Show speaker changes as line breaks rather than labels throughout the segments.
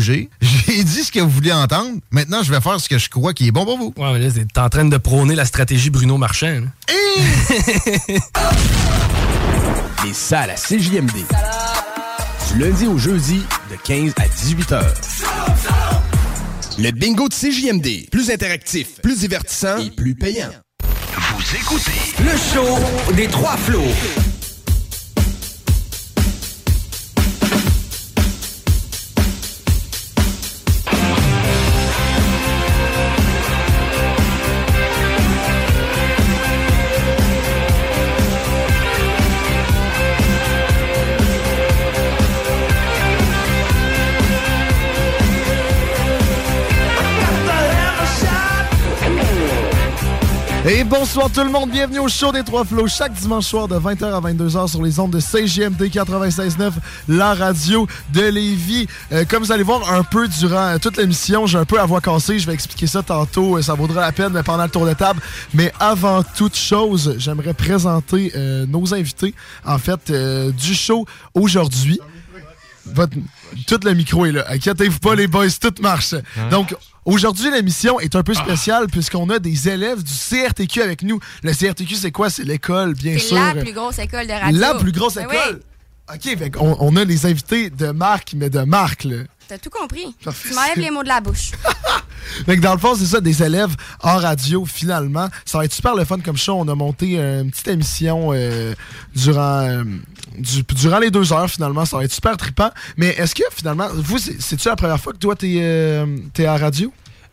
J'ai j'ai dit ce que vous voulez entendre. Maintenant, je vais faire ce que je crois qui est bon pour vous.
Ouais, mais là, t'es en train de prôner la stratégie Bruno Marchand. hein.
Eh!
Et ça à la CJMD. Du lundi au jeudi, de 15 à 18 heures. Le bingo de CJMD. Plus interactif, plus divertissant et plus payant.
Vous écoutez le show des trois flots.
Et bonsoir tout le monde, bienvenue au show des Trois Flots, chaque dimanche soir de 20h à 22h sur les ondes de CGMD 96.9, la radio de Lévis. Euh, comme vous allez voir un peu durant euh, toute l'émission, j'ai un peu à voix cassée, je vais expliquer ça tantôt, euh, ça vaudra la peine euh, pendant le tour de table. Mais avant toute chose, j'aimerais présenter euh, nos invités, en fait, euh, du show aujourd'hui. Votre- tout le micro est là. Inquiétez-vous pas, les boys, tout marche. Donc, aujourd'hui, l'émission est un peu spéciale puisqu'on a des élèves du CRTQ avec nous. Le CRTQ, c'est quoi? C'est l'école, bien
C'est
sûr.
la plus grosse école de radio.
La plus grosse
Ben
école.
oui,
OK, ben, fait qu'on- on, a les invités de Marc, mais de Marc, là.
t'as tout compris.
Parfait.
Tu m'enlèves les mots de la bouche.
Ah, Fait que dans le fond, c'est ça, des élèves en radio, finalement. Ça va être super le fun comme show. On a monté euh, une petite émission euh, durant, euh, du- durant les deux heures, finalement. Ça va être super trippant. Mais est-ce que, finalement, vous, c'est- c'est-tu la première fois que toi, t'es euh, t'es à la radio?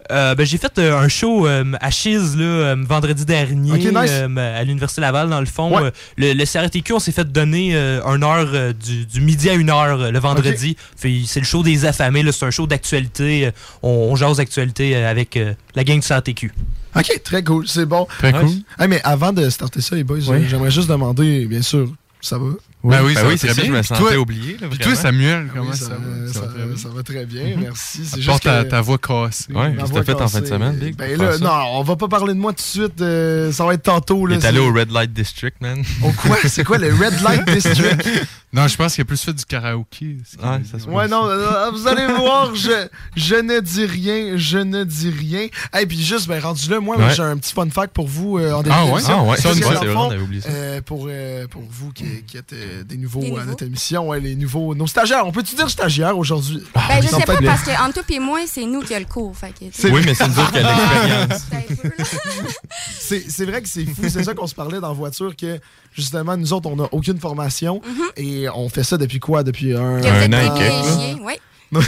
Euh, ben, j'ai fait euh, un show euh, à Chiz là, euh, vendredi dernier
Ok, nice.
euh, à l'Université Laval, dans le fond.
Ouais.
Euh, le, le CRTQ, on s'est fait donner euh, une heure euh, du, du midi à une heure euh, le vendredi. Fait, c'est le show des affamés, là, c'est un show d'actualité. Euh, on, on jase d'actualité euh, avec euh, la gang du CRTQ.
OK, très cool, c'est bon.
Très cool.
Hey, mais avant de starter ça, les boys,
Oui.
j'aimerais juste demander, bien sûr, ça va?
Ben oui,
Ben
ça
oui,
va
c'est
très
ça,
bien.
je me
Puis
sentais
toi-
oublié, là,
Puis toi,
vraiment.
Samuel, comment
Ah Oui,
ça, va? Mhm. Ça va très bien.
ça va très bien, merci. C'est
Porte
juste
ta,
que-
ta voix cassée.
Ouais,
ma
qu'est-ce que
voix
t'as fait en fin de
cassée.
semaine, Big?
Ben là, non, on va pas parler de moi tout de suite. euh, ça va être tantôt.
Il
Là,
est allé au Red Light District, man.
Au quoi? C'est quoi le Red Light District?
Non, je pense qu'il a plus fait du karaoké. c'est-
Ouais, ça se
Ouais, non, euh, vous allez voir, je, je ne dis rien, je ne dis rien. Et puis juste, ben rendu là, moi,
Ouais.
j'ai un petit fun fact pour vous euh, en début
Ah ouais?
d'émission.
Ah ouais,
Parce
c'est
que
vrai,
dans le
c'est vrai,
fond,
on avait oublié ça. Mm.
euh, pour, euh, pour vous qui, qui êtes euh, des nouveaux
Des
à
nouveaux.
notre émission, ouais, les nouveaux, nos stagiaires, on peut-tu dire stagiaires aujourd'hui?
Ah,
Ben, je
Ils sont
sais pas,
peut-être-
parce que entre toi et moi, c'est nous qui a le cours. Fait que,
C'est-
Oui, mais c'est nous autres qui a l'expérience.
c'est un peu, là.
C'est c'est vrai que c'est fou. C'est ça qu'on se parlait dans la voiture que justement, nous autres, on n'a aucune formation et on fait ça depuis quoi? Depuis un.
Mm-hmm. Que vous êtes
an et
tous
quelques,
des
là.
chiens, oui.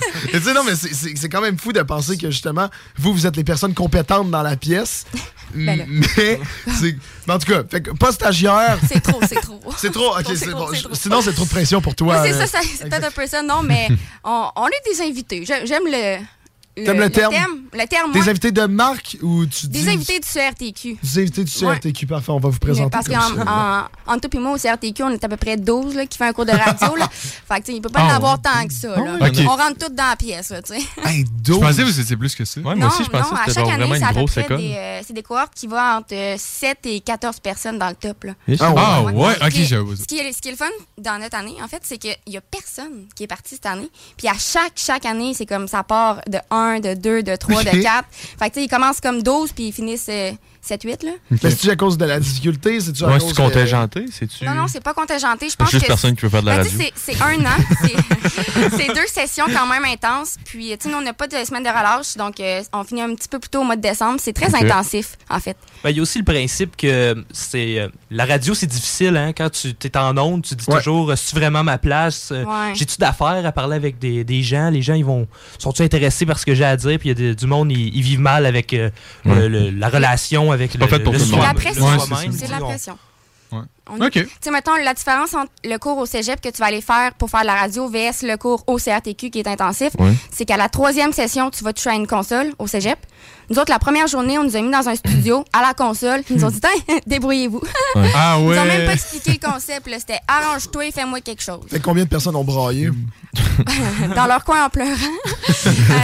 Tu sais, non, mais c'est- c'est c'est quand même fou de penser que justement, vous, vous êtes les personnes compétentes dans la pièce.
Ben là.
mais c'est. mais En tout cas, fait que pas stagiaire.
C'est trop, c'est trop.
C'est trop. Ok,
trop,
c'est
c'est
bon.
trop, c'est trop.
Sinon, c'est trop de pression pour toi.
Oui, c'est
euh.
ça, ça- c'est peut-être un peu ça. Non, mais on, on est des invités. J'ai- J'aime le,
T'aimes le terme?
Le terme,
Des
moi,
invités de marque ou tu dis.
Des invités du CRTQ.
Des invités du CRTQ, parfait, on va vous présenter.
Parce
comme
qu'en
ça.
en, en tout et moi, au CRTQ, on est à peu près 12 là, qui fait un cours de radio. Là. Fait que, tu sais, il peut pas
Ah
en
ouais.
avoir tant que ça.
Ah,
là.
ouais, ok.
On rentre tous dans la pièce. Là, tu sais.
Je pensais que vous étiez plus que ça. Ouais, moi aussi, je pensais
non, à
que c'était
chaque
genre
année,
vraiment
c'est
une
à peu
grosse
près
école.
des, euh, c'est des cohortes qui vont entre euh, 7 et 14 personnes dans le top. Là.
Ah ouais. Ah ouais, ok,
Puis,
j'avoue.
Ce qui, est, ce qui est le fun dans notre année, en fait, c'est qu'il y a personne qui est parti cette année. Puis à chaque, chaque année, c'est comme ça part de 1, de 2, de 3,
Ok.
de 4. Fait que, tu sais, ils commencent comme 12 puis ils finissent 7-8. Là.
Mais c'est-tu à cause de la difficulté? C'est-tu à
Ouais,
cause
c'est-tu
de-
contingenté? C'est-tu...
Non, non, c'est pas contingenté. Je
C'est
pense
juste
que
personne qui veut faire de la
Ben, tu sais,
radio.
C'est c'est un an. C'est- c'est deux sessions quand même intenses. Puis, tu sais, nous, on n'a pas de semaine de relâche. Donc, euh, on finit un petit peu plus tôt au mois de décembre. C'est très
Ok.
intensif, en fait.
Ben, il y a aussi le principe que c'est euh, la radio, c'est difficile. Hein? Quand tu es en onde, tu dis toujours « C'est-tu vraiment ma place? Euh,
Ouais.
J'ai-tu d'affaires à parler avec des, des gens? Les gens, ils vont sont-ils intéressés par ce que j'ai à dire? » Puis il y a des- du monde, ils, ils vivent mal avec euh, le- le- la relation, avec le,
pas fait pour
le
tout le
soi-
monde.
La
le
pression.
soi-même.
c'est de la pression. On-
OK.
Tu sais, mettons, la différence entre le cours au cégep que tu vas aller faire pour faire de la radio VS le cours au CRTQ qui est intensif,
Ouais.
c'est qu'à la troisième session, tu vas toucher à une console au cégep. Nous autres, la première journée, on nous a mis dans un studio à la console. Ils nous ont dit, Tiens, débrouillez-vous.
Ouais. Ah
Ils nous ont
ouais.
même pas expliqué le concept. là. C'était arrange-toi et fais-moi quelque chose.
Fait que combien de personnes ont braillé?
dans leur coin en pleurant.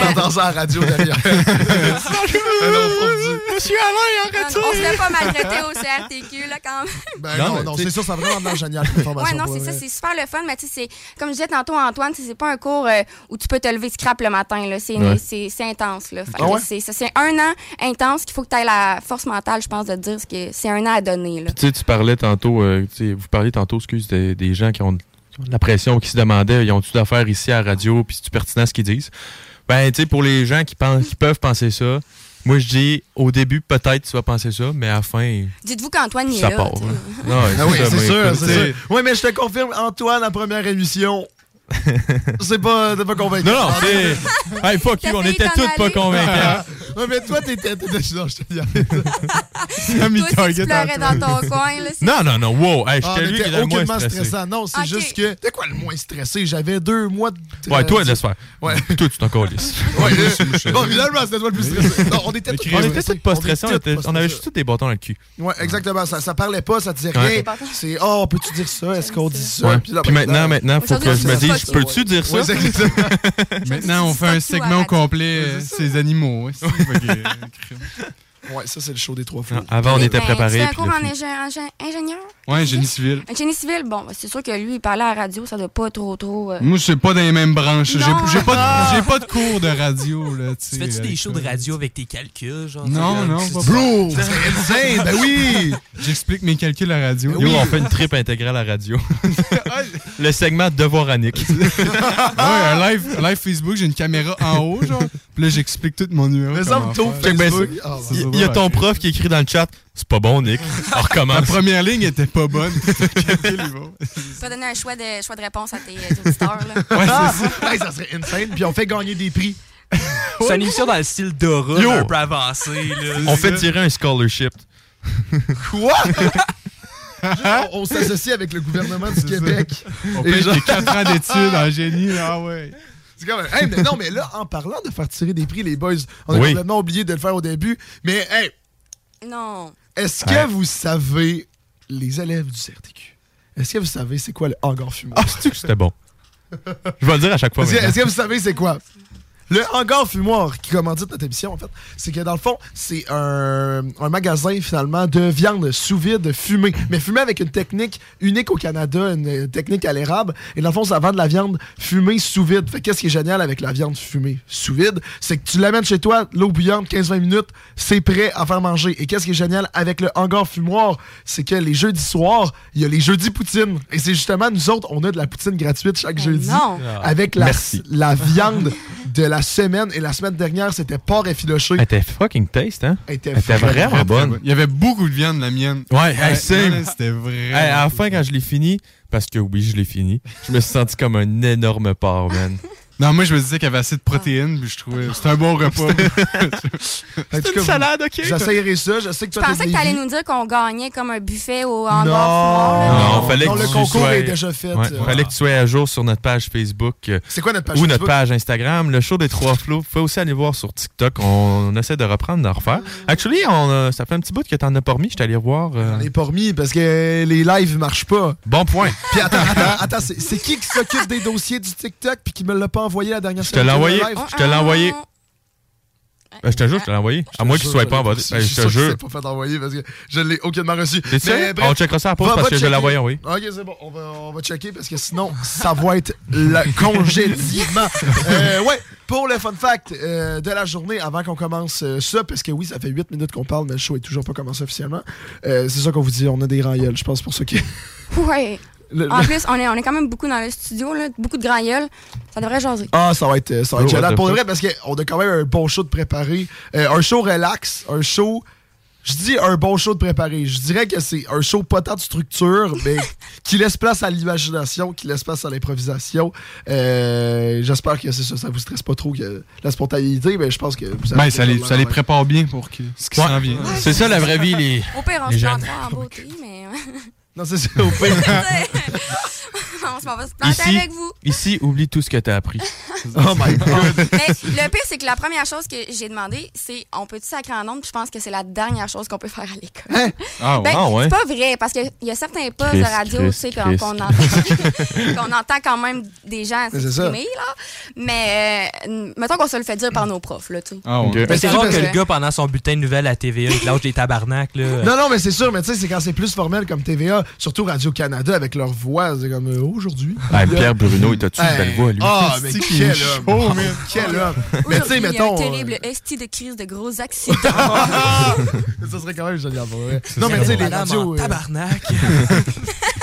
T'entends ça à la radio derrière.
Monsieur Alain, arrêtez! On se fait pas maltraiter au CRTQ, là, quand même.
Ben
Non,
non, non,
mais tu
c'est
sais-
sûr, ça a vraiment de l'air génial cette
Ouais,
formation.
non,
pour
c'est ça,
vrai.
c'est super le fun, mais tu sais, c'est- comme je disais tantôt à Antoine, tu sais, c'est pas un cours euh, où tu peux te lever scrap le matin, là. C'est
Ouais.
c'est- c'est intense, là. Fait
Ah
que
ouais?
c'est ça, c'est un an intense qu'il faut que tu aies la force mentale, je pense, de te dire ce que c'est un an à donner, là.
Tu sais, tu parlais tantôt, euh, tu sais, vous parliez tantôt, excuse, des, des gens qui ont, qui ont de la pression, qui se demandaient, ils ont-tu d'affaires ici à la radio, puis c'est-tu pertinent ce qu'ils disent? Ben, tu sais, pour les gens qui, pensent, qui peuvent penser ça, moi, je dis, au début, peut-être tu vas penser ça, mais à la fin,
Dites-vous qu'Antoine il est
ça
là.
part.
tu sais.
là. Non,
Ah oui,
ça,
c'est
mais
sûr,
écoute,
c'est
tu sais,
sûr. Oui, mais je te confirme, Antoine, la première émission. C'est pas, t'es pas convaincu.
Non, non, c'est- Hey, fuck you, on était tous pas convaincants.
Ouais, mais toi, t'étais. t'étais- Non, je te dis.
Toi, si tu pleurais dans ton coin, là, c'est-
Non, non, non, wow, hey,
Ah,
j'étais lui qui
t'étais
était le moins
aucunement
stressé.
stressant. Non, c'est juste que. T'es quoi le moins stressé? J'avais deux mois de.
Ouais, toi, laisse faire.
Euh, Ouais.
Toi, tu t'en calisses.
Ouais, bon, finalement, c'était toi le plus stressé. Non, on était tous
On était tous pas stressés, on,
était
était-
tous pas
on
stressés.
avait juste tous des bâtons dans le cul.
Ouais, exactement. Ça, ça parlait pas, ça disait rien.
Ouais.
C'est oh, peux-tu dire ça? Est-ce qu'on dit ça?
Ouais.
là, ben,
Puis maintenant, maintenant, faut que je me dise,
je
peux-tu dire ça?
Maintenant, on fait un segment au complet, euh, ces animaux. ouais, c'est- euh,
Ouais, ça, c'est le show des trois flots.
Ah, Avant, on était
Ben, Tu fais
préparés.
un
puis
cours
là,
en
puis-
ingé- ingé- ingénieur?
Ouais, génie civil.
Un génie civil, bon, ben, c'est sûr que lui, il parlait à la radio, ça doit pas trop, trop. euh,
Moi, je suis pas dans les mêmes branches. J'ai
Non. Ah.
j'ai pas, de- j'ai pas de cours de radio. Là, euh,
Tu fais-tu des shows de radio avec tes calculs? Genre,
Non,
tu-
non,
tu-
pas
Bro!
C'est insane, ben oui!
J'explique mes calculs à la radio.
Yo, on fait une trip intégrale à radio. le segment Devoir à Nick.
Ah ouais, un live, un live Facebook, j'ai une caméra en haut, genre. Puis là, j'explique tout mon numéro.
Mais ça me
comment
trouve
faire.
Check bien ça.
C'est ça,
Il il y a
ouais.
ton prof qui écrit dans le chat C'est pas bon, Nick. On recommence.
La première ligne était pas bonne.
Mm.
Tu peux donner un choix de, choix de réponse à tes euh, auditeurs, là.
Hey, ça serait insane, puis on fait gagner des prix.
C'est une émission dans le style Dora,
Yo!
un peu avancé. là.
On fait tirer un scholarship.
Quoi? Genre, on on s'associe avec le gouvernement du Québec.
On
Et
paye
genre-
tes 4 ans d'études en génie, là, ah ouais.
C'est comme, hey, mais non, mais là, en parlant de faire tirer des prix, les boys, on a
Oui.
complètement oublié de le faire au début. Mais, hey,
Non.
est-ce que vous savez, les élèves du CRTQ, est-ce que vous savez c'est quoi le hangar fumeur?
Ah, C'était bon. Je vais le dire à chaque fois.
Est-ce que,
maintenant.
est-ce que vous savez c'est quoi? Le Hangar Fumoir, qui commandite notre émission, en fait, c'est que dans le fond, c'est un, un magasin, finalement, de viande sous vide fumée. Mais fumée avec une technique unique au Canada, une euh, technique à l'érable. Et dans le fond, ça vend de la viande fumée sous vide. Fait que qu'est-ce qui est génial avec la viande fumée sous vide? C'est que tu l'amènes chez toi, l'eau bouillante, 15-20 minutes, c'est prêt à faire manger. Et qu'est-ce qui est génial avec le Hangar Fumoir? C'est que les jeudis soirs, il y a les jeudis poutine. Et c'est justement, nous autres, on a de la poutine gratuite chaque jeudi.
non.
Avec la,
Merci.
la viande de la semaine. Et la semaine dernière, c'était porc effiloché.
Elle était fucking taste, hein?
Elle était
Elle était
vraiment
vraiment bonne.
Il y avait beaucoup de viande, la mienne.
Ouais, hey, same.
non, non, C'était
Hey,
vraiment.
à la fin, quand je l'ai fini, parce que oui, je l'ai fini, je me suis senti comme un énorme porc, man.
Non, moi, je me disais qu'il y avait assez de
Ah.
protéines, puis je trouvais. C'était un bon repas.
C'était une salade, ok. J'essayerai ça, je sais que
Je
toi, t'es
pensais que
de
t'allais
Lévis.
nous dire qu'on gagnait comme un buffet au hangar.
Non,
Non,
fallait
non,
que
le
tu
concours
sois-
est déjà fait,
Ouais,
euh.
Fallait que tu sois à jour sur notre page Facebook. euh,
C'est quoi notre page
Ou
Facebook?
notre page Instagram. Le show des trois flots. Vous pouvez aussi aller voir sur TikTok. On, on essaie de reprendre, d'en refaire. Actually, on, euh, ça fait un petit bout que t'en as pas remis. Je suis allé voir. euh,
Les pormis, parce que les lives marchent pas.
Bon point.
Puis attends, attends, attends, c'est c'est qui qui s'occupe des dossiers du TikTok puis qui me l'a pas envoyé la dernière
Je te
semaine?
l'ai
de
envoyé.
live?
Je te
Ah,
l'ai envoyé. Ben, Je te jure, je te l'ai envoyé. À moins qu'il soit pas en bas.
Je suis
Ben, Je
sûr
te
que
jure.
c'est pas fait envoyer parce que je l'ai aucunement reçu.
T'es sûr? Ah,
Mais bref,
On checkera ça à la pause
va-
parce
va
que je l'ai
checker.
envoyé, oui.
Ok, c'est bon. On va, on va checker parce que sinon, ça va être le congédiement. Euh, ouais, pour le fun fact euh, de la journée, avant qu'on commence euh, ça, parce que oui, ça fait 8 minutes qu'on parle, mais le show est toujours pas commencé officiellement. Euh, c'est ça qu'on vous dit, on a des rayoles, je pense, pour ceux qui.
Ouais.
Le-
En
le-
plus, on est, on est quand même beaucoup dans le studio, là, beaucoup de grands gueules. Ça devrait jaser.
Ah, ça va être, euh, ça va être
Oh, what
gênant.
the
Pour
fuck?
vrai, parce qu'on a quand même un bon show de préparé. Euh, un show relax, un show. Je dis un bon show de préparé. Je dirais que c'est un show pas tant de structure, mais qui laisse place à l'imagination, qui laisse place à l'improvisation. Euh, J'espère que c'est ça, ça vous stresse pas trop que la spontanéité, mais je pense que vous
Ben,
avez
ça les,
vraiment-
ça les prépare bien pour que- ce qui s'en vient.
C'est ça la vraie vie, les.
Au pire, on
les
se
jeunes.
plante en beauté, mais.
Non, c'est ça, au pire.
on s'en va se planter
Ici,
avec vous.
ici, oublie tout ce que t'as appris.
oh my god.
Mais le pire, c'est que la première chose que j'ai demandé, c'est on peut-tu sacrer en nombre? Puis Je pense que c'est la dernière chose qu'on peut faire à l'école.
Ah,
Ben,
ah, ouais.
C'est pas vrai, parce qu'il y a certains postes
Chris,
de radio tu sais,
Chris,
qu'on
Chris.
qu'on entend, qu'on entend quand même des gens
Mais c'est ça.
s'exprimer. là. Mais euh, mettons qu'on se le fait dire par nos profs. Là, tu sais.
Ah, ouais.
Mais
Ben, c'est
c'est rare
parce
que le
que-
gars, pendant son bulletin de nouvelles à TVA, il lâche des tabarnaks. Là.
Non, non, mais c'est sûr, mais tu sais, c'est quand c'est plus formel comme TVA, surtout Radio-Canada avec leur voix, c'est comme euh, aujourd'hui.
Ah, Pierre Bruno, il t'a-tu une
Hey.
belle voix, lui?
Ah, mais
C'est qu'il
quel
est
homme! Ah,
chaud, man.
Quel homme! Mais tu sais,
Aujourd'hui,
mettons.
Il y a un
euh,
terrible Ah! esti de crise de gros accident.
ça serait quand même génial pour vrai. Non, mais tu sais, les
Madame en
radios. euh,
tabarnak.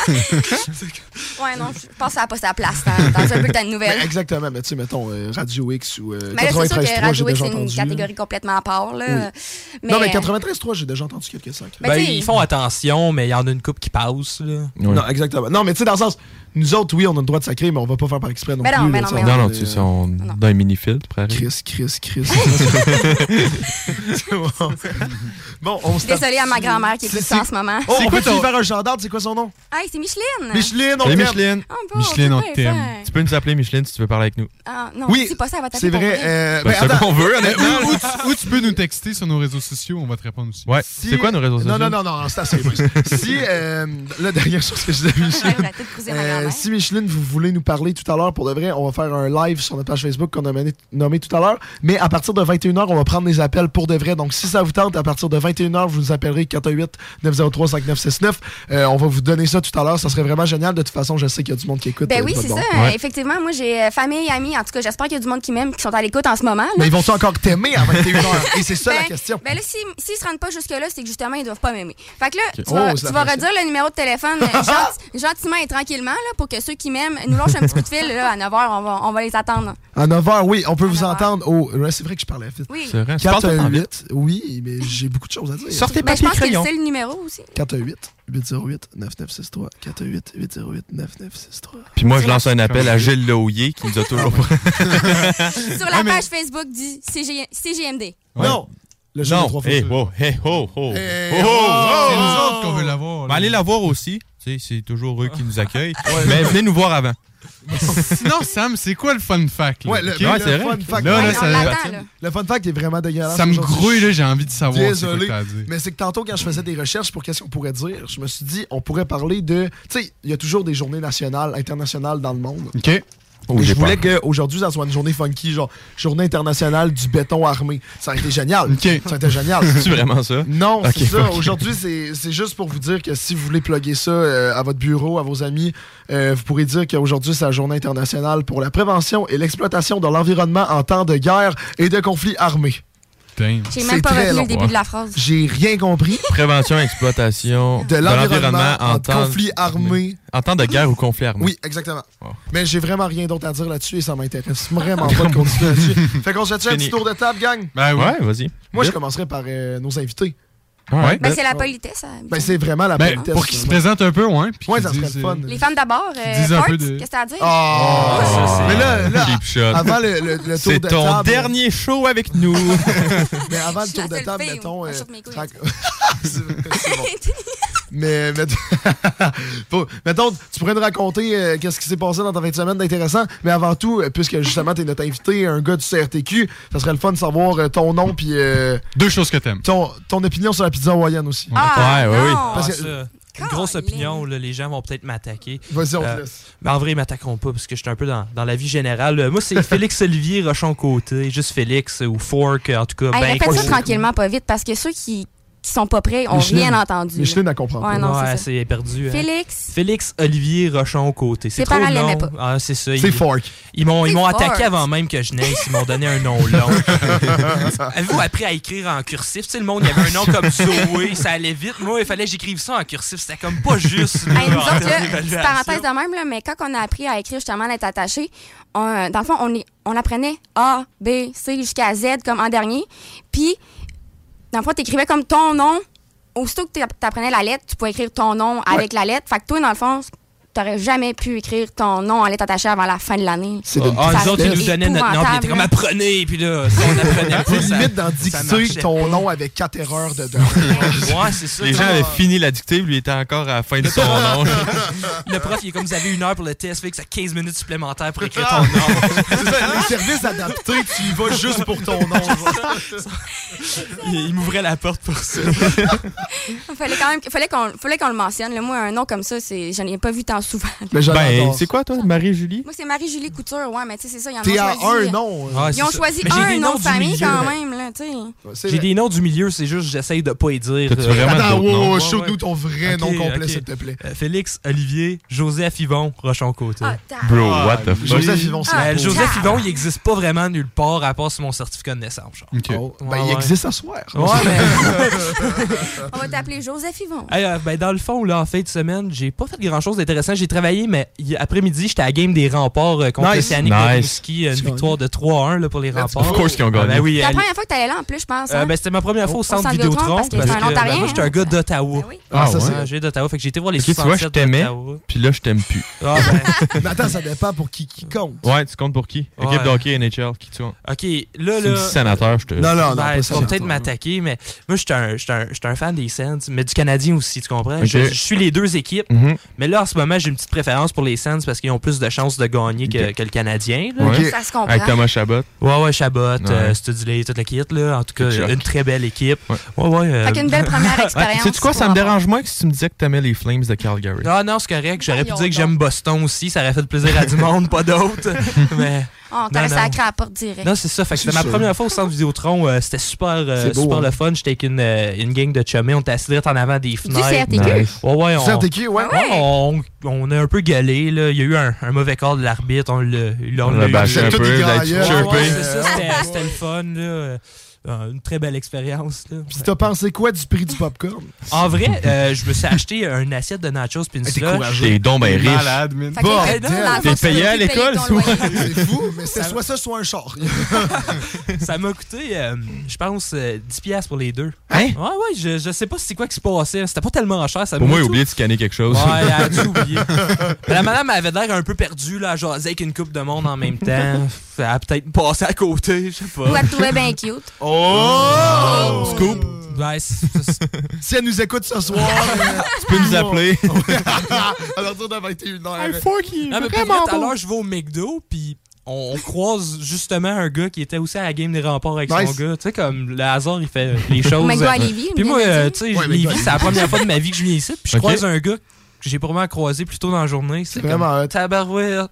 ouais, non, je pense que ça n'a pas sa place dans, dans un bulletin de
mais
nouvelles.
exactement, mais tu sais, mettons euh, Radio X ou euh,
Mais là, c'est sûr
93.3,
que
j'ai
Radio X,
déjà
c'est une
entendu.
catégorie complètement à part. Là. Mais, euh,
Non, mais 93.3, j'ai déjà entendu quelques sacs.
Ben,
Ben,
tu sais,
ils font attention, mais il y en a une coupe qui passe. Là.
Ouais.
Non, exactement. Non, mais tu sais, dans le sens, nous autres, oui, on a le droit de sacrer, mais on va pas faire par exprès non
Mais Ben non,
plus.
mais
là,
non,
tu
mais
sais,
Non,
on
non,
est,
tu
euh,
sais, on- dans les mini-filtres, frère.
Chris, Chris, Chris.
Oh.
bon, on se tape-
Désolée à ma grand-mère qui
C'est-
écoute
c'est-
ça en ce moment.
Oh, on
quoi
peut
ton-
faire un gendarme, c'est quoi son nom?
euh, Hey, c'est Micheline!
Micheline, on
Salut,
t'aime.
Micheline.
Ah, bon,
Micheline,
on
on
peut
t'aime.
faire.
Tu peux nous appeler Micheline si tu veux parler avec nous.
Ah, non,
Oui,
dis pas ça, elle va taper
C'est
pour
vrai. euh,
Ben,
ben,
c'est
attends.
qu'on veut, honnêtement.
Ou tu- ou tu peux nous texter sur nos réseaux sociaux, on va te répondre aussi.
Ouais.
Si-
C'est quoi nos réseaux sociaux?
Non, non, non, non, c'est assez. Bruce. si, euh, la dernière chose que je disais, Micheline,
J'arrive à tout cruiser ma
euh,
grand-mère.
si Micheline, vous voulez nous parler tout à l'heure, pour de vrai, on va faire un live sur notre page Facebook qu'on a mené- nommé tout à l'heure. Mais à partir de 21h, on va prendre des appels pour de vrai. Donc, si ça vous tente, à partir de 21h, vous nous appellerez 418-903-5969. Euh, on va vous donner ça tout à l'heure. Ça serait vraiment génial. De toute façon, je sais qu'il y a du monde qui écoute.
Ben
euh,
oui,
pas de
c'est
bon.
ça.
Ouais.
Effectivement, moi, j'ai euh, famille, amis. En tout cas, j'espère qu'il y a du monde qui m'aime, qui sont à l'écoute en ce moment. là.
Mais ils vont-tu encore t'aimer à 21h? Et c'est ça la
Ben-
question.
Ben là, si- s'ils se rendent pas jusque-là, c'est que justement, ils doivent pas m'aimer. Fait que là, tu
Oh,
vas,
c'est
tu
la
vas
pression.
redire le numéro de téléphone euh, gent- gentiment et tranquillement là, pour que ceux qui m'aiment nous lâchent un petit coup de fil. Là, à 9h, on va, on va les attendre.
À 9h, oui, on peut vous
9h.
entendre au. Ouais, c'est vrai que je parlais vite.
Oui.
C'est vrai. Tu parles tout le temps vite.
418, oui, mais j'ai beaucoup de choses à dire.
Sortez
Ben, je
papier
pense que
crayon.
c'est le numéro aussi.
418 808 9963 418 808 9963
Puis moi, je lance un appel à Gilles Laouillet qui nous a toujours.
Sur la page Facebook du CG CGMD.
Ouais.
Non Le jeu de
non.
trois fois
Hey,
deux.
oh, hey, ho, ho.
Hey, oh,
Ho, ho,
Oh! C'est nous
ho.
autres qu'on veut l'avoir.
Ben,
là.
allez la voir aussi. Tu sais, c'est toujours eux qui nous accueillent. Mais venez nous voir avant.
Sinon, Sam, c'est quoi le fun fact? là?
Ouais, le,
Ok?
Ouais,
le
c'est
fun
vrai.
fact.
Là,
Ouais,
là,
on
ça-
l'attend, là.
Le fun fact est vraiment dégueulasse.
Ça me
aujourd'hui.
grouille, là, j'ai envie de savoir c'est quoi
Désolé,
que t'as à dire.
mais c'est que tantôt, quand je faisais des recherches pour qu'est-ce qu'on pourrait dire, je me suis dit, on pourrait parler de. Tu sais, il y a toujours des journées nationales, internationales dans le monde.
OK. Oh,
Et je voulais qu'aujourd'hui, ça soit une journée funky, genre Journée internationale du béton armé. Ça a été génial.
Ok.
Ça a été génial.
C'est vraiment ça.
Non,
Ok,
c'est ça.
ok.
Aujourd'hui, c'est c'est juste pour vous dire que si vous voulez plugger ça euh, à votre bureau, à vos amis, euh, vous pourrez dire qu'aujourd'hui, c'est la journée internationale pour la prévention et l'exploitation de l'environnement en temps de guerre et de conflits armés.
Damn.
J'ai
C'est
même pas
très
retenu
long,
le début
ouais.
de la phrase.
J'ai rien compris
Prévention et exploitation
de l'environnement en,
temps
conflit armé.
en temps de guerre ou conflit armé.
Oui, exactement.
Wow.
Mais j'ai vraiment rien d'autre à dire là-dessus et ça m'intéresse vraiment pas de continuer là-dessus. Fait qu'on se fait un
Fini.
petit tour de table, gang.
Ben oui.
Ouais, vas-y.
Moi, je commencerai par euh, nos invités.
Ah ouais?
Ben, c'est la politesse. habituellement.
Ben, c'est vraiment la
Ben,
politesse.
pour qu'ils se présentent un peu, ouais. puis
Ouais,
qu'ils
ça serait
disent,
le fun.
Les femmes d'abord, euh,
Dis un peu
Fort,
de-
qu'est-ce que t'as à dire?
Ah.
Oh, mais là, là,
Cheap shot.
avant le, le- le tour
C'est
de
ton
table-
dernier show avec nous.
mais avant le tour de table, mettons. euh, rac- C'est vrai, c'est bon. Mais mettons, faut- mettons, tu pourrais nous raconter euh, qu'est-ce qui s'est passé dans ta fin de semaine d'intéressant. Mais avant tout, euh, puisque justement t'es notre invité, un gars du CRTQ, ça serait le fun de savoir euh, ton nom puis
deux choses que t'aimes.
Ton, ton opinion sur la pizza hawaïenne aussi.
Ah,
oui, oui.
Ah,
Parce que-
ça, Une grosse opinion, là, les gens vont peut-être m'attaquer.
Vas-y, on te
Mais Ben, en vrai, ils m'attaqueront pas parce que je suis un peu dans, dans la vie générale. Euh, Moi, c'est Félix Olivier Rochon-Côté, juste Félix euh, ou Fork, euh, en tout cas.
Hey,
ben,
répète ça
cool.
tranquillement, pas vite, parce que ceux qui, qui sont pas prêts ont
Les chenilles.
rien entendu.
Les
là.
chenilles ne
comprennent
Ouais, non,
Ouais,
c'est ça.
c'est perdu. hein.
Félix.
Félix Olivier Rochon-Côté.
Ses
C'est trop
parents l'aimaient
long.
pas.
Ah, c'est ça.
C'est
ils-
Fork.
Ils m'ont ils
C'est
m'ont
Fork.
attaqué avant même que je naisse. Ils m'ont donné un nom long. Avez-vous appris à écrire en cursif? Tu sais, le monde, il y avait un nom comme Zoé, ça allait vite. Moi, il fallait que j'écrive ça en cursif. C'était comme pas juste. là,
Hey, nous
en
autres,
termes
là,
d'évaluation.
petite parenthèse de même, là, mais quand on a appris à écrire justement l'être attaché, on- euh, dans le fond, on, y- on apprenait A, B, C jusqu'à Z comme en dernier. Puis, dans le fond, t'écrivais comme ton nom. Aussitôt que t'app- t'apprenais la lettre, tu pouvais écrire ton nom avec la lettre. Fait que toi, dans le fond, t'aurais jamais pu écrire ton nom en lettre attachée avant la fin de l'année.
Ah, ah, nous autres, ils nous donnaient notre nom, puis ils étaient comme
épouvantable,
apprenez, puis là, si on apprenait pas.
C'est
ça-
limite d'en
ça
dicter
marchait
ton nom avec quatre erreurs dedans.
Ouais, c'est ça.
Les gens avaient fini la dictée, lui était encore à la fin de son nom.
Le prof, il est comme vous avez une heure pour le test, fait que ça 15 minutes supplémentaires pour écrire
Ah!
ton nom.
Les services adaptés, tu y vas juste pour ton nom.
il il m'ouvrait la porte pour ça.
là. fallait quand même fallait qu'on fallait qu'on le mentionne. là. Moi, un nom comme ça, c'est je n'ai pas vu tant souvent.
Ben, c'est quoi, toi, Marie-Julie?
Moi, c'est Marie-Julie Couture, ouais, mais tu sais, c'est ça, ils en ont
T'es
choisi. euh,
à un
nom.
Ah,
ils ont
c'est ça.
choisi
Mais j'ai
un
des
nom
noms
de
du
famille
milieu.
quand même, là, tu sais.
J'ai des noms du milieu, c'est juste j'essaye de pas les dire. euh,
T'as-tu vraiment
Attends,
d'autres
wow,
noms?
wow, show-nous ton vrai
Ok,
nom complet,
ok.
s'il te plaît.
Euh, Félix, Olivier, Joseph Yvon, Rochon-Côté.
Bro, what the fuck?
Ah, Joseph Yvon, c'est
Euh,
la
Ah, Joseph
peau.
Yvon, il n'existe pas vraiment nulle part à part sur mon certificat de naissance. Genre.
Oh, ben,
Ouais,
il
ouais.
existe à soir.
Ouais, mais.
On va t'appeler Joseph Yvon.
Hey, euh, ben, dans le fond, là, en fin de semaine, j'ai pas fait grand chose d'intéressant. J'ai travaillé, mais hi- après-midi, j'étais à la game des remparts euh, contre
Nice.
l'Océanique
Nice.
Bobrovski, euh, Une victoire de 3-1 là, pour les remparts.
Of course qu'ils ont
Ah,
gagné.
ben oui,
C'est
euh,
la première fois que t'allais là, en plus, je pense.
euh,
hein?
ben, c'était ma première fois au centre
centre Vidéotron,
Vidéotron.
parce que t'es un
ben,
Ontarien, Ben
moi, j'étais un gars d'Ottawa.
Ah, ça, c'est-
ouais, J'ai d'Ottawa. Fait que j'ai été voir les
Ok, tu vois, je
67
t'aimais,
d'Ottawa.
puis là, je t'aime plus.
Ah, ben,
Mais attends, ça dépend pour qui, qui compte.
Ouais, tu comptes pour qui?
Ouais.
Équipe de hockey NHL, qui tu as?
OK, là,
Tu me
là...
dis sénateur, je te- Non, non, non,
Ben,
pas
tu vas
sénateur.
peut-être m'attaquer, mais moi, je suis un, j'étais un, j'étais un fan des Sens, mais du Canadien aussi, tu comprends? Je,
Ok.
je suis les deux équipes,
Mhm.
mais là, en ce moment, j'ai une petite préférence pour les Sens parce qu'ils ont plus de chances de gagner que, que le Canadien. là.
Ouais. Avec Thomas Chabot.
Ouais, ouais, Chabot,
Ouais.
euh, Studley, toute la kit, là. En tout cas,
Kachuk.
une très belle équipe. Ouais, ouais. euh,
Fait qu'une belle première expérience.
Sais-tu quoi, ça me dérange moins que si tu me disais que t'aimais les Flames de Calgary.
Ah non, c'est correct. J'aurais pu
Voyons
dire que j'aime Boston aussi. Ça aurait fait plaisir à du monde, pas d'autres.
Ah,
Mais...
Oh, on t'aurait
Non, non.
sacré à la porte direct.
Non, c'est ça. Fait que c'était ma première fois au centre Vidéotron. euh, c'était super, euh,
C'est beau,
super
hein.
le fun. J'étais avec une, euh, une gang de chummés. On était assis direct en avant des fenêtres.
CRTQ? Nice.
Ouais, ouais, on,
CRTQ, ouais. Ah ouais?
On, on a un peu galé. Là. Il y a eu un, un mauvais quart de l'arbitre. On l'a
On l'a
eu. euh,
bâché un Tout peu, il a été
Ouais, ouais,
chirpé.
c'est ça, C'était c'était le fun. là. Euh, Une très belle expérience. là.
Puis t'as pensé quoi du prix du popcorn?
En vrai, euh, je me suis acheté une assiette de nachos puis une
Hey, t'es
slush.
courageux. T'es donc ben riche.
Malade, man.
Fait que
Ah,
Bon, t'es- dans le fond, T'es tu payé à peux plus payer l'école, ton soit- loyer. C'est fou, mais c'est soit
ça, soit un char. ça m'a coûté, euh, je pense, euh, 10 piastres pour les deux.
Hein?
Ouais, ouais, je, je sais pas c'est quoi qui se passait. C'était pas tellement cher. Ça
Pour moi, il
m'a
a
tout-
oublié de scanner quelque chose.
Ouais, elle a dû oublier. Mais la madame avait l'air un peu perdue, là, genre avec une coupe de monde en même temps. Elle a peut-être passé à côté, je sais pas.
Ou à te trouver bien cute.
Oh!
Scoop! Ouais, c'est- c'est-
Si elle nous écoute ce soir, euh,
tu peux nous appeler.
à partir de 21h.
Non, mais pour vrai, tout à l'heure, je vais au McDo, puis on, on croise justement un gars qui était aussi à la game des remparts avec
Nice.
son gars. Tu sais, comme le hasard, il fait les choses.
McDo à Lévis,
Puis
bien
moi, euh,
dit.
tu sais,
Ouais,
Lévis,
McDo à
c'est la
Lévis.
première fois de ma vie que je viens ici, puis je
Ok.
croise un gars que j'ai probablement croisé plus tôt dans la journée. C'est
vraiment
comme, Tabarouette.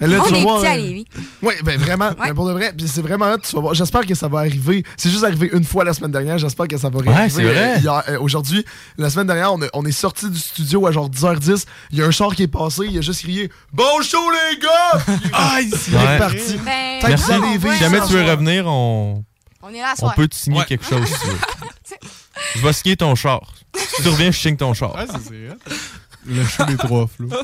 Et là, tu vas voir, euh,
Lévis.
Oui, ben vraiment, mais pour de vrai, puis c'est vraiment hot, tu vas voir. J'espère que ça va arriver. C'est juste arrivé une fois la semaine dernière, j'espère que ça va
Ouais,
arriver.
c'est vrai.
euh, hier, euh, Aujourd'hui, la semaine dernière, on, a- on est sorti du studio à genre 10h10. Il y a un char qui est passé, il a juste crié Bon show les gars! Ah, il est
Ouais.
parti.
Ben,
Fait que
Merci.
ça, les vies,
Si jamais
ça,
tu veux
ça.
revenir, on,
On est là à
on
soir.
peut te signer quelque chose si tu veux. Je vais signer ton char. Si tu reviens, je signe ton char.
Le show des trois flots. Ben,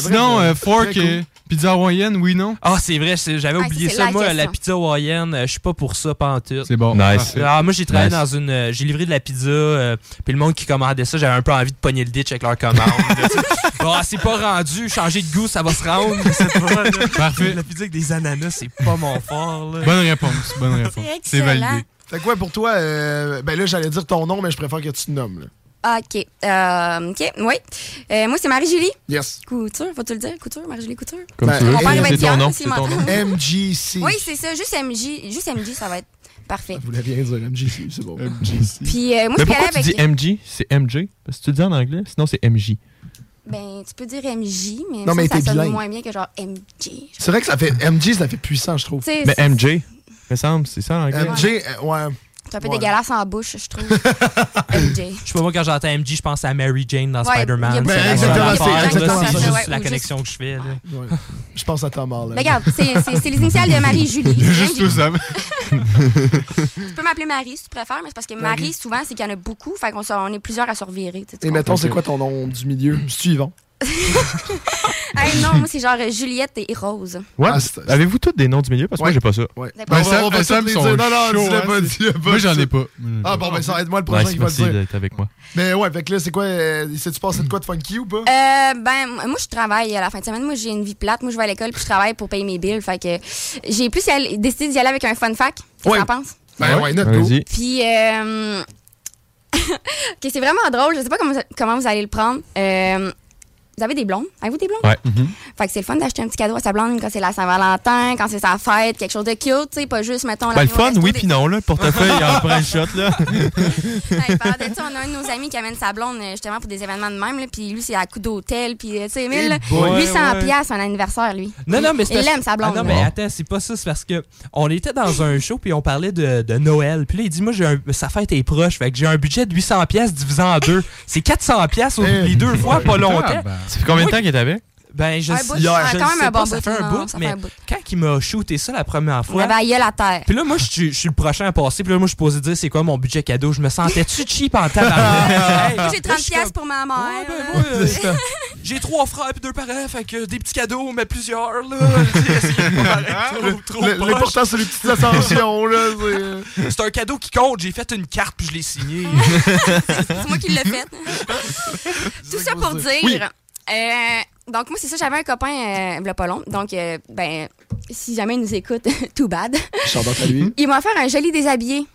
Sinon,
bref,
euh, Fork,
très cool.
euh, pizza hawaïenne, oui, non?
Ah, c'est vrai, c'est- j'avais
Ah,
oublié
ça, c'est
ça.
la
Moi, la
question.
pizza hawaïenne, euh, je suis pas pour ça, pantoute.
C'est bon. Nice.
Ah, moi, j'ai travaillé
Nice.
dans une. euh, j'ai livré de la pizza, euh, puis le monde qui commandait ça, j'avais un peu envie de pogner le ditch avec leur commande. là, tu sais. Bon, ah, c'est pas rendu, changer de goût, ça va se rendre. c'est pas, là.
Parfait.
La pizza avec des ananas, c'est pas mon fort. là.
Bonne réponse, bonne réponse. C'est validé.
Fait quoi pour toi? euh, ben là, j'allais dire ton nom, mais je préfère que tu te nommes. là.
OK. Euh, OK, oui. Euh, moi, c'est Marie-Julie.
Yes. Ben,
Couture, faut-tu le dire? Couture, Marie-Julie Couture?
Comme tu
Mon
veux.
père
C'est
va être
ton
fier
nom,
s'il
c'est ton
m'entend.
nom. MJC.
Oui, c'est ça. Juste MJ. Juste MJ, ça va être parfait.
Vous voulez bien dire MJC, c'est bon.
MJC.
Puis, euh, moi, je
Mais
suis
pourquoi
allée
tu
avec.
dis MG? C'est MJ? Parce que tu le dis en anglais, sinon c'est MJ.
Ben, tu peux dire MJ, mais,
Non, mais
ça,
t'es
ça sonne
bilingue.
moins bien que genre MJ.
C'est vrai que ça fait. MJ, ça fait puissant, je trouve.
Tu sais, c'est-
Mais MJ, me semble, c'est ça en anglais.
MJ, euh, ouais.
C'est un peu
Ouais.
dégueulasse en bouche, je trouve. MJ.
Je sais pas, moi, quand j'entends MJ, je pense à Mary Jane dans
Ouais, y a
Spider-Man.
beaucoup
la
de
seule
gens qui
affaire,
pensent
là,
exactement
Ben, C'est
ça,
juste
ouais,
la
ou
connexion que je fais. là.
Je pense à ta mort, là.
Mais Regarde, c'est- c'est c'est les initiales de Marie-Julie.
Juste tout ça.
Tu peux m'appeler Marie si tu préfères, mais c'est parce que Marie,
Marie.
souvent, c'est qu'il y en a beaucoup, fait qu'on se- on est plusieurs à se revirer. tu sais, tu
Et mettons,
comprends?
c'est quoi ton nom du milieu? Suivant.
Hey, non, moi, c'est genre euh, Juliette et Rose.
Ouais,
Ah,
avez-vous tous des noms du milieu? Parce que moi, j'ai pas ça.
Ouais.
Ben,
On va-
Sam-
on va
Sam
tous les
sont
dire. Non, non,
chauds,
dis-le
hein,
pas,
c'est-
dis-le pas.
Moi, j'en ai pas. Moi, j'en ai
Ah, bon, ben, ça va être moi le prochain
Nice,
qui va le
merci
dire.
d'être avec moi.
Mais ouais, fait que là, c'est quoi? euh, Sais-tu passé de quoi de funky ou pas?
Euh, ben, m- moi, je travaille à la fin de semaine. Moi, j'ai une vie plate. Moi, je vais à l'école puis je travaille pour payer mes billes. Fait que j'ai plus y aller- décidé d'y aller avec un fun fact. Qu'est-ce que
Ouais.
t'en penses?
Ben, ouais, notre go.
Vas-y.
Puis, euh, OK, c'est vraiment drôle. Je sais pas comment, comment vous allez le prendre. Euh, vous avez des blondes? Avez-vous des blondes?
Ouais.
Mhm.
Ben,
Fait que c'est le fun d'acheter un petit cadeau à sa blonde quand c'est la Saint-Valentin, quand c'est sa fête, quelque chose de cute, tu sais, pas juste, mettons,
Ben, le
l'amener au
fun,
resto
oui,
des-
puis non, là. Le portefeuille, il en prend un shot, là.
Ouais, parlant de ça, on a un de nos amis qui amène sa blonde euh, justement pour des événements de même, là, puis lui, c'est à coup d'hôtel, puis euh, tu sais, 1000,
Eh boy.
800
Ouais, ouais.
piastres, son anniversaire, lui.
Non, non, mais c'est
Il
parce-
l'aime, sa blonde.
Ah non,
là.
mais attends, c'est pas ça. C'est parce que on était dans un show puis on parlait de, de Noël. Puis là, il dit Moi, j'ai un- sa fête est proche. Fait que j'ai un budget de 800 pièces divisé en deux. C'est 400 pièces au- les deux fois, pas longtemps.
Ça fait combien de temps qu'il est avec?
Ben, je,
Un
sais-
bout,
hier,
ah,
je le
quand même
sais
un
pas,
bon
ça
bout,
fait
non,
un bout,
ça fait
mais
un bout.
quand il m'a shooté ça la première
On
fois,
avait la gueule à terre.
puis là, moi, je suis- je suis le prochain à passer. Puis là, moi, je suis posé dire c'est quoi mon budget cadeau. Je me sentais-tu cheap en tabarnak? Hey,
Moi, j'ai 30 piastres pour ma mère.
moi, euh, j'ai trois frères et deux parents, fait que des petits cadeaux, mais plusieurs, là. C'est- c'est pas pareil, trop- trop
Le-
poche.
L'important, c'est les petites ascensions, là. c'est-
C'est un cadeau qui compte. J'ai fait une carte puis je l'ai signée.
c'est moi qui l'ai faite. Tout ça pour dire.
Oui.
euh, donc, moi, c'est ça, j'avais un copain, euh, v'là pas long. Donc, euh, ben, si jamais il nous écoute, too bad.
Shout-out à lui.
Il m'a offert un joli déshabillé.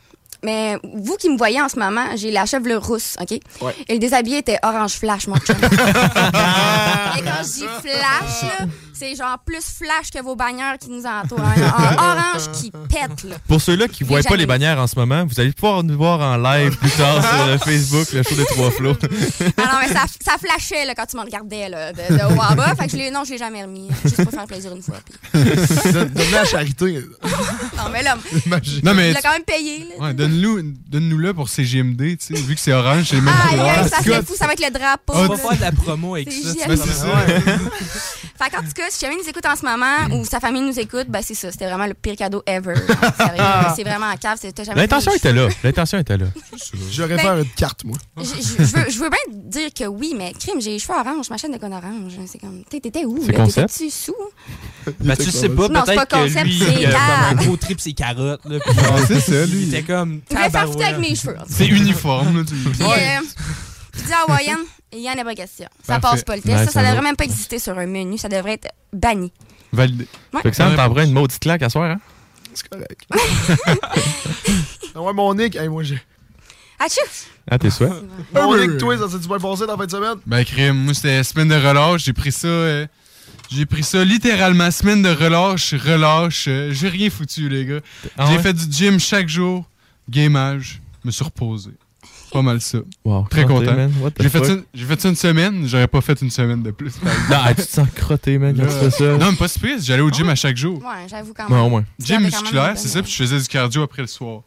Mais vous qui me voyez en ce moment, j'ai la chevelure rousse, OK?
Ouais.
Et le déshabillé était orange flash, mon chum. Et
Ah,
quand je dis flash, là, c'est genre plus flash que vos bannières qui nous entourent. Un- un orange qui pète, là.
Pour ceux-là qui ne voient pas
jamais.
les bannières en ce moment, vous allez pouvoir nous voir en live plus tard sur euh, Facebook, le show des trois flots.
Ah non, mais ça, ça flashait là, quand tu me regardais là, de, de haut en bas. Fait que je l'ai, non, je l'ai jamais remis. Juste pour faire plaisir une fois. puis-
Don- Donne-le à la charité.
Non, mais là,
Non, mais
il l'a
tu-
quand même payé. Là.
Ouais, donne-nous- donne-nous-le pour CGMD, tu sais, vu que c'est orange, c'est le même
Ah,
couleur.
ouais, ça serait fou, ça va être le drapeau.
Ah,
là.
tu-
On va faire de la promo avec
C'est
Ben,
ça. tu
génial.
vas
C'est ça.
savoir.
Fait qu'en tout cas, si jamais il nous écoute en ce moment ou sa famille nous écoute, ben c'est ça. C'était vraiment le pire cadeau ever. Sérieux, c'est vraiment en cave. c'était jamais
L'intention était là. L'intention était là.
J'aurais
Ben-
fait une carte, moi.
Je, je- je veux, je veux bien dire que oui, mais crime, j'ai les cheveux orange, ma chaîne de con orange. C'est comme, t'é- t'étais où?
C'est
là?
concept.
T'étais-tu sous?
Ben, tu sais pas,
Non, c'est
peut-être
pas
que
concept,
lui,
c'est
il a comme
grave.
un gros trip, ses carottes. Là, puis
Ah,
genre,
c'est ça, lui.
Il était comme.
Je voulais faire
tabarouette.
foutre avec mes cheveux. en tout cas.
C'est uniforme, là, tu
Puis, euh, pizza hawaïenne, il n'y en a pas question. Ça
Parfait.
passe pas le test.
Nice,
ça, ça
ça
devrait
va.
même pas exister sur un menu. Ça devrait être banni.
Validé.
Ouais.
Fait que ça, t'en prends une maudite claque à soir, hein?
C'est correct. Ah ouais, mon Nick, hey, moi, j'ai.
Achou!
Ah, tes souhaits.
Mon Nick, toi, ça s'est-tu bien passé dans la fin de semaine?
Ben, crime, moi, c'était semaine de relâche. J'ai pris ça. euh, j'ai pris ça littéralement, semaine de relâche, relâche. euh, j'ai rien foutu, les gars.
Ah
j'ai
ouais?
fait du gym chaque jour, gamage, me suis reposé. Pas mal ça.
Wow,
Très
crotté,
content.
man. What the
J'ai fait,
fuck?
ça une- j'ai fait ça une semaine, j'aurais pas fait une semaine de plus.
Non, hey, tu te sens crotté, man, quand tu fais ça.
Non, mais pas surprise, j'allais au gym à chaque jour.
Ouais, j'avoue quand même.
Ouais, au moins.
Gym
Tu gardais quand même
musculaire,
une
c'est
bonne-
ça, puis je faisais du cardio après le soir.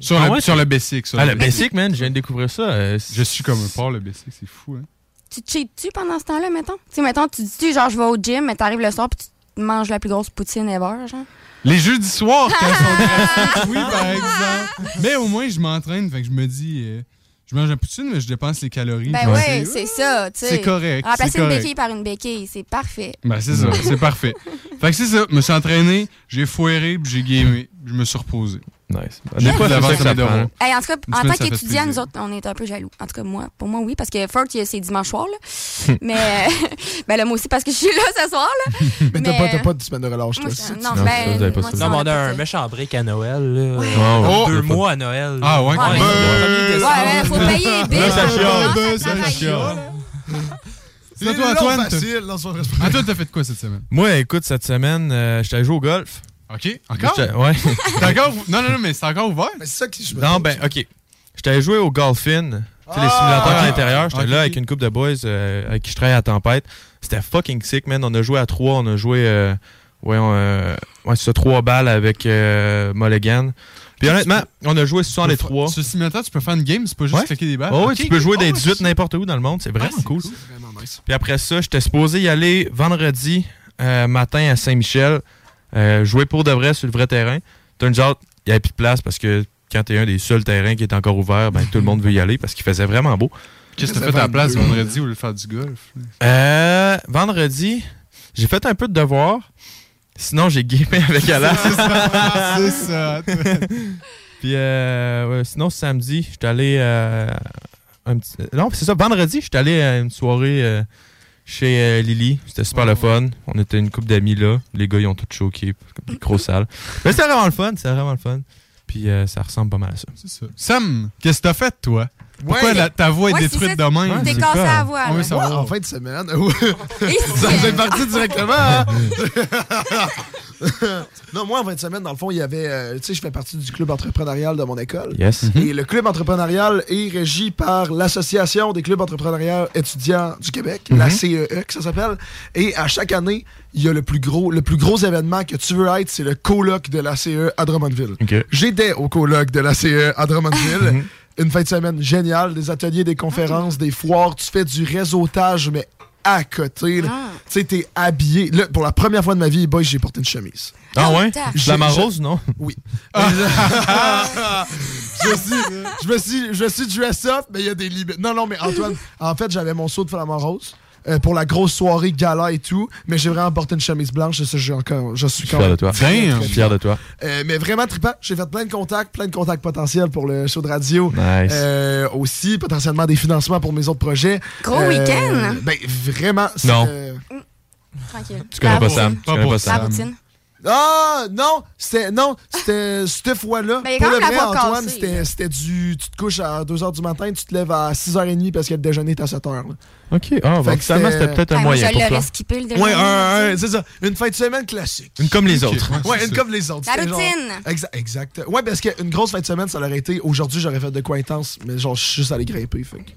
Sur,
Ah
le,
ouais,
sur
tu-
le basic. Sur
Ah, le basic, man, je viens de découvrir ça. euh,
Je suis comme un porc, le basic, c'est fou, hein.
Tu cheats-tu pendant ce temps-là, mettons? Tu sais, mettons, tu dis-tu, genre, je vais au gym, mais t'arrives le soir, puis tu manges la plus grosse poutine ever, genre.
Les jeudis soirs, quand ils sont gratuits, oui, par exemple. Mais au moins, je m'entraîne, fait que je me dis, euh, Je mange un poutine, mais je dépense les calories.
Ben
Puis
ouais, c'est ça, tu sais.
C'est correct,
Remplacer
c'est
une
correct.
béquille par une béquille, c'est parfait.
Ben, c'est ça, c'est parfait. Fait que c'est ça, je me suis entraîné, j'ai foiré, puis j'ai gamé, puis je me suis reposé.
Nice.
J'ai
Des
pas
fois,
d'avance
c'est ça
à
que ça
mes
Hey, en tout cas,
Une
en
semaine,
tant
ça fait
qu'étudiant,
plaisir.
nous autres, on est un peu jaloux. En tout cas, moi, pour moi, oui, parce que Fort, il- c'est dimanche soir, là. mais ben là, moi aussi, parce que je suis là ce soir, là.
Mais t'as pas, t'as pas de semaine de relâche, toi.
Moi,
si
je-
tu
non,
veux.
ben, Non, vous avez pas moi, ça.
Non, mais on a un méchant break à Noël. là.
ouais.
Deux
Oh!
mois à Noël.
Ah ouais?
ouais.
Ouais, ouais, faut payer les billes.
Là, ça
hein,
chiale.
non,
Là,
ça
ça
travaille.
chiale.
C'est
toi,
long,
Antoine, t'as-
facile, non, c'est pas vrai.
Antoine, Ah, t'as fait de quoi cette semaine?
Moi, écoute, cette semaine, euh, j'étais allé jouer au golf.
OK, encore?
J'étais- Ouais.
T'es encore ou- Non, non, non, mais c'est encore ouvert?
Mais c'est ça qui je
non, ben, OK. J'étais allé jouer au golfin. Tu sais, les simulateurs
Ah, ok.
à l'intérieur. J'étais
Ok,
là
ok.
avec une couple de boys euh, avec qui je travaille à Tempête. C'était fucking sick, man. On a joué à trois. On a joué, euh, ouais, on, euh, ouais, c'est ça, trois balles avec euh, Mulligan. Puis honnêtement, on a joué sans les trois.
Ce simulateur, tu peux faire une game, c'est pas juste
Ouais.
cliquer des balles.
Oh, ouais,
Ok,
tu peux
ok.
jouer
Oh,
des
ouais,
18 n'importe où dans le monde. C'est vraiment
c'est
cool.
Vraiment nice.
Puis après ça, j'étais supposé y aller vendredi euh, matin à Saint-Michel, euh, jouer pour de vrai sur le vrai terrain. Turns out, il n'y avait plus de place parce que quand t'es un des seuls terrains qui est encore ouvert, ben, tout le monde veut y aller parce qu'il faisait vraiment beau.
Qu'est-ce que t'as fait à la place vendredi ou le faire du golf?
Euh, vendredi, j'ai fait un peu de devoirs. Sinon, j'ai gamé avec Alas.
C'est ça, c'est ça.
Puis euh, ouais, sinon, samedi, j'étais allé. euh, un petit... Non, c'est ça. Vendredi, j'étais allé à une soirée euh, chez euh, Lily. C'était super le fun. On était une couple d'amis là. Les gars, ils ont tout choqué. comme Des gros salles. Mais c'était vraiment le fun. C'était vraiment le fun. Puis euh, ça ressemble pas mal à ça.
C'est ça. Sam, qu'est-ce que t'as fait, toi? Pourquoi
Ouais.
la- ta voix est
Ouais, c'est
détruite de
ça,
même?
T'es
c'est
cassé
quoi?
à la voix.
On veut
là.
Ouais,
savoir.
en fin de semaine. Ça
Et-
vous êtes parti directement, hein? non, moi, en fin de semaine, dans le fond, il y avait. euh, tu sais, je fais partie du club entrepreneurial de mon école.
Yes.
Mm-hmm.
Et le club entrepreneurial est régi par l'Association des clubs entrepreneuriaux étudiants du Québec, la
Mm-hmm.
Mhm.
CEE E que ça s'appelle. Et à chaque année, il y a le plus gros, le plus gros événement que tu veux être, c'est le colloque de la CEE à Drummondville.
OK. Mhm.
J'étais au colloque de la CE à Drummondville. Une fin de semaine géniale, des ateliers, des conférences, des foires. Tu fais du réseautage, mais à côté. là.
Ah.
Tu sais, t'es habillé. Là, pour la première fois de ma vie, boy, j'ai porté une chemise.
Ah ouais?
tac.
Je la marose, non?
Oui. je, me suis, je me suis, je me suis dress up, mais il y a des limites. Non, non, mais Antoine, en fait, j'avais mon saut de flamant rose. euh, pour la grosse soirée gala et tout, mais j'ai vraiment porté une chemise blanche, et ça, j'ai encore, je suis
Je
quand
suis fier de toi.
Damn.
Je suis fier de toi.
euh, mais vraiment trippant. J'ai fait plein de contacts, plein de contacts potentiels pour le show de radio.
Nice.
Euh, aussi, potentiellement des financements pour mes autres projets.
Gros
Euh,
week-end.
Ben, vraiment. c'est,
Non.
euh,
Tranquille.
Tu connais
La
pas
routine.
Sam. Tu
Pas
connais
pour
pas
La
Sam.
Sam.
routine.
Ah, non, c'était, non, c'était cette fois-là.
Ben, il y
pour
a quand
le
même
vrai,
la voix
Antoine,
cassée,
c'était,
là.
c'était du. Tu te couches à 2h du matin, tu te lèves à 6h30 parce que le déjeuner est à 7h. là.
OK. Ah,
Fait que
finalement,
c'était-
c'était peut-être
Ouais,
un
Ben, moi,
moyen
Je
pour toi.
l'aurais skippé le
Ouais,
dernier.
un- un- c'est ça. Une fin de semaine classique.
Une comme les autres.
Ok,
Ouais,
c'est
une
ça.
comme les autres.
La
c'était genre-
routine.
Exa- exact. Ouais, parce qu'une grosse fin de semaine, ça aurait été. Aujourd'hui, j'aurais fait de quoi intense, mais genre, je suis juste allé grimper. Fait que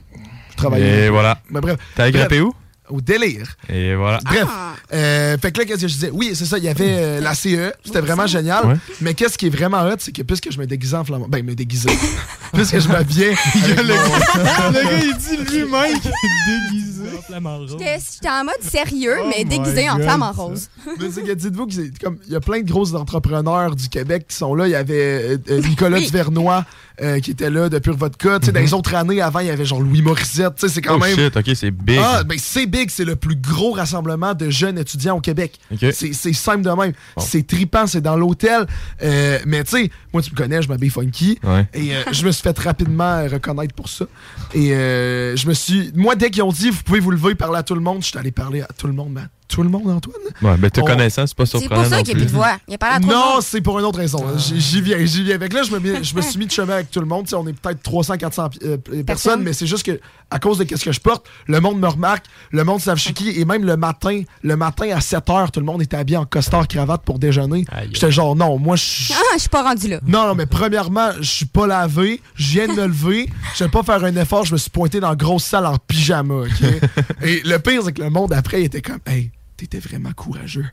je travaillais.
Et voilà.
Mais bref.
T'as allé
Bref,
grimper où?
Au délire.
Et voilà.
Ah.
Bref. Euh, fait que là, qu'est-ce que je disais? Oui, c'est ça, il y avait euh, la CE, c'était vraiment génial.
Ouais.
Mais qu'est-ce qui est vraiment hot, c'est que puisque je me déguisais en flamand. Ben, me déguisais. puisque je m'habillais. avec
Le
mon-
gars, le gars, il dit lui-même qu'il est déguisé.
hein. euh, J'étais j'étais en mode sérieux,
Oh
mais
my
déguisé en
God.
flamme en rose.
Mais c'est que dites-vous que c'est comme il y a plein de gros entrepreneurs du Québec qui sont là. Il y avait euh, euh, Nicolas
Oui.
Duvernois euh, qui était là de Pure Vodka. Tu sais, Dans les autres années avant, il y avait genre Louis Morissette. Tu sais, C'est quand
Mm-hmm.
même.
Oh shit, OK, c'est big.
Ah, ben c'est big, c'est le plus gros rassemblement de jeunes étudiants au Québec.
Ok.
C'est- C'est simple de même. C'est tripant, c'est dans l'hôtel. Euh, mais tu sais, moi tu me connais, je m'habille funky.
Ouais.
Et euh, je me suis fait rapidement euh, reconnaître pour ça. Et euh, je me suis. Moi, dès qu'ils ont dit, vous pouvez vous lever, parler à tout le monde, je suis allé parler à tout le monde, mais à tout le monde, Antoine.
Ouais, ben te
On-
connaissant, c'est pas
C'est
surprenant
pour ça
non
qu'il n'y a plus de
plus.
voix. Il n'y a pas la trop de
Non,
monde.
c'est pour une autre raison. J'y j'y viens, j'y viens. Avec là, je me, mets- je me suis mis de chemin avec tout le monde. Tu sais, on est peut-être 300, 400 pi- euh, personnes,
Personne.
mais c'est juste que à cause de quest ce que je porte, le monde me remarque, le monde savent je suis qui. Et même le matin, le matin à 7 h, tout le monde était habillé en costard cravate pour déjeuner.
Aïe.
J'étais genre, non, moi, je suis.
Ah, je suis pas rendu là.
Non, non, mais premièrement, je suis pas lavé, je viens de me lever, je vais pas faire un effort, je me suis pointé dans la grosse salle en pyjama, OK? Et le pire, c'est que le monde après il était comme, hey, t'étais vraiment courageux.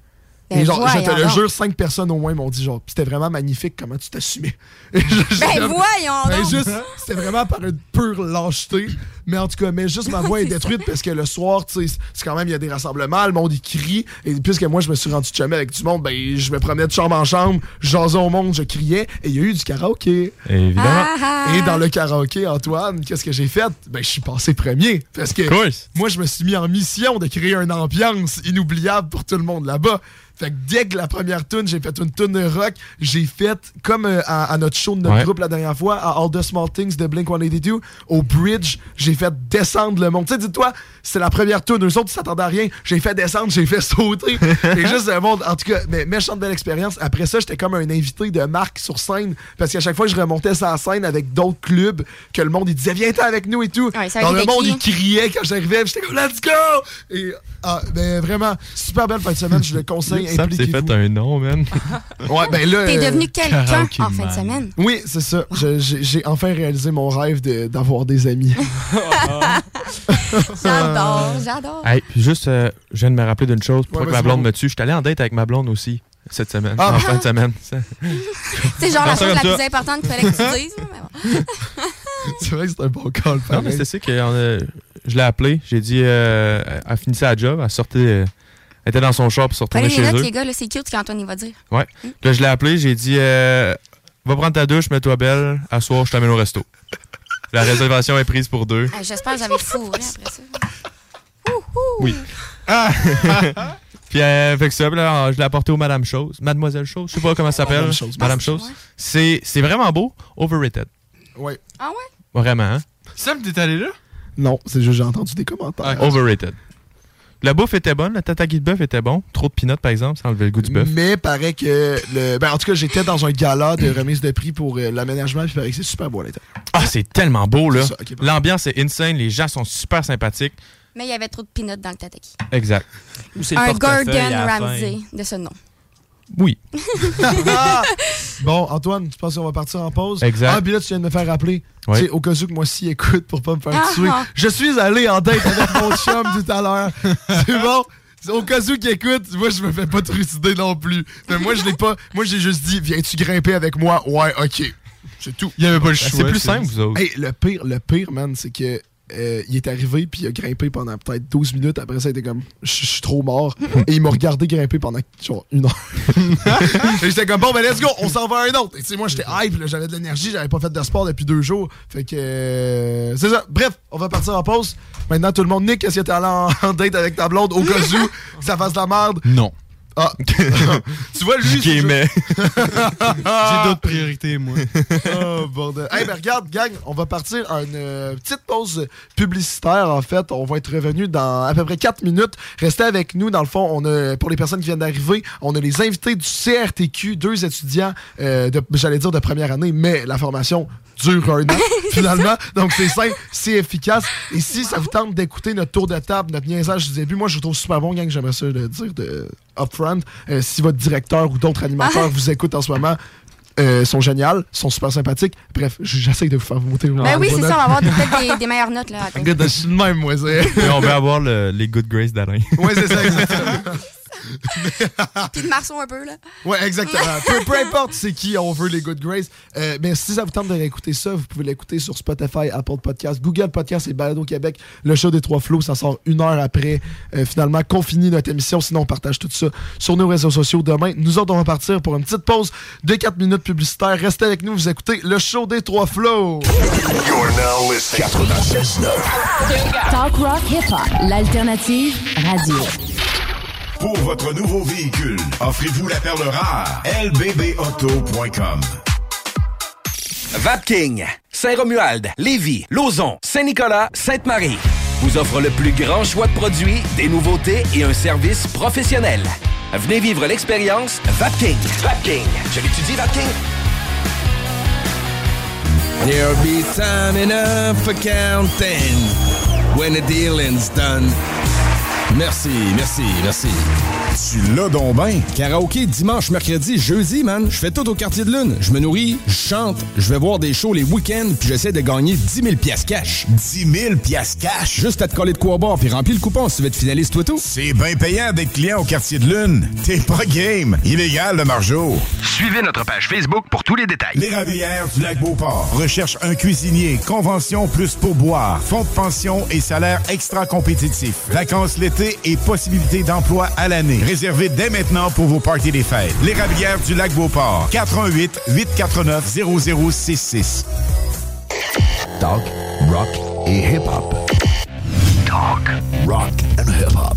Ben,
Et genre, je te
voyons
le
donc.
jure, cinq personnes au moins m'ont dit, genre, Pis c'était vraiment magnifique comment tu t'assumais. Et je-
Ben
je-
voyons
ben,
donc.
juste, c'était vraiment par une pure lâcheté. Mais en tout cas, mais juste ma voix est détruite parce que le soir, tu sais, c'est quand même, il y a des rassemblements, le monde il crie. Et puisque moi, je me suis rendu chumé avec du monde, ben, je me promenais de chambre en chambre, je jasais au monde, je criais, et il y a eu du karaoké.
Évidemment.
Et dans le karaoké, Antoine, qu'est-ce que j'ai fait? Ben, je suis passé premier. Parce que
Of course.
moi, je me suis mis en mission de créer une ambiance inoubliable pour tout le monde là-bas. Fait que dès que la première tune, j'ai fait une tune de rock, j'ai fait, comme euh, à, à notre show de notre
Ouais.
groupe la dernière fois, à All the Small Things de Blink 182, au bridge, j'ai fait descendre le monde. Tu sais, dis-toi, c'est la première tune, eux autres, ils s'attendaient à rien. J'ai fait descendre, j'ai fait sauter. Et juste le monde, en tout cas, mais méchante belle expérience. Après ça, j'étais comme un invité de marque sur scène, parce qu'à chaque fois, je remontais sa scène avec d'autres clubs, que le monde, il disait, viens-t'en avec nous et tout.
ça
Dans le
avait des
monde,
cris.
il criait quand j'arrivais, puis j'étais comme, let's go! Et, ah, ben vraiment, super belle fin de semaine, je le conseille.
Sam s'est
impliquez-vous.
fait un nom, man.
Ouais, ben là.
T'es
euh,
devenu quelqu'un en fin de semaine.
Oui, c'est ça. Je- J'ai j'ai enfin réalisé mon rêve de- d'avoir des amis.
J'adore, Oh, j'adore.
Hey, puis juste, euh, je viens de me rappeler d'une chose. Pourquoi
Ouais,
que ma
vas-y,
blonde
Maud.
me tue? Je suis allé en date avec ma blonde aussi cette semaine.
Ah.
En fin de semaine.
C'est genre la
Dans ça
chose la
comme ça.
plus importante qu'il fallait que tu dises. mais bon.
c'est vrai que c'est un bon call.
Non, mais c'est ça que euh, je l'ai appelée. J'ai dit, euh, elle finissait sa job, elle sortait, euh, elle était dans son shop pour se retourner
Prenez les
chez
notes,
eux.
les gars, là, c'est Hmm. cute qu'Antoine il va dire.
Ouais. Puis Là, je l'ai appelée, j'ai dit, euh, va prendre ta douche, mets-toi belle, à soir, je t'amène au resto. La réservation est prise pour deux.
Ah, J'espère que j'avais fourré après ça.
Oui.
Ah.
Puis, euh, fait que ça, puis là, je l'ai apporté au Madame Chose. Mademoiselle Chose, je sais pas comment ça s'appelle.
Madame Chose.
Madame Chose. C'est c'est vraiment beau, overrated.
Ouais.
Ah ouais?
Vraiment, hein?
Sam, t'es allé là? Ah,
Non, c'est juste j'ai entendu des commentaires.
Overrated. La bouffe était bonne, le tataki de bœuf était bon. Trop de peanuts, par exemple, ça enlevait le goût du bœuf.
Mais paraît que le. Ben en tout cas, j'étais dans un gala de remise de prix pour euh, l'aménagement, puis paraît que c'est super beau à l'intérieur.
Ah, c'est tellement beau, là.
C'est ça, ok, parfait.
L'ambiance est insane, les gens sont super sympathiques.
Mais il y avait trop de peanuts dans le tataki.
Exact.
Ou c'est le
Un
portefeuille
Gordon
à la fin.
Ramsay de ce nom.
Oui.
Bon, Antoine, je pense qu'on va partir en pause.
Exact.
Ah, puis là, tu viens de me faire rappeler.
Ouais.
Tu sais, au cas où que moi aussi écoute pour pas me faire
Ah,
tuer.
ah.
Je suis allé en date avec mon chum tout à l'heure. C'est bon? Au cas où qu'il écoute, moi je me fais pas trucider non plus. Mais moi je l'ai pas. Moi j'ai juste dit viens-tu grimper avec moi? Ouais, ok. C'est tout.
Il y avait pas le choix.
C'est plus simple, vous autres.
Hey, le pire, le pire, man, c'est que euh, il est arrivé puis il a grimpé pendant peut-être 12 minutes. Après ça, il était comme je je suis trop mort. Et il m'a regardé grimper pendant genre une heure. Et j'étais comme bon, ben let's go, on s'en va à un autre. Et tu sais, moi j'étais hype, là, j'avais de l'énergie, j'avais pas fait de sport depuis deux jours. Fait que euh, c'est ça. Bref, on va partir en pause. Maintenant, tout le monde, Nick, est-ce que t'es allé en, en date avec ta blonde au cas où que ça fasse de la merde?
Non.
Ah, tu vois, lui, c'est juste-
Guillemets.
J'ai d'autres priorités, moi.
Oh, bordel. Hey, ben regarde, gang, on va partir à une euh, petite pause publicitaire, en fait. On va être revenu dans à peu près 4 minutes. Restez avec nous. Dans le fond, on a, pour les personnes qui viennent d'arriver, on a les invités du CRTQ, deux étudiants, euh, de- j'allais dire de première année, mais la formation dure un an, finalement. Donc, c'est simple, c'est efficace. Et si ça vous tente d'écouter notre tour de table, notre niaisage du début, moi, je vous trouve super bon, gang, j'aimerais ça le dire de upfront. Euh, si votre directeur ou d'autres animateurs vous écoutent en ce moment, euh, sont géniales, sont super sympathiques. Bref, j- j'essaye de vous faire monter une
Ben oui, c'est ça, on va avoir peut-être des, des meilleures notes là. à cause.
Regarde, je suis de même, moi, c'est.
Et on veut avoir le- les good graces d'Alain.
Ouais, c'est ça, exactement.
Puis de Marceau un peu là.
Ouais, exactement. Peu, peu importe c'est qui, on veut les Good Grace. Euh, mais si ça vous tente de réécouter ça, vous pouvez l'écouter sur Spotify, Apple Podcast, Google Podcast et Balado Québec. Le show des trois flots, ça sort une heure après, euh, finalement, qu'on finit notre émission. Sinon, on partage tout ça sur nos réseaux sociaux demain. Nous autres, on va partir pour une petite pause de 4 minutes publicitaire. Restez avec nous, vous écoutez le show des trois flots.
You're now listening.
Talk rock hip hop, l'alternative radio.
Pour votre nouveau véhicule, offrez-vous la perle rare. lbbauto.com.
Vapking. Saint-Romuald, Lévis, Lauson, Saint-Nicolas, Sainte-Marie vous offre le plus grand choix de produits, des nouveautés et un service professionnel. Venez vivre l'expérience Vapking. Vapking. Je l'étudie, Vapking.
There'll be time enough for counting when the dealing's done. Merci, merci, merci. Tu l'as donc ben. Karaoké dimanche, mercredi, jeudi, man. Je fais tout au quartier de lune. Je me nourris, je chante, je vais voir des shows les week-ends, puis j'essaie de gagner 10 000 piastres cash. 10 000 piastres cash? Juste à te coller de quoi boire, puis remplis le coupon si tu veux être finaliste, toi tout.
C'est bien payant d'être client au quartier de lune. T'es pas game. Illégal le margeau.
Suivez notre page Facebook pour tous les détails.
Les Ravières du lac Beauport recherche un cuisinier, convention plus pourboire, fonds de pension et salaire extra compétitif. Vacances l'été et possibilités d'emploi à l'année. Réservez dès maintenant pour vos parties des fêtes. Les Ravières du lac Beauport 418 849 0066.
Talk, rock et hip-hop. Talk, rock and hip-hop.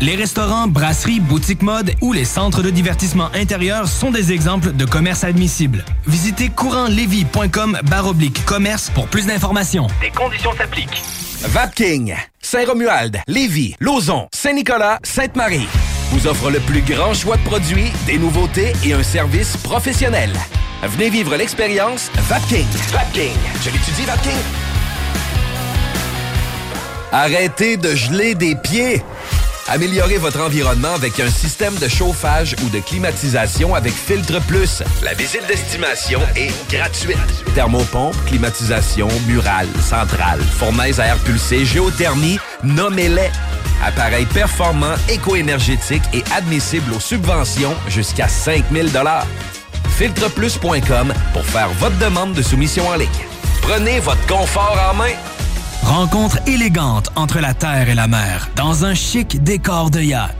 Les restaurants, brasseries, boutiques mode ou les centres de divertissement intérieur sont des exemples de commerces admissibles. Visitez courantlevy.com baroblique commerce pour plus d'informations.
Des conditions s'appliquent. Vapking, Saint-Romuald, Lévis, Lauson, Saint-Nicolas, Sainte-Marie vous offre le plus grand choix de produits, des nouveautés et un service professionnel. Venez vivre l'expérience Vapking. Vapking. Je l'étudie, Vapking. Arrêtez de geler des pieds. Améliorez votre environnement avec un système de chauffage ou de climatisation avec Filtre Plus. La visite d'estimation est gratuite. Thermopompe, climatisation, murale, centrale, fournaise à air pulsé, géothermie, nommez-les. Appareil performant, éco-énergétique et admissible aux subventions jusqu'à 5000 Filtreplus.com pour faire votre demande de soumission en ligne. Prenez votre confort en main.
Rencontre élégante entre la terre et la mer dans un chic décor de yacht.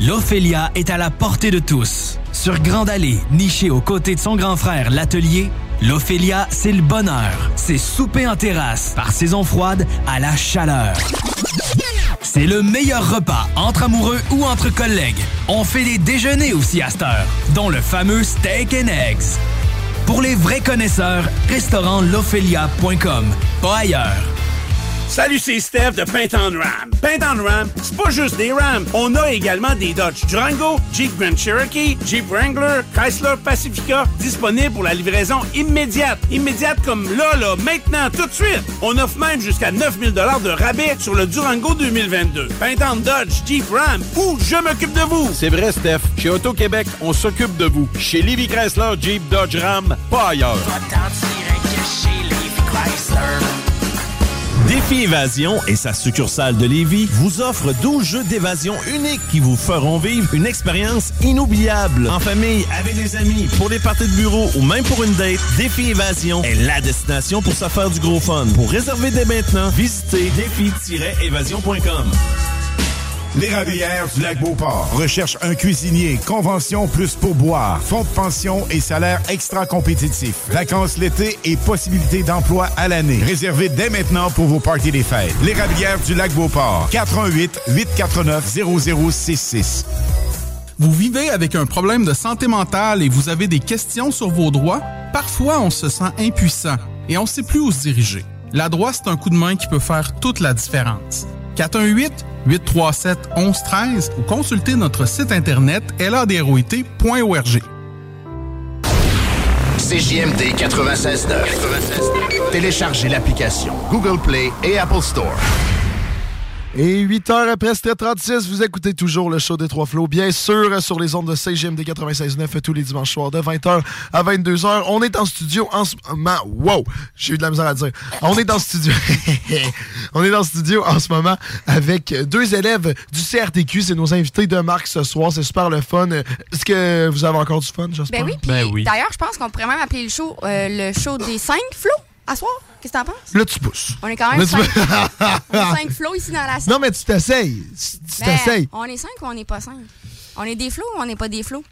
L'Ophélia est à la portée de tous. Sur Grande Allée, nichée aux côtés de son grand frère, l'atelier, l'Ophélia, c'est le bonheur. C'est souper en terrasse, par saison froide à la chaleur. C'est le meilleur repas entre amoureux ou entre collègues. On fait des déjeuners aussi à cette heure, dont le fameux steak and eggs. Pour les vrais connaisseurs, restaurantlophelia.com, pas ailleurs.
Salut, c'est Steph de Paint on Ram. Paint on Ram, c'est pas juste des Rams. On a également des Dodge Durango, Jeep Grand Cherokee, Jeep Wrangler, Chrysler Pacifica, disponibles pour la livraison immédiate. Immédiate comme là, là, maintenant, tout de suite. On offre même jusqu'à 9000 de rabais sur le Durango 2022. Paint on Dodge, Jeep Ram ou je m'occupe de vous.
C'est vrai, Steph. Chez Auto-Québec, on s'occupe de vous. Chez Livy Chrysler, Jeep, Dodge, Ram, pas ailleurs.
Défi Évasion et sa succursale de Lévis vous offrent 12 jeux d'évasion uniques qui vous feront vivre une expérience inoubliable. En famille, avec des amis, pour des parties de bureau ou même pour une date, Défi Évasion est la destination pour se faire du gros fun. Pour réserver dès maintenant, visitez défi-évasion.com.
Les Ravières du lac Beauport recherche un cuisinier, convention plus pourboire, fonds de pension et salaire extra compétitif. Vacances l'été et possibilités d'emploi à l'année. Réservez dès maintenant pour vos parties des fêtes. Les Ravières du lac Beauport 418 849 0066.
Vous vivez avec un problème de santé mentale et vous avez des questions sur vos droits? Parfois, on se sent impuissant et on ne sait plus où se diriger. La droite, c'est un coup de main qui peut faire toute la différence. 418-837-1113 ou consultez notre site internet ladroit.org.
CJMD 96.9. Téléchargez l'application Google Play et Apple Store.
Et 8 heures après, c'était 36. Vous écoutez toujours le show des Trois Flots, bien sûr, sur les ondes de CGMD 96.9 tous les dimanches soirs de 20h à 22h. On est en studio en ce moment. Wow! J'ai eu de la misère à dire. On est en studio. On est dans le studio en ce moment avec deux élèves du CRTQ. C'est nos invités de marque ce soir. C'est super le fun. Est-ce que vous avez encore du fun, j'espère?
Ben oui, puis d'ailleurs, je pense qu'on pourrait même appeler le show euh, le show des cinq flots à soir. Qu'est-ce que t'en penses?
Là, tu pousses.
On est quand même
Là, tu-
cinq, on est cinq flots ici dans la salle.
Non, mais tu t'essayes. Tu tu
Ben,
t'essayes.
on est cinq ou on n'est pas cinq? On est des flots ou on n'est pas des flots?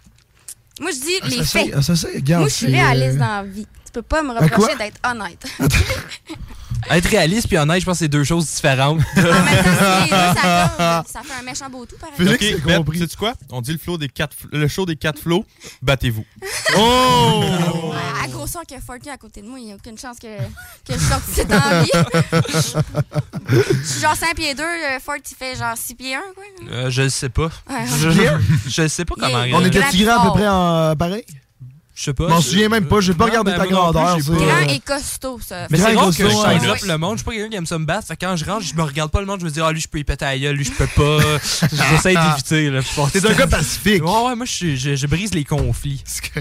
Moi, je dis
Ah,
les
ça,
faits.
c'est- ah, ça, c'est- regarde,
Moi, je suis
c'est,
réaliste
euh,
dans la vie. Tu peux pas me
Ben quoi?
reprocher d'être honnête.
Être réaliste puis honnête, je pense que c'est deux choses différentes.
Ah.
Ça fait un méchant beau tout, pareil.
Félix, sais-tu quoi? On dit le, flow des quatre, fl- le show des quatre flots, battez-vous.
oh!
Ouais, à grosseur que Forky à côté de moi, il n'y a aucune chance que, que je sorte de cette envie. Je suis genre 5 pieds 2, Fort il fait genre 6 pieds 1, quoi.
Euh, je le sais pas.
Ouais.
Je, je, je le sais pas comment.
On était-tu grand à peu
fort.
près en euh, pareil?
Je sais pas.
m'en souviens même pas, j'ai pas
Non,
regardé
ben,
ta
moi non plus,
grandeur.
j'ai
ça.
pas-
Grand et costaud, ça.
Mais c'est rare que je
grosso, ouais.
enveloppe le monde. Je suis pas quelqu'un qui aime ça me battre. Fait que quand je rentre, je me regarde pas le monde. Je me dis, ah, lui, je peux y péter à la gueule, lui, je peux pas. J'essaie d'éviter. là.
Oh, T'es un gars pacifique.
Ouais, ouais, moi, je, suis- je- je brise les conflits.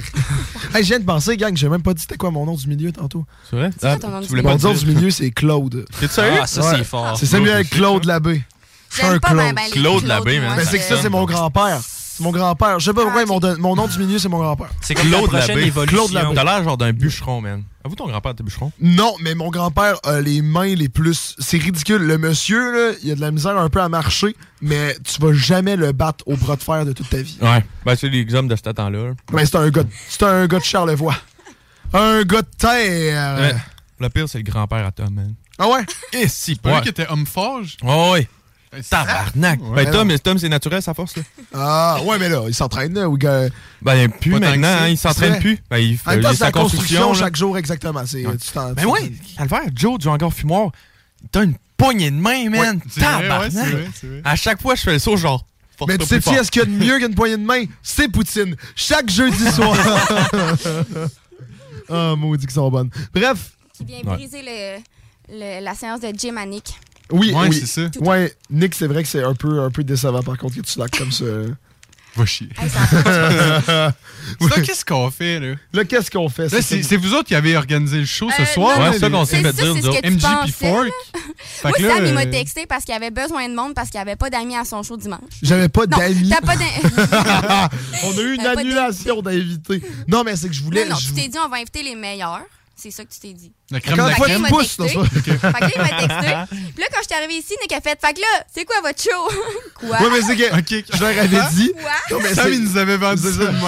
Hey, je viens de penser, gang, j'ai même pas dit c'était quoi mon nom du milieu tantôt.
C'est vrai? Ah,
C'est quoi ton nom du
Mon
milieu?
nom du milieu, c'est Claude.
T'es-tu sérieux?
Ah, ça, c'est fort.
C'est Samuel
Claude, je sais
Claude Labbé. C'est
J'aime
un
pas ben, ben, les Claude Claude, Labbé, moi, Ah,
Mais c'est que ça,
c'est-
c'est mon grand-père. C'est mon grand-père. Je sais pas pourquoi ils m'ont donné- mon nom du milieu, c'est mon grand-père.
C'est Claude Labbé.
Claude Labbé.
T'as l'air genre d'un bûcheron, man. Avoue, ton grand-père était bûcheron.
Non, mais mon grand-père a les mains les plus. C'est ridicule. Le monsieur, là, il a de la misère un peu à marcher, mais tu vas jamais le battre au bras de fer de toute ta vie.
Ouais. Ben, c'est les hommes de ce temps-là.
Mais c'est un gars. de- C'est un gars de Charlevoix. Un gars de terre.
Ouais. Le pire, c'est le grand-père à Tom, man.
Ah ouais?
Et si,
Pas lui qui était homme forge.
Oh, ouais. Tabarnak.
Ben, Ouais.
Ben, Tom, Tom, c'est naturel, sa force, là.
Ah, ouais, mais là, il s'entraîne, là, ou gars.
Ben, il plus
Pas tant
maintenant,
que ça.
hein, il s'entraîne
C'est
plus. Ben, il
En
fait
même
il
temps,
est
c'est la
sa
construction,
construction, là.
chaque jour, exactement. C'est, tu t'en-
Ben
tu-
ouais, Calvaire, Joe du Hangar Fumoir, t'as une poignée de main, man.
Ouais, c'est vrai,
Tabarnak.
ouais, c'est vrai, c'est vrai.
À chaque fois, je fais le saut, genre.
Mais tu sais-tu, est-ce qu'il y a de mieux qu'une poignée de main? C'est Poutine. Chaque jeudi soir. Ah, maudit qu'ils sont bonnes. Bref.
Qui vient
Ouais.
briser le- le- la séance de Jim à Nick.
Oui,
Ouais,
oui.
c'est ça.
Ouais, Nick, c'est vrai que c'est un peu, un peu décevant, par contre, que tu laques comme ça.
Va chier.
ça-
là, qu'est-ce qu'on fait, là?
Là, qu'est-ce qu'on fait?
Là, c'est c'est vous autres qui avez organisé le show ce
Euh,
soir. hein?
non,
là,
hein,
Ouais, c'est ça
les-
qu'on s'est C'est fait ça, dire, c'est ce nous que autres. tu
MGP
pensais, là.
Fork.
Moi,
que là,
Sam, il m'a
euh,
texté parce qu'il avait besoin de monde parce qu'il avait pas d'amis à son show dimanche.
J'avais pas
Non,
d'amis.
T'as pas d'amis.
On a eu une
T'as pas
annulation d'invités. Non, mais c'est que je voulais.
non, non,
je
tu
vou-
t'es dit, on va inviter les meilleurs. C'est ça que tu t'es dit.
La crème de la
Fait que là,
crème.
il m'a
Pousse,
texté.
non, ça.
Fait que là, il m'a texté. Puis là, quand je suis arrivée ici, Nick a fait Fait que là, c'est quoi votre show Quoi
Ouais, mais c'est que je leur avais dit.
Quoi?
Non, mais
Sam,
c'est-
il nous avait vendu
c'est
ça de même.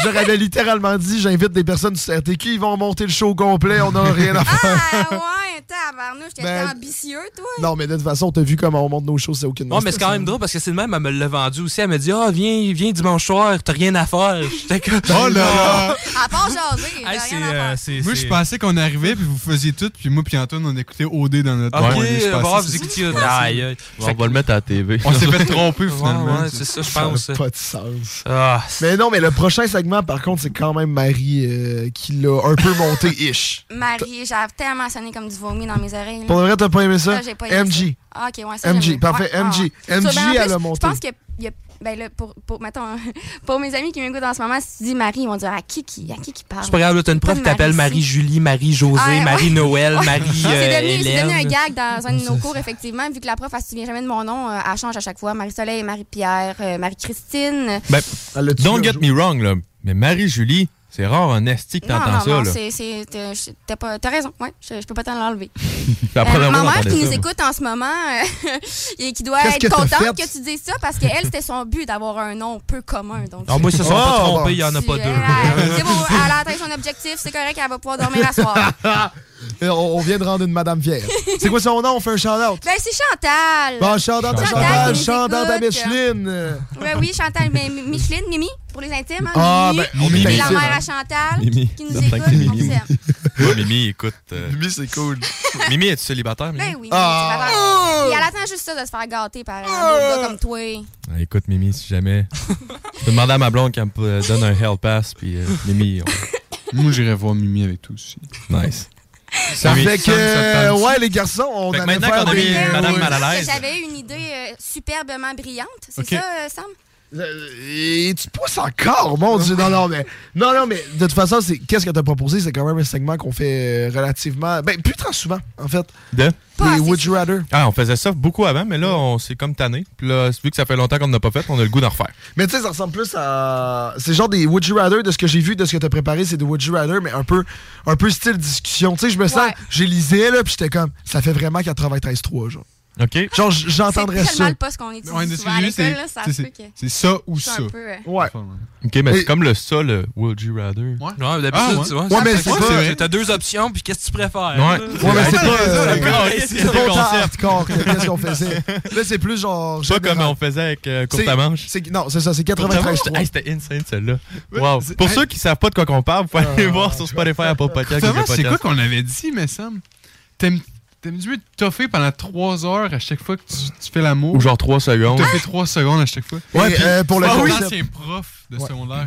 Je leur avais littéralement dit j'invite des personnes du CRTQ, ils vont monter le show complet, on n'a rien à faire.
Ah ouais, tabarnouche, t'étais
Ben-
ambitieux, toi.
Non, mais de toute façon, t'as vu comment on monte nos choses, c'est aucune
Non, mais c'est quand même drôle parce que c'est le même, elle me l'a vendu aussi. Elle me dit, ah, viens, viens dimanche soir, t'as rien à faire. J'étais comme,
Oh là là!
À part jaser, là,
c'est,
rien à
euh,
faire.
c'est-
Moi,
c'est-
je pensais qu'on arrivait, puis vous faisiez tout, puis moi, puis Antoine, on écoutait OD dans notre
Ok,
coin, je
euh,
pensais,
bah, vous
c'est-
écoutiez. Aïe, aïe.
On va le mettre à la TV.
On s'est fait tromper, finalement.
Ouais, ouais, c'est ça, je
Ça a
pense.
pas de sens.
Ah,
mais non, mais le prochain segment, par contre, c'est quand même Marie euh, qui l'a un peu monté ish.
Marie, j'avais tellement sonné comme du vomi dans mes oreilles. là.
Pour le vrai, t'as pas aimé ça?
Ça, j'ai pas aimé
MJ.
ça. Ah, ok, ouais, ça,
MJ,
j'aime.
parfait,
Ouais,
MJ.
ah.
MJ,
Ça, ben, en plus,
elle a monté.
Je pense que, il y a- ben là, pour, pour, mettons, hein, pour mes amis qui m'écoutent en ce moment, si tu dis Marie, ils vont dire à qui qui, à qui, qui parle.
C'est pas grave, là, t'as une prof qui t'appelle Marie-Julie, Marie-Josée,
Ah, ouais. Ah,
Marie-Noël, euh, Marie-Hélène.
C'est
euh,
devenu, c'est devenu un gag dans un de nos cours, effectivement. Vu que la prof, elle se souvient jamais de mon nom, euh, elle change à chaque fois. Marie-Soleil, Marie-Pierre, euh, Marie-Christine.
Ben,
tué
don't
un
get me wrong, là. Mais Marie-Julie, c'est rare en esti que
non,
t'entends
non,
ça,
non,
là.
c'est- c'est- t'as- je- t'as pas- t'as raison. Ouais, je, je peux pas t'en l'enlever.
La première fois
Euh, ma
qu'on
mère
entendait
qui nous
ça.
écoute en ce moment euh, et qui doit
Qu'est-ce
être
que t'as
contente
fait?
que tu dises ça parce qu'elle, c'était son but d'avoir un nom peu commun. Donc,
Ah, moi, ils se sont pas
Oh,
trompés,
bon.
il y en a pas
Elle,
deux.
c'est bon, elle a atteint son objectif, c'est correct, elle va pouvoir dormir la soirée.
Et on, on vient de rendre une madame fière. c'est quoi son nom? On fait un shout-out.
Ben, c'est Chantal.
Bon, shout-out à Chantal,
qui nous
shout-out à
écoute.
Micheline.
Ouais, oui, Chantal, mais Mi- Micheline, Mimi, pour les intimes. Hein,
Ah,
Mimi,
ben, on est
la
intimes,
mère
hein.
à Chantal,
Mimi.
qui nous
Certain
écoute,
que c'est
on
Mimi.
s'aime.
Ouais, Mimi, écoute. euh.
Mimi, c'est cool.
Mimi, es-tu célibataire, Mimi?
Ben oui,
Ah.
Et elle attend juste ça de se faire gâter par un autre gars comme toi.
Ah, écoute, Mimi, si jamais. Je vais demander à ma blonde qu'elle me euh, donne un Hell Pass, puis euh, Mimi.
Moi, j'irai voir Mimi avec toi aussi.
Nice.
Ça
Oui,
fait que,
ça me- ça me tente.
ouais, les garçons, on
Fait que
allait
maintenant
faire
qu'on a
des-
mis Madame mal à l'aise.
J'avais une idée euh, superbement brillante. C'est
Ok.
ça, euh, Sam?
Et tu pousses Euh, encore, mon Dieu. Non, non, mais, non, non, mais de toute façon, c'est, qu'est-ce que t'as proposé? C'est quand même un segment qu'on fait euh, relativement. Ben, plus très souvent, en fait.
De?
Les Would You Rather.
Ah, on faisait ça beaucoup avant, mais là, on s'est comme tanné. Puis là, vu que ça fait longtemps qu'on n'a pas fait, on a le goût d'en refaire.
Mais tu sais, ça ressemble plus à. C'est genre des Would You Rather, de ce que j'ai vu, de ce que t'as préparé, c'est des Would You Rather, mais un peu, un peu style discussion. Tu sais, je me sens, j'ai lisé, là, puis j'étais comme, ça fait vraiment 93-3, genre.
OK.
Genre, j- j'entendrais
C'est
ça.
tellement le poste qu'on étudie
Ouais,
souvent à
excusez,
l'école,
c'est-
là, ça
c'est-
se peut
c'est-
que...
c'est ça ou
c'est un
ça.
peu, euh,
Ouais.
OK, mais
Et-
c'est comme le ça, le Would You Rather.
Ouais,
d'habitude,
Ah, ouais.
tu vois.
Ouais,
ça
mais
fait
c'est
que
pas-
c'est- T'as deux options, puis qu'est-ce que tu préfères?
Ouais.
là?
Ouais, mais c'est pas, euh,
Le gars,
c'est pas
c'est le
autant
concept.
hardcore que qu'est-ce qu'on faisait. Là, c'est plus genre.
Pas comme on faisait avec euh, Courte à Manche.
Non, c'est ça, c'est 93.
Courte à Manche, hey, C'était insane, celle-là. Wow. Pour ceux qui savent pas de quoi qu'on parle, vous
Oh
pouvez aller voir sur Spotify, Apple Podcast,
Justement,
Google
c'est quoi
Podcast.
qu'on avait dit, mais Sam? T'aimes t'aimes mieux toffer pendant 3 heures à chaque fois que tu, tu fais l'amour?
Ou genre 3 secondes.
T'as fait 3 secondes à chaque fois.
Ouais, puis-
ah,
Ah oui,
oui,
c'est-
ancien prof de secondaire.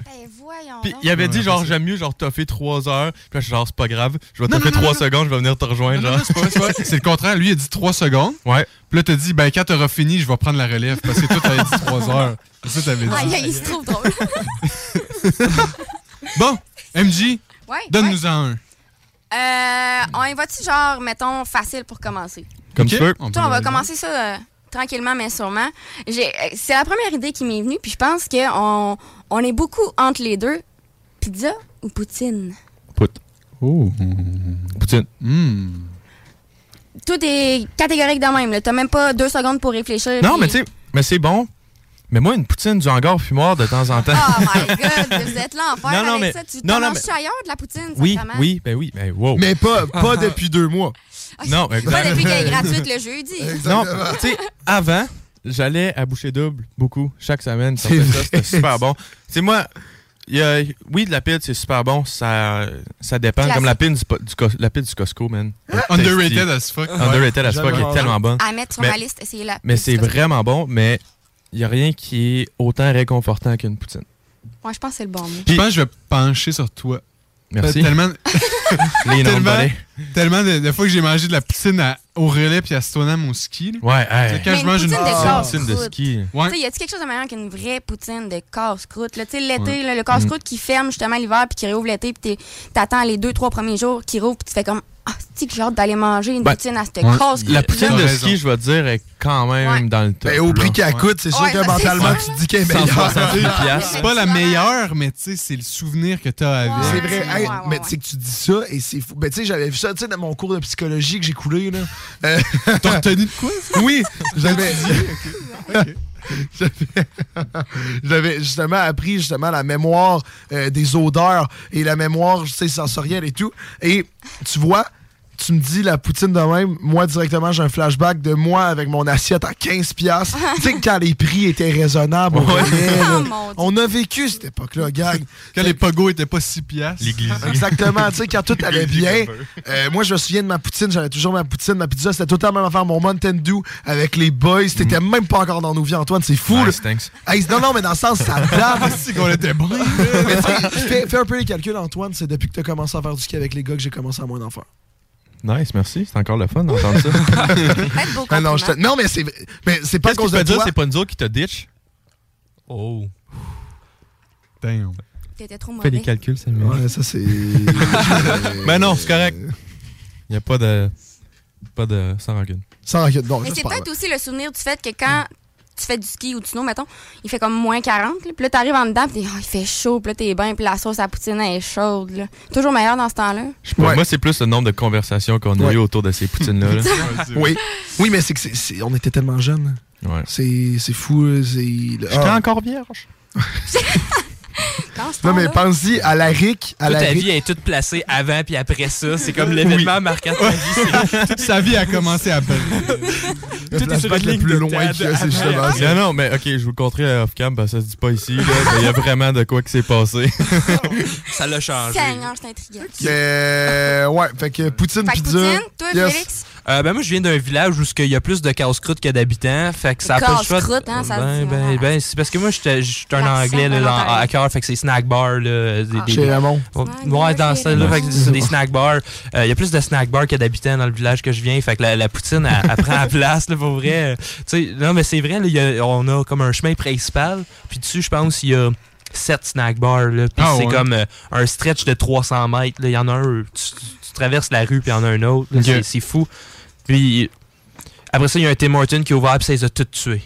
Puis il avait dit genre j'aime mieux genre toffer 3 heures. Puis là, je suis genre c'est pas grave, je vais toffer 3 secondes, je vais venir te rejoindre genre.
C'est pas vrai, c'est pas vrai. C'est le contraire. Lui, il a dit 3 secondes.
Ouais.
Puis là, t'as dit, ben, quand t'auras fini, je vais prendre la relève. Parce que toi, t'avais dit 3 heures. C'est ça, que t'avais dit.
Aïe, aïe, il se trouve drôle.
Bon, MJ,
Ouais,
donne-nous-en un.
Euh, on y va-tu genre, mettons, facile pour commencer?
Comme
Ok.
tu veux.
Tu sais, on va commencer ça euh, tranquillement, mais sûrement. J'ai- euh, C'est la première idée qui m'est venue, puis je pense qu'on on est beaucoup entre les deux. Pizza ou poutine?
Oh. Poutine.
Tout est catégorique de même. là. T'as même pas deux secondes pour réfléchir.
Non,
puis-
mais tu sais, mais c'est bon. Mais moi, une poutine du hangar fumoir de temps en temps.
Oh my God, vous êtes l'enfer
Non, non,
avec
mais-
ça. Tu
non,
t'en
non,
manges-tu
mais-
ailleurs de la poutine,
oui,
sacrément?
oui, ben oui, ben wow.
Mais pas, pas depuis deux mois.
Non,
Ah, Pas
exactement.
depuis qu'elle est gratuite le jeudi.
Non, tu sais, avant, j'allais à boucher double beaucoup chaque semaine. Ça,
C'est
faisait
vrai.
ça, C'était super bon. Tu sais, moi, il y a- oui, de la pide, c'est super bon. Ça, ça dépend.
Classique.
Comme la pide du, po- du Cos- la pide du Costco,
Hein?
man.
Underrated
Tasty.
as fuck.
Underrated
Ouais.
as fuck.
Jamais
Elle est
mangé.
tellement bonne.
À mettre sur
Mais-
ma liste, essayez la.
Mais c'est vraiment bon, mais il n'y a rien qui est autant réconfortant qu'une poutine.
Moi, je pense que c'est le bon mot.
Je pense que je vais pencher sur toi.
Merci.
T'as Tellement,
Les noms de
tellement,
balais.
tellement de, de fois que j'ai mangé de la poutine à- au relais puis à Stoneham au ski. là.
Ouais, hey.
Quand
Mais
je mange
une
une
poutine de
poutine,
casse-croûte.
Ouais.
Tu sais, y a-t-il quelque chose de meilleur qu'une vraie poutine de casse-croûte? là? Tu sais, l'été,
Ouais.
là, le
Mm.
casse-croûte qui ferme justement l'hiver puis qui réouvre l'été, puis t'es- t'attends les deux, trois premiers jours qui rouvre, puis tu fais comme Ah, c'est que j'ai hâte d'aller manger une
Ben,
poutine à cette
ouais.
casse-croûte.
La poutine
là.
de ski, je vais te dire, est quand même dans le top.
Ben, au prix
là.
qu'elle coûte, c'est sûr Ouais, que ça, c'est mentalement, sûr. tu te dis qu'elle est meilleure.
168 piastres.
C'est pas la meilleure, mais tu sais, c'est le souvenir que t'as avec.
C'est vrai. Hey, mais tu sais que tu dis ça et c'est fou. Ben, tu sais, j'avais vu ça, tu sais, dans mon cours de psychologie que j'ai coulé, là. Euh...
T'as retenu de quoi?
Oui, j'avais... J'avais- J'avais justement appris justement la mémoire euh, des odeurs et la mémoire tu sais, sensorielle et tout. Et tu vois, tu me dis la poutine de même, moi directement j'ai un flashback de moi avec mon assiette à 15$. piastres. tu sais quand les prix étaient raisonnables, on,
Ouais.
voyait, là.
Oh, mon Dieu.
on a vécu cette époque-là, gang.
Quand les pogos étaient pas 6 piastres.
Exactement, tu sais, quand tout allait bien. euh, moi, je me souviens de ma poutine, j'avais toujours ma poutine, ma pizza, c'était tout le temps la même affaire. Mon Mountain Dew avec les boys, t'étais
Mm.
même pas encore dans nos vies, Antoine, c'est fou. là.
Nice, thanks.
Hey, non, non, mais dans le sens, ça date.
C'est qu'on était bon.
mais tu sais, fais, fais un peu les calculs, Antoine, c'est depuis que t'as commencé à faire du ski avec les gars que j'ai commencé à moins d'en faire.
Nice, merci. C'est encore le fun d'entendre ça.
Ah non, je te- non, mais c'est mais c'est pas à
Qu'est-ce
cause
qu'il
de
peut dire,
toi.
c'est pas nous autres qui te ditch. Oh.
Damn.
T'étais trop
Fais
mauvais.
les calculs, c'est mieux.
Ouais, ça c'est.
Mais Ben non, c'est correct. Il n'y a pas de. Pas de. Sans rancune.
Sans rancune, bon,
Mais c'est peut-être aussi le souvenir du fait que quand
Hmm.
tu fais du ski ou du snow, mettons, il fait comme moins 40, là, puis là, t'arrives en dedans, puis t'es, Ah, il fait chaud, puis là, t'es bien, puis la sauce à poutine, elle est chaude. là. Toujours meilleur dans ce temps-là.
Moi, c'est plus le nombre de conversations qu'on a
Ouais.
eu autour de ces poutines-là. là.
oui. oui, mais c'est que c'est- c'est- on était tellement jeunes. C'est c'est fou. là, c'est-
J'étais
Ah.
encore vierge.
Dans ce
Non, mais
temps-là.
pense-y à la RIC. À
Toute
la
ta
RIC.
vie elle est toute placée avant puis après ça. C'est comme l'événement marquant de ta vie.
Toute sa vie a commencé à
Le
Tout est sur
flashback
une
le
ligne
plus
de
loin
table
qu'il y a, c'est
avant.
justement ça.
Non, non, mais ok, je vous le contrerai à off-cam parce que ça se dit pas ici. là, mais Il y a vraiment de quoi qui s'est passé.
Ça l'a changé.
Seigneur, c'est intriguant.
Euh, ouais, fait que Poutine,
Fait que
pizza.
poutine, toi,
Yes.
Félix?
Euh, ben moi, je viens d'un village où il y a plus de casse-croûte que d'habitants. Fait que ça a pas le choix. de-
Casse-croûte, hein, ça
ben,
dit,
ben, ben, c'est parce que moi, j'étais j'étais un
L'accent Ah.
anglais là,
de
dans-
l'Ontario.
à cœur. Fait que c'est snack bar. Là, des, des-
Chez Raymond.
Ouais, Ouais, dans celle-là, fait que c'est des snack bars. Euh, Il y a plus de snack bars que d'habitants dans le village que je viens. Fait que la, la poutine, elle, elle prend la place, là, pour vrai. Euh, tu sais, non, mais c'est vrai, là, il y a- on a comme un chemin principal. Puis dessus, je pense, il y a sept snack bars. Là, puis
Ah
c'est
ouais.
comme euh, un stretch de 300 mètres. là. Il y en a un, tu, tu traverses la rue, puis il y en a un autre. là.
Ok.
C'est- C'est fou. Puis après ça, il y a un Tim Horton qui est ouvert, puis ça les a tous tués.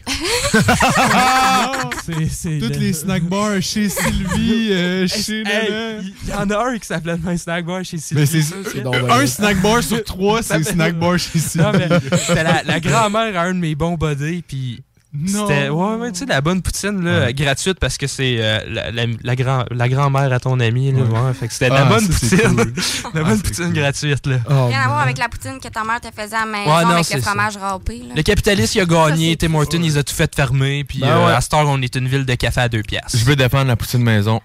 Toutes les snack bars chez Sylvie, euh, chez Nana.
Il y en a un qui s'appelait même snack bar chez Sylvie.
Mais c'est- un- un snack bar sur trois, c'est
Ça fait-
snack bar chez Sylvie.
Non, mais c'était la, la grand-mère à un de mes bons buddies, puis.
Non.
C'était, ouais, ouais, tu sais, la bonne poutine, là, gratuite, parce que c'est euh, la, la, la grand, la grand-mère à ton ami, là, ouais, fait que c'était de la
Ah,
bonne
ça, c'est
poutine.
cool. Ah,
la bonne poutine gratuite, là.
Rien à voir avec la poutine que ta mère te faisait à la maison
Ouais, non,
avec
c'est
le
ça.
fromage râpé. là.
Le capitaliste, il a gagné. Tim Horton, ils ont tout fait fermer. Puis
Ben
euh,
ouais.
à Star, on est une ville de café à deux piastres.
Je veux défendre la poutine maison.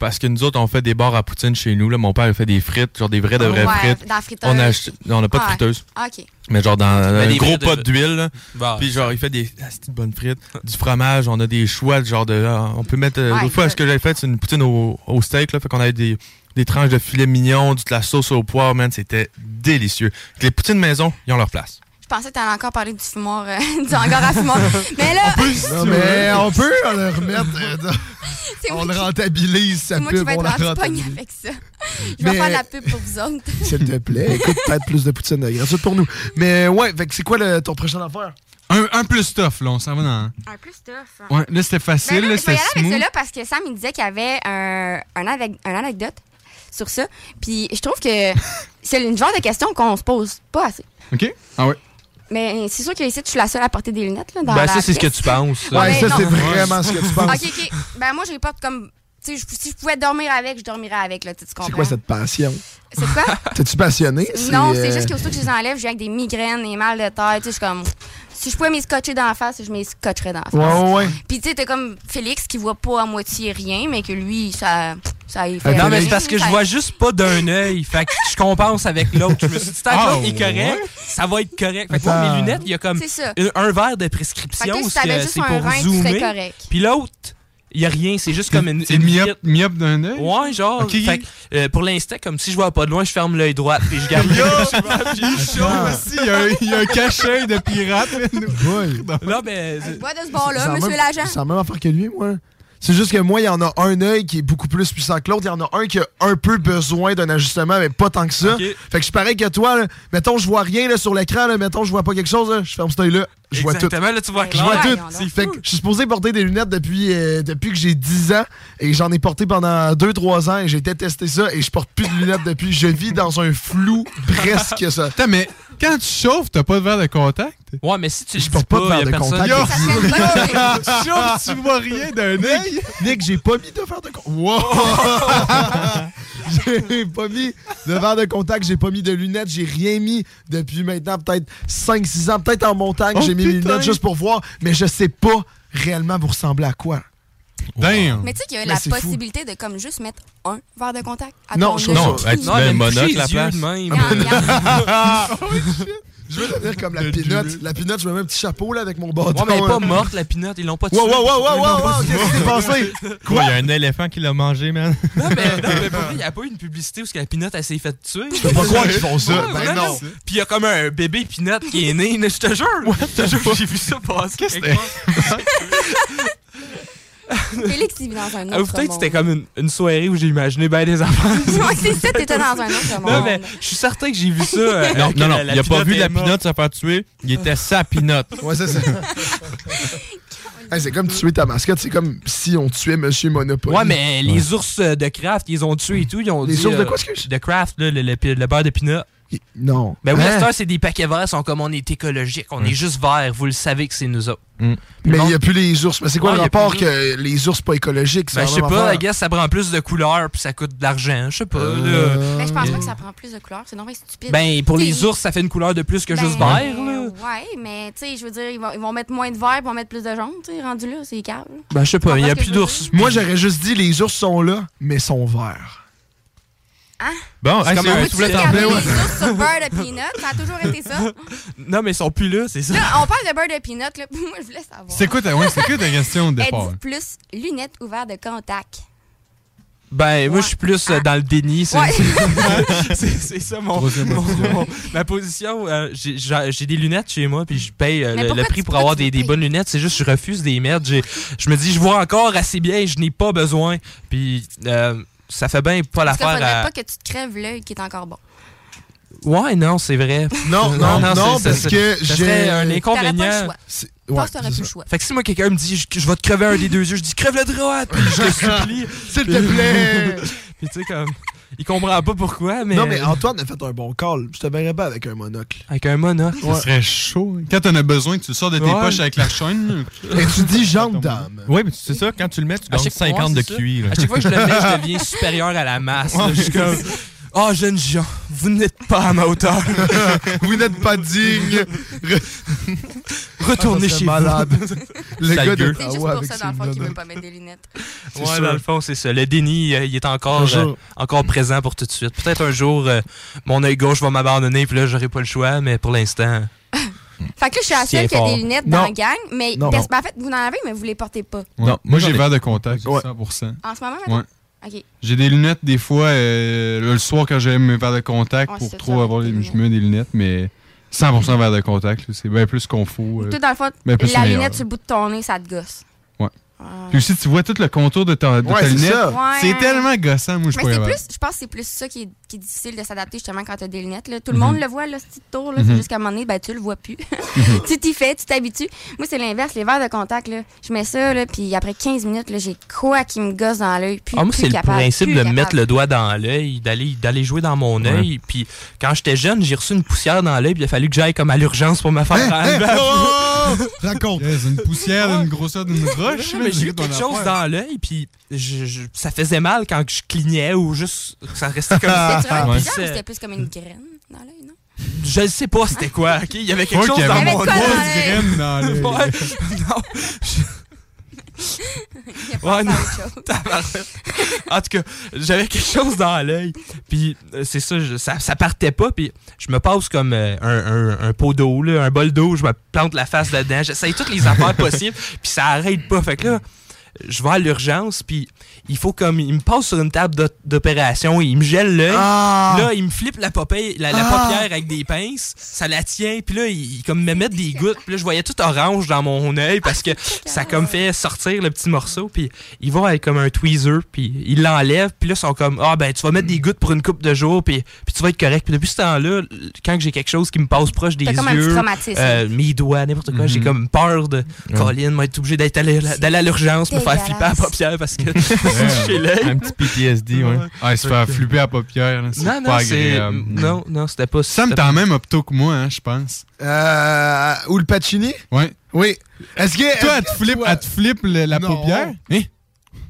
Parce que nous autres, on fait des bars à poutine chez nous. Là. Mon père, il fait des frites, genre des vraies de vraies
Ouais,
frites.
dans la friteuse.
On a acheté- non, on n'a pas de
Ah ouais.
friteuse.
Ok.
Mais genre dans
Mais
un
des
gros
vraies de-
pot d'huile. là.
Bah,
Puis genre, il fait des ah, c'est une bonne frite, du fromage. On a des choix de genre de. ah, On peut mettre. euh,
Ouais,
L'autre fois, ce que j'avais fait, c'est une poutine au, au steak. Là, fait qu'on avait des, des tranches de filet mignon, du- de la sauce au poivre, man. C'était délicieux. Les poutines maison, ils ont leur place.
Je pensais que t'allais encore parler du fumoir, euh, du hangar à fumoir. mais là,
Non, mais on peut le remettre. euh, dans- on le rentabilise, sa
c'est moi qui
pub.
vais
On
être
la
en pogne
rentabilise.
avec ça. Je
Mais-
vais faire la pub pour vous autres.
S'il te plaît, écoute peut-être plus de poutine euh, gratuite pour nous. Mais ouais, fait que c'est quoi le- ton prochain affaire?
Un, un plus tough, là, on s'en va dans.
Un plus tough.
Ouais, là, c'était facile,
Ben là,
là,
je vais y
c'était
aller avec
smooth.
celui-là parce que Sam il disait qu'il y avait un, un anec- un anecdote sur ça. Puis je trouve que c'est une genre de question qu'on se pose pas assez.
OK? Ah ouais.
Mais c'est sûr que ici, je suis la seule à porter des lunettes. Là, dans
Ben,
la
ça, c'est ce que
pièce.
tu penses.
Ouais,
Ouais,
mais
ça,
non.
c'est vraiment ce que tu penses.
OK, OK. Ben, moi, je les porte comme. Tu sais, je- si je pouvais dormir avec, je dormirais avec. Là, tu sais, tu comprends?
C'est quoi cette passion?
C'est quoi?
T'es-tu passionné?
Non,
euh,
c'est juste qu'aussitôt que je les enlève, je viens avec des migraines, des mal de tête. Tu sais, je suis comme. Si je pouvais m'y scotcher dans la face, je m'y scotcherais dans la face.
Ouais, ouais, ouais.
Puis, tu sais, t'es comme Félix qui voit pas à moitié rien, mais que lui, ça. Ça y
Euh,
fait.
non, mais
rien,
c'est parce que je
ça-
vois juste pas d'un œil. Fait que je compense avec l'autre. Je me suis dit, tant que
Ah,
l'autre est correct, ça va être correct. Fait que moi,
Attends.
mes lunettes, il y a comme
C'est ça.
un, un verre de
Fait que
prescription.
toi, si
parce que
t'avais juste
c'est
un
pour
rein, tu serais
zoomer.
correct.
Puis l'autre, il y a rien. C'est juste comme une.
C'est
une
myope, myope d'un œil?
Ouais, genre.
Ok.
Fait que, euh, pour l'instant, comme si je vois pas de loin, je ferme l'œil droit. Puis je garde
aussi, il y a un- il y a un cachet de pirate.
Non, mais.
Bois de ce bord-là,
C'est la
monsieur
même-
l'agent.
C'est la même affaire que lui, moi. C'est juste que moi, il y en a un œil qui est beaucoup plus puissant que l'autre. Il y en a un qui a un peu besoin d'un ajustement, mais pas tant que ça. Fait que je suis pareil que toi. là. Mettons, je vois rien là, sur l'écran. là. Mettons, je vois pas quelque chose. là. Je ferme cet œil-là. Je vois tout.
Exactement, là, tu vois
Je vois
clair.
tout. Fait que je suis supposé porter des lunettes depuis, euh, depuis que j'ai 10 ans et j'en ai porté pendant 2-3 ans et j'ai détesté ça et je porte plus de lunettes depuis. Je vis dans un flou presque ça.
Attends, mais quand tu chauffes, t'as pas de verre de contact?
Ouais, mais si tu le dis
porte pas de
pas,
verre
il y
de
a personne.
contact.
qui-
Yo!
Tu chauffes, tu vois rien d'un œil?
Nick, j'ai pas mis de verre de contact. j'ai pas mis de verre de contact, j'ai pas mis de lunettes, j'ai rien mis depuis maintenant peut-être 5-6 ans, peut-être en montagne,
Oh,
j'ai mis mes
putain.
lunettes juste pour voir, mais je sais pas réellement vous ressemblez à quoi.
Damn!
Mais tu sais qu'il y a
Mais
la
c'est fou.
possibilité de comme juste mettre un verre de contact à
Non,
ton
je
nez.
trouve ça-
hey, tu mets un
mais
monocle
coucher
à
les yeux
place.
de même.
Ah,
Je veux devenir comme la pinotte. La pinotte, je mets un petit chapeau là avec mon bâton.
Ouais, mais elle est
hein.
pas morte, la pinotte, ils l'ont pas tuée.
Wow, wow, wow, wow,
Ils
wow,
l'ont pas
wow,
tuée.
qu'est-ce qui s'est passé?
Quoi? Il y a un éléphant qui l'a mangé, man.
Non, mais, non, mais pour vrai, il n'y a pas eu une publicité où ce que la pinotte, elle s'est faite tuer. Je
peux pas croire qu'ils font ça. Ben non.
Puis il y a comme un bébé pinotte qui est né, là, je te jure. Je te jure, j'ai vu ça passer. Qu'est-ce que
Félix, il vit dans un autre
Ou Ah, peut-être que
monde.
c'était comme une, une soirée où j'ai imaginé ben des enfants.
Ouais, c'est ça, t'étais dans un autre monde.
Non, mais je suis certain que j'ai vu ça. euh,
Non,
que
non, non,
la- la
il a pas
pinotte
vu
est
la
morte.
pinotte se faire tuer. Il était sa pinotte.
Ouais, c'est ça. Hey, c'est comme tuer ta mascotte, c'est comme si on tuait Monsieur Monopoly.
Ouais, mais les ours euh, de Kraft, ils ont tué et tout. Ils ont
Les
dit,
ours de
euh,
quoi,
De Kraft, là, le, le pi- le beurre de pinot.
Non.
Ben oui,
Hein?
à cette heure, c'est des paquets verts, sont comme on est écologique, on
Hein?
est juste vert, vous le savez que c'est nous autres.
Mais il n'y a plus les ours. Mais c'est quoi
Non,
le
y a plus
rapport
les
que les ours pas écologiques? c'est
Ben,
la
je sais
même
pas, I
affaire?
guess, ça prend plus de couleurs, puis ça coûte de l'argent, je sais pas.
Euh.
là.
Mais Ben, je pense pas que ça prend plus de couleurs, c'est normal stupide.
Ben, pour
T'sais,
les ours, ça fait une couleur de plus que
ben,
juste vert, là.
Ouais, mais tu sais, je veux dire, ils vont, ils vont mettre moins de vert, ils vont mettre plus de jaune, tu sais, rendu là, c'est câble.
Bah,
Ben, je sais pas, il y a
Comprends ce
plus
que je veux
d'ours.
Moi, j'aurais juste dit les ours sont là, mais sont verts.
Hein?
Bon,
hey,
comme
c'est
un
un
poulet
petit
en
Regardez
blé, ouais.
les ours sur beurre de peanut, ça a toujours été ça.
Non, mais ils sont plus là, c'est ça.
Là, on parle de beurre de peanut, là. Moi, je voulais savoir.
C'est quoi ta ouais, c'est quoi ta question de départ?
Êtes-vous plus lunettes ou verre de contact?
Ben, moi, je suis plus euh, dans le déni. C'est
Ouais.
c'est- c'est ça mon,
Troisième
mon-
option.
mon- ma position. euh, j'ai- j'ai j'ai des lunettes chez moi, puis je paye euh,
Mais
le, le
pourquoi
prix
tu-
pour avoir des, des bonnes lunettes. C'est juste que je refuse de les mettre. J'ai- Je me dis, je vois encore assez bien, je n'ai pas besoin. Puis euh, ça fait bien pas
Parce qu'il
l'affaire
faudrait
à...
pas que tu te crèves l'œil qui est encore bon.
Ouais, non, c'est vrai.
Non, non, non,
c'est-
parce
c'est-
que
ça
j'ai-
serait
T'aurais pas
un
le
inconvénient.
choix. C'est- Je pense ouais, que t'aurais c'est plus le ça.
Fait que si moi, quelqu'un me dit, je, je vais te crever un des deux yeux, je dis, crève le droit, puis je te supplie.
S'il te plaît.
puis tu sais, comme, il comprend pas pourquoi, mais.
Non, mais Antoine a fait un bon call. Je te verrais pas avec un monocle.
Avec un monocle.
Ouais.
Ça serait chaud. hein. Quand t'en as besoin, que tu le sors de tes
Ouais.
poches avec la chaîne.
Et tu dis gendarme.
Oui, mais c'est ça, quand tu le mets, tu
À chaque fois- ouais, c'est ça. À chaque fois que je le mets, je deviens supérieur à la masse. là. Je suis comme, oh, jeune gens, vous n'êtes pas à ma hauteur.
vous n'êtes pas digne.
Retournez
Ah, ça serait
chez
malade. Ah
vous.
Le
Sale
gars de
gueux.
C'est juste pour ça, dans le fond, qu'il veut pas mettre des lunettes.
Ouais, dans le fond, c'est ça. Le déni, euh, il est encore,
Toujours.
euh, encore présent pour tout de suite. Peut-être un jour, euh, mon œil gauche va m'abandonner, puis là, j'aurai pas le choix, mais pour l'instant.
Fait que là, je suis la
Tiens
seule qui a
fort.
des lunettes dans
Non.
la gang, mais
Non,
parce-
non.
ben, en fait, vous en avez, mais vous les portez pas.
Non, moi,
j'en
j'ai
ai-
verre de contact, 100%.
En ce moment,
Ouais.
maintenant? OK.
Euh,
J'ai des lunettes des fois, euh, le soir quand j'ai mes verres de contact,
Ouais,
pour
c'est
trop
ça,
avoir les, je mets des lunettes, mais 100% verre de contact, là, c'est bien plus qu'on faut. euh,
Tout dans le fond,
bien plus
la
meilleur.
lunette sur le bout de ton nez, ça te gosse. Ah.
Ouais. Puis aussi, tu vois tout le contour de ta, de
Ouais,
ta
c'est
lunette.
ça. Ouais.
C'est tellement gossant, moi, je suis
Mais
pas
c'est
capable.
plus, je pense que c'est plus ça qui est, qui est difficile de s'adapter justement quand t'as des lunettes. Là. Tout le
Mhm.
monde le voit, là, ce petit tour. là.
Mhm.
C'est juste qu'à un moment donné, ben, tu le vois plus. tu t'y fais, tu t'habitues. Moi, c'est l'inverse. Les verres de contact, là, je mets ça, là, puis après 15 minutes, là, j'ai quoi qui me gosse dans l'œil. Plus,
Ah, moi,
plus
c'est le
capable,
principe
plus
de
capable.
mettre le doigt dans l'œil, d'aller, d'aller jouer dans mon œil. Puis quand j'étais jeune, j'ai reçu une poussière dans l'œil, puis il a fallu que j'aille comme à l'urgence pour me
Hein?
faire
Hein,
enlever.
Oh,
oh, Raconte. C'est une poussière d'une grosseur d'une roche.
Ouais,
là,
mais j'ai eu
c'est ton
quelque chose
affaire.
dans l'œil, puis je- je- ça faisait mal quand je clignais ou juste ça restait comme ça.
C'était vraiment
Puis
bizarre,
c'est-
mais c'était plus comme une graine.
Je ne sais pas c'était quoi, ok? Il y avait quelque
Ouais,
chose
qu'il y
dans
avait
mon
une grosse graine dans l'œil.
Ouais, non.
Il a pensé
Ouais,
à
non.
autre chose.
Tabarnak. en tout cas, j'avais quelque chose dans l'œil. Puis euh, c'est ça, je- ça, ça partait pas. Puis je me passe comme euh, un, un- un pot d'eau, là, un bol d'eau. Je me plante la face dedans. J'essaye toutes les affaires possibles. Puis ça arrête pas. Fait que là, je vais à l'urgence. Puis il faut comme. Il me passe sur une table d'o- d'opération. Il me gèle l'œil.
Ah!
Là, il me flippe la, popée- la, la
Ah!
paupière avec des pinces. Ça la tient. Puis là, il, il comme me met des gouttes. Puis là, je voyais tout orange dans mon œil parce que ça comme fait sortir le petit morceau. Puis ils vont avec comme un tweezer. Puis ils l'enlèvent. Puis là, ils sont comme Ah, ben, tu vas mettre des gouttes pour une coupe de jours. Puis, puis tu vas être correct. Puis depuis ce temps-là, quand j'ai quelque chose qui me passe proche des
T'as comme un petit
yeux,
traumatisme.
euh, mes doigts, n'importe quoi, j'ai comme peur de Colin, moi, être obligé d'être allé- d'aller à l'urgence, me faire
dégueulasse.
flipper à la paupière parce que j'ai l'œil.
Un petit PTSD, ouais.
Ah, il se fait flipper à la paupière, là, c'est
Non, non,
pas
c'est-
agréable.
non, non, c'était pas
Sam,
c'était
t'es
pas-
en même opto que moi, hein, je pense.
Euh, ou le Pacini?
Ouais.
Oui. Est-ce que.
Toi, elle te flippe, elle te flippe le- la paupière? Hein?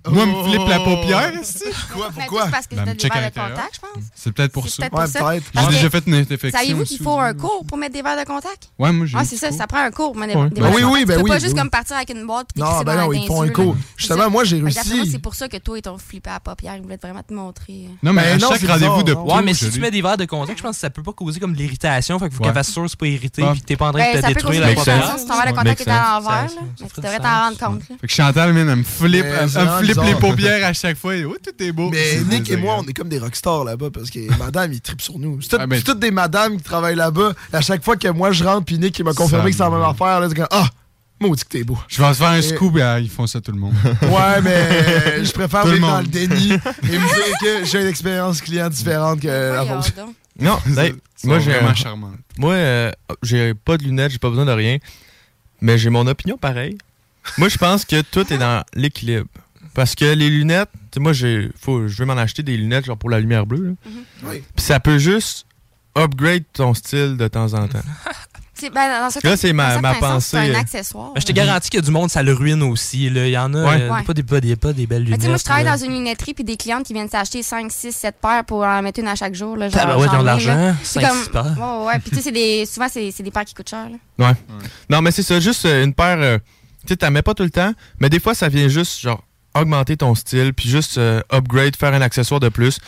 Moi, elle me flippe la paupière? c'est-
Quoi,
Oh. pourquoi? C'est parce que
Ben,
c'était
me
des
check à
verres de
l'intérieur. Mm.
contact, je pense.
C'est peut-être pour
C'est
ça.
peut-être pour ça. Parce
J'ai
que-
déjà fait une infection.
Savez-vous qu'il
aussi.
faut un cours pour mettre des verres de contact?
Ouais, moi, j'ai
Ah,
eu
c'est
du
ça,
cours.
ça prend un cours pour mettre
Ouais.
des, des
Ben
verres
oui,
de
oui,
contact.
ben
tu peux
oui,
pas
ben
juste
oui.
comme partir avec une boîte puis
Non,
t'écrisser
ben
dans la
non, ils
teinture,
font un
là.
cours.
C'est
Justement,
ça.
moi, j'ai réussi-
D'après moi, c'est pour ça que toi et ton flipper à la paupière, ils voulaient vraiment te montrer.
Non, mais à chaque rendez-vous
hein.
de
Ouais,
peau,
mais
je
si tu
l'ai.
mets des verres de contact, je pense que ça peut pas causer comme de l'irritation. Fait que faut
Ouais.
qu'elle fasse sûr que c'est pas irrité,
Ah.
puis t'es pas en train
Ben,
de te
ça peut causer
détruire
une
la
irritation si ton verre de contact est à
Make
l'envers,
sense.
là. Mais tu
ferait
devrais
du
t'en rendre compte, là.
Fait que Chantal, man, elle me flippe,
Mais
elle,
c'est
elle me
vraiment
flippe les
bizarre.
paupières à chaque fois. Et, oh, tout est beau.
Mais
C'est
Nick et moi,
désagréable.
on est comme des rockstars là-bas parce que madame, ils tripent sur nous. C'est tout-
Ah, ben-
c'est toutes des madames qui travaillent là-bas. À chaque fois que moi je rentre, puis Nick, il m'a confirmé
Ça
que c'est la même
me-
affaire. Là, c'est comme Ah, maudit que t'es beau.
Je vais se faire un
Et-
scoop et ah, ils font ça tout le monde.
Ouais, mais euh, je préfère
Tout le
vivre dans
monde.
le déni et me dire que j'ai une expérience client différente que la vôtre.
Non, d'ailleurs,
Ils
moi
sont
j'ai.
vraiment
charmant.
Moi, euh, j'ai pas de lunettes, j'ai pas besoin de rien, mais j'ai mon opinion pareil. moi, je pense que tout est dans l'équilibre. Parce que les lunettes, tu sais, moi, j'ai, faut, je veux m'en acheter des lunettes genre pour la lumière bleue. là.
Mm-hmm.
Oui.
Puis ça peut juste upgrade ton style de temps en temps.
C'est- ben, dans
Là, c'est ma-
dans
ma
certains sens,
pensée,
C'est
euh,
un accessoire.
Ben, je te garantis qu'il y a du monde, ça le ruine aussi. là. Il y en a
Ouais.
euh,
Ouais.
pas, des, pas, des, pas des belles
Mais
lunettes.
tu sais, moi, je travaille
là.
dans une lunetterie, puis des clientes qui viennent s'acheter 5, 6, 7 paires pour en mettre une à chaque jour. Là,
Ah, ben ouais,
j'en
ils ont de
ai, là.
l'argent,
C'est
cinq,
comme-
six paires.
Ouais, ouais, ouais. Puis tu sais, c'est des- souvent, c'est c'est des paires qui coûtent cher. là.
Ouais. Non, mais c'est ça, juste euh, une paire. euh, tu sais, t'en mets pas tout le temps, mais des fois, ça vient juste, genre, augmenter ton style, puis juste euh, upgrade, faire un accessoire de plus.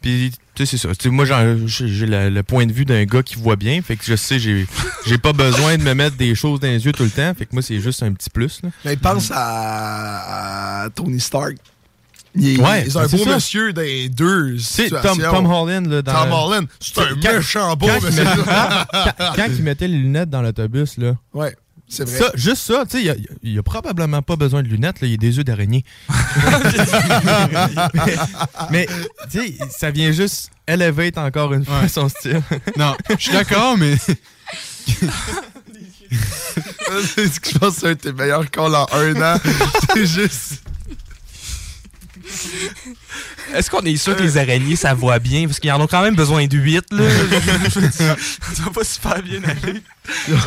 Puis, tu sais, c'est ça. Tu sais, moi, j'en- j'ai j'ai le, le point de vue d'un gars qui voit bien, fait que je sais, j'ai j'ai pas besoin de me mettre des choses dans les yeux tout le temps, fait que moi, c'est juste un petit plus. Là.
Mais pense à, à Tony Stark. Il,
Ouais,
ils ont un
ben, c'est
beau
ça.
monsieur des deux.
Tu sais, Tom,
situations.
Tom Holland, là, dans
Tom Holland, c'est un
Quand-
méchant beau
quand il
monsieur.
met- quand, quand il mettait les lunettes dans l'autobus, là.
Ouais, c'est vrai.
Ça, juste ça, tu sais, il a- il a, probablement pas besoin de lunettes, là, il a des yeux d'araignée. mais, mais, tu sais, ça vient juste Elevate encore une fois son style.
Non, je suis d'accord, mais.
C'est ce que je pense que c'est un de tes meilleurs calls en un an. C'est juste.
Est-ce qu'on est sûr que les araignées, ça voit bien? Parce qu'ils en ont quand même besoin de 8, là.
Ça
va pas super bien aller.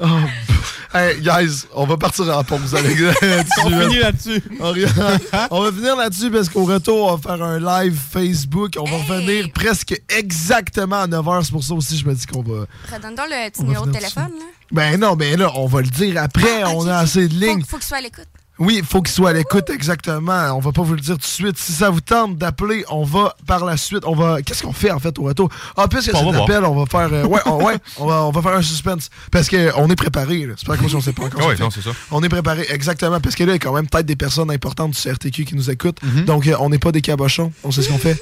Oh, b- hey, guys, on va partir en pause avec
On finit là-dessus.
On, ri- on va finir là-dessus parce qu'au retour, on va faire un live Facebook. On va revenir presque exactement à 9h. C'est pour ça aussi, je me dis qu'on va.
Redonne-donc le petit
On va
numéro de
finir
téléphone, là.
Ben non, mais là, on va le dire après.
Ah,
on
ok,
a
ok.
assez de lignes.
Faut, faut que ce soit à l'écoute.
Oui, il faut qu'il soit à l'écoute, exactement. On va pas vous le dire tout de suite. Si ça vous tente d'appeler, on va par la suite. On va. Qu'est-ce qu'on fait en fait au retour? Ah, puisque
On
c'est
va
un
voir.
appel, on va faire. euh, ouais, on, ouais, on va, on va faire un suspense. Parce qu'on est préparé. là. C'est pas comme si on sait pas encore. ce qu'on
Oui,
fait.
non, c'est ça.
On est préparé, exactement. Parce que là, il y a quand même peut-être des personnes importantes du CRTQ qui nous écoutent.
Mm-hmm.
Donc, euh, on n'est pas des cabochons. On sait ce qu'on fait.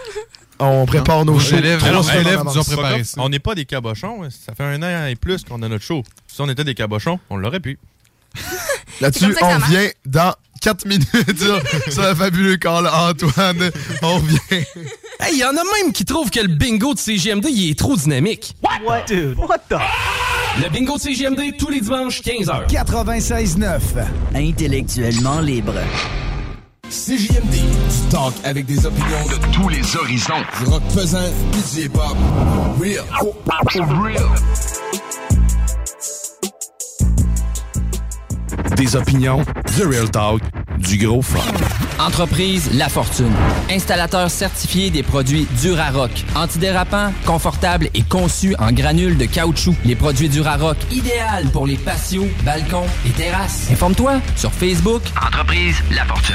On prépare nos shows. trois semaines en avance.
On n'est pas des cabochons. hein. Ça fait un an et plus qu'on a notre show. Si on était des cabochons, on l'aurait pu.
Là-dessus, on vient dans 4 minutes sur- sur le fabuleux call Antoine.
Oh,
On vient.
Hey, y en a même qui trouvent que le bingo de CGMD, il est trop dynamique. What? Dude? What the? Le bingo de CGMD, tous les dimanches, 15h.
96.9. Intellectuellement libre.
CJMD, du talk avec des opinions de tous les horizons. Du rock pesant, puis du hip-hop. Real.
Oh,
Real.
Des opinions, du real talk, du gros fun.
Entreprise La Fortune. Installateur certifié des produits Durarock. Antidérapant, confortable et conçu en granules de caoutchouc. Les produits Durarock, idéal pour les patios, balcons et terrasses. Informe-toi sur Facebook.
Entreprise La Fortune.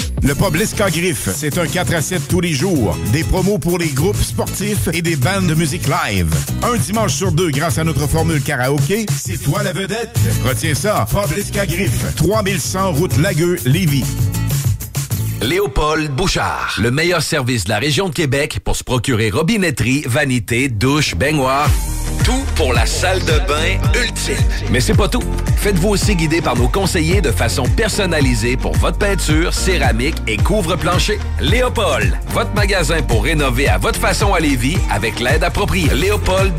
Le Poblisca Griffe, c'est un 4 à 7 tous les jours. Des promos pour les groupes sportifs et des bandes de musique live. Un dimanche sur deux grâce à notre formule karaoké, c'est toi la vedette. Retiens ça, Poblisca Griffe, 3100 route Lagueux, Lévis.
Léopold Bouchard, le meilleur service de la région de Québec pour se procurer robinetterie, vanité, douche, baignoire. Tout pour la salle de bain ultime. Mais c'est pas tout. Faites-vous aussi guider par nos conseillers de façon personnalisée pour votre peinture, céramique et couvre-plancher. Léopold, votre magasin pour rénover à votre façon à Lévis avec l'aide appropriée.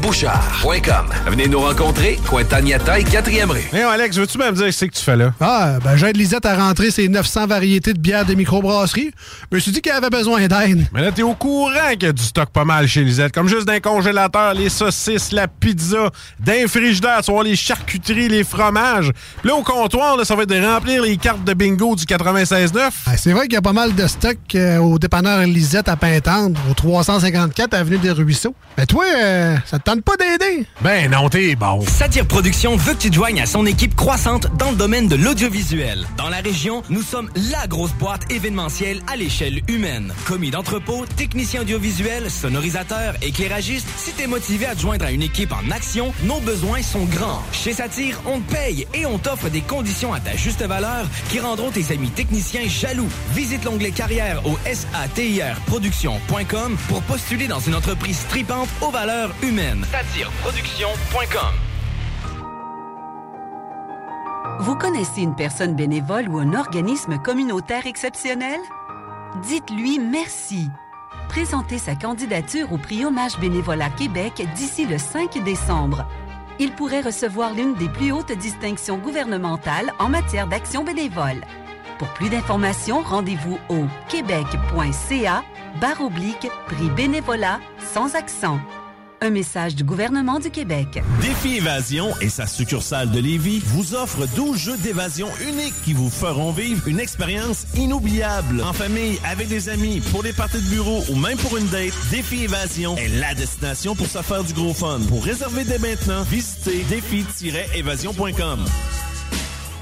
LéopoldBouchard.com. Venez nous rencontrer, Cointagnata et 4e rue.
Hé, Alex, veux-tu même dire ce que tu fais là?
Ah, ben j'aide Lisette à rentrer ses 900 variétés de bières des microbrasseries. Je me suis dit qu'elle avait besoin d'aide.
Mais là, t'es au courant qu'il y a du stock pas mal chez Lisette. Comme juste d'un congélateur, les saucisses, la pizza, d'un frigidaire, tu vas voir les charcuteries, les fromages. Puis là, au comptoir, là, ça va être de remplir les cartes de bingo du 96.9.
Ah, C'est vrai qu'il y a pas mal de stock euh, au dépanneur Lisette à Pintante, au 354 Avenue des Ruisseaux. Mais toi, euh, ça te tente pas d'aider?
Ben non, t'es bon.
Satire Production veut que tu te joignes à son équipe croissante dans le domaine de l'audiovisuel. Dans la région, nous sommes la grosse boîte événementielle à l'échelle humaine. Commis d'entrepôt, technicien audiovisuel, sonorisateur, éclairagiste, si t'es motivé à te joindre à une équipe en action, nos besoins sont grands. Chez Satire, on te paye et on t'offre des conditions à ta juste valeur qui rendront tes amis techniciens jaloux. Visite l'onglet carrière au satirproduction.com pour postuler dans une entreprise stripante aux valeurs humaines. Satireproduction.com
Vous connaissez une personne bénévole ou un organisme communautaire exceptionnel? Dites-lui merci. Présentez sa candidature au prix Hommage Bénévolat Québec d'ici le 5 décembre. Il pourrait recevoir l'une des plus hautes distinctions gouvernementales en matière d'action bénévole. Pour plus d'informations, rendez-vous au québec.ca barre oblique prix bénévolat sans accent. Un message du gouvernement du Québec.
Défi Évasion et sa succursale de Lévis vous offrent 12 jeux d'évasion uniques qui vous feront vivre une expérience inoubliable. En famille, avec des amis, pour des parties de bureau ou même pour une date, Défi Évasion est la destination pour se faire du gros fun. Pour réserver dès maintenant, visitez défi-évasion.com.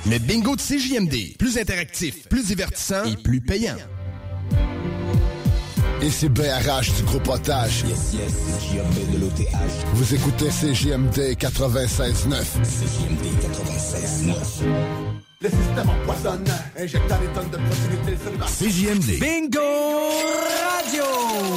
Le bingo de CJMD, plus interactif, plus divertissant et plus payant.
Ici BRH du groupe Otage. Yes, yes, JMD de l'OTH. Vous écoutez CGMD 96.9. CGMD 96.9. Le système empoisonne, injectant des tonnes de produits inutiles sur le marché.
CJMD.
Bingo Radio!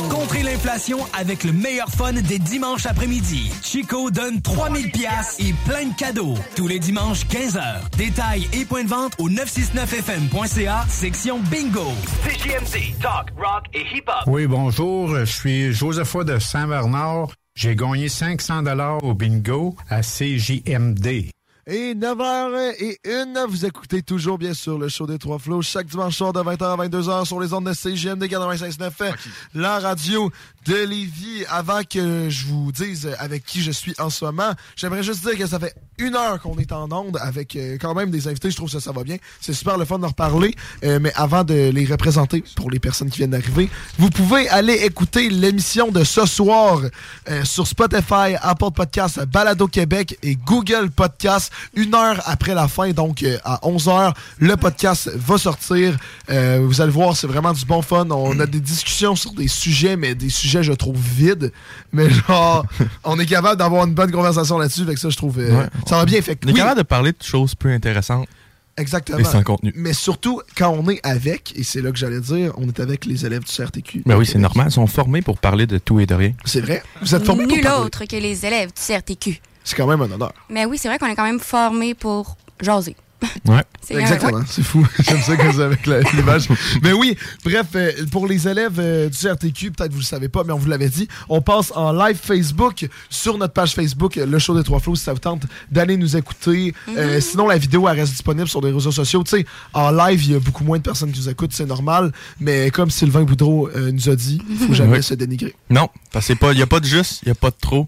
Contrer l'inflation avec le meilleur fun des dimanches après-midi. Chico donne 3000 pièces et plein de cadeaux. Tous les dimanches, 15h. Détails et points de vente au 969fm.ca, section Bingo.
CJMD, talk, rock et hip-hop.
Oui, bonjour, je suis Josepha de Saint-Bernard. J'ai gagné 500 dollars au bingo à CJMD.
Et 9h01, vous écoutez toujours, bien sûr, le show des Trois Flots chaque dimanche soir de 20h à 22h sur les ondes de CGMD 96.9, la radio de Lévis. Avant que je vous dise avec qui je suis en ce moment, j'aimerais juste dire que ça fait une heure qu'on est en onde avec euh, quand même des invités. Je trouve que ça, ça va bien. C'est super le fun de reparler. Euh, mais avant de les représenter pour les personnes qui viennent d'arriver, vous pouvez aller écouter l'émission de ce soir euh, sur Spotify, Apple Podcasts, Balado Québec et Google Podcasts. Une heure après la fin, donc euh, à 11h, le podcast va sortir. Euh, vous allez voir, c'est vraiment du bon fun. On a des discussions sur des sujets, mais des sujets, je trouve, vides. Mais genre, on est capable d'avoir une bonne conversation là-dessus. Fait que ça, je trouve, euh,
Ouais.
ça va bien. Fait que
On est
oui,
capable de parler de choses plus intéressantes.
Exactement.
Mais sans contenu.
Mais surtout, quand on est avec, et c'est là que j'allais dire, on est avec les élèves du CRTQ.
Ben oui, c'est normal. Ils sont formés pour parler de tout et de rien.
C'est vrai. Vous êtes formés pour
Nul
parler.
autre que les élèves du CRTQ.
C'est quand même un honneur.
Mais oui, c'est vrai qu'on est quand même formés pour jaser.
Ouais.
C'est un-
Exactement,
ouais.
c'est fou. J'aime ça que vous avez avec la- l'image. mais oui, bref, euh, pour les élèves euh, du CRTQ, peut-être vous le savez pas, mais on vous l'avait dit, on passe en live Facebook sur notre page Facebook, euh, Le Show des Trois Flots, si ça vous tente d'aller nous écouter.
Mm-hmm.
Euh, sinon, la vidéo, elle reste disponible sur les réseaux sociaux. Tu sais, en live, il y a beaucoup moins de personnes qui nous écoutent, c'est normal. Mais comme Sylvain Boudreau euh, nous a dit, faut jamais
Oui.
se dénigrer.
Non, parce qu'il n'y a pas de juste, il n'y a pas de trop,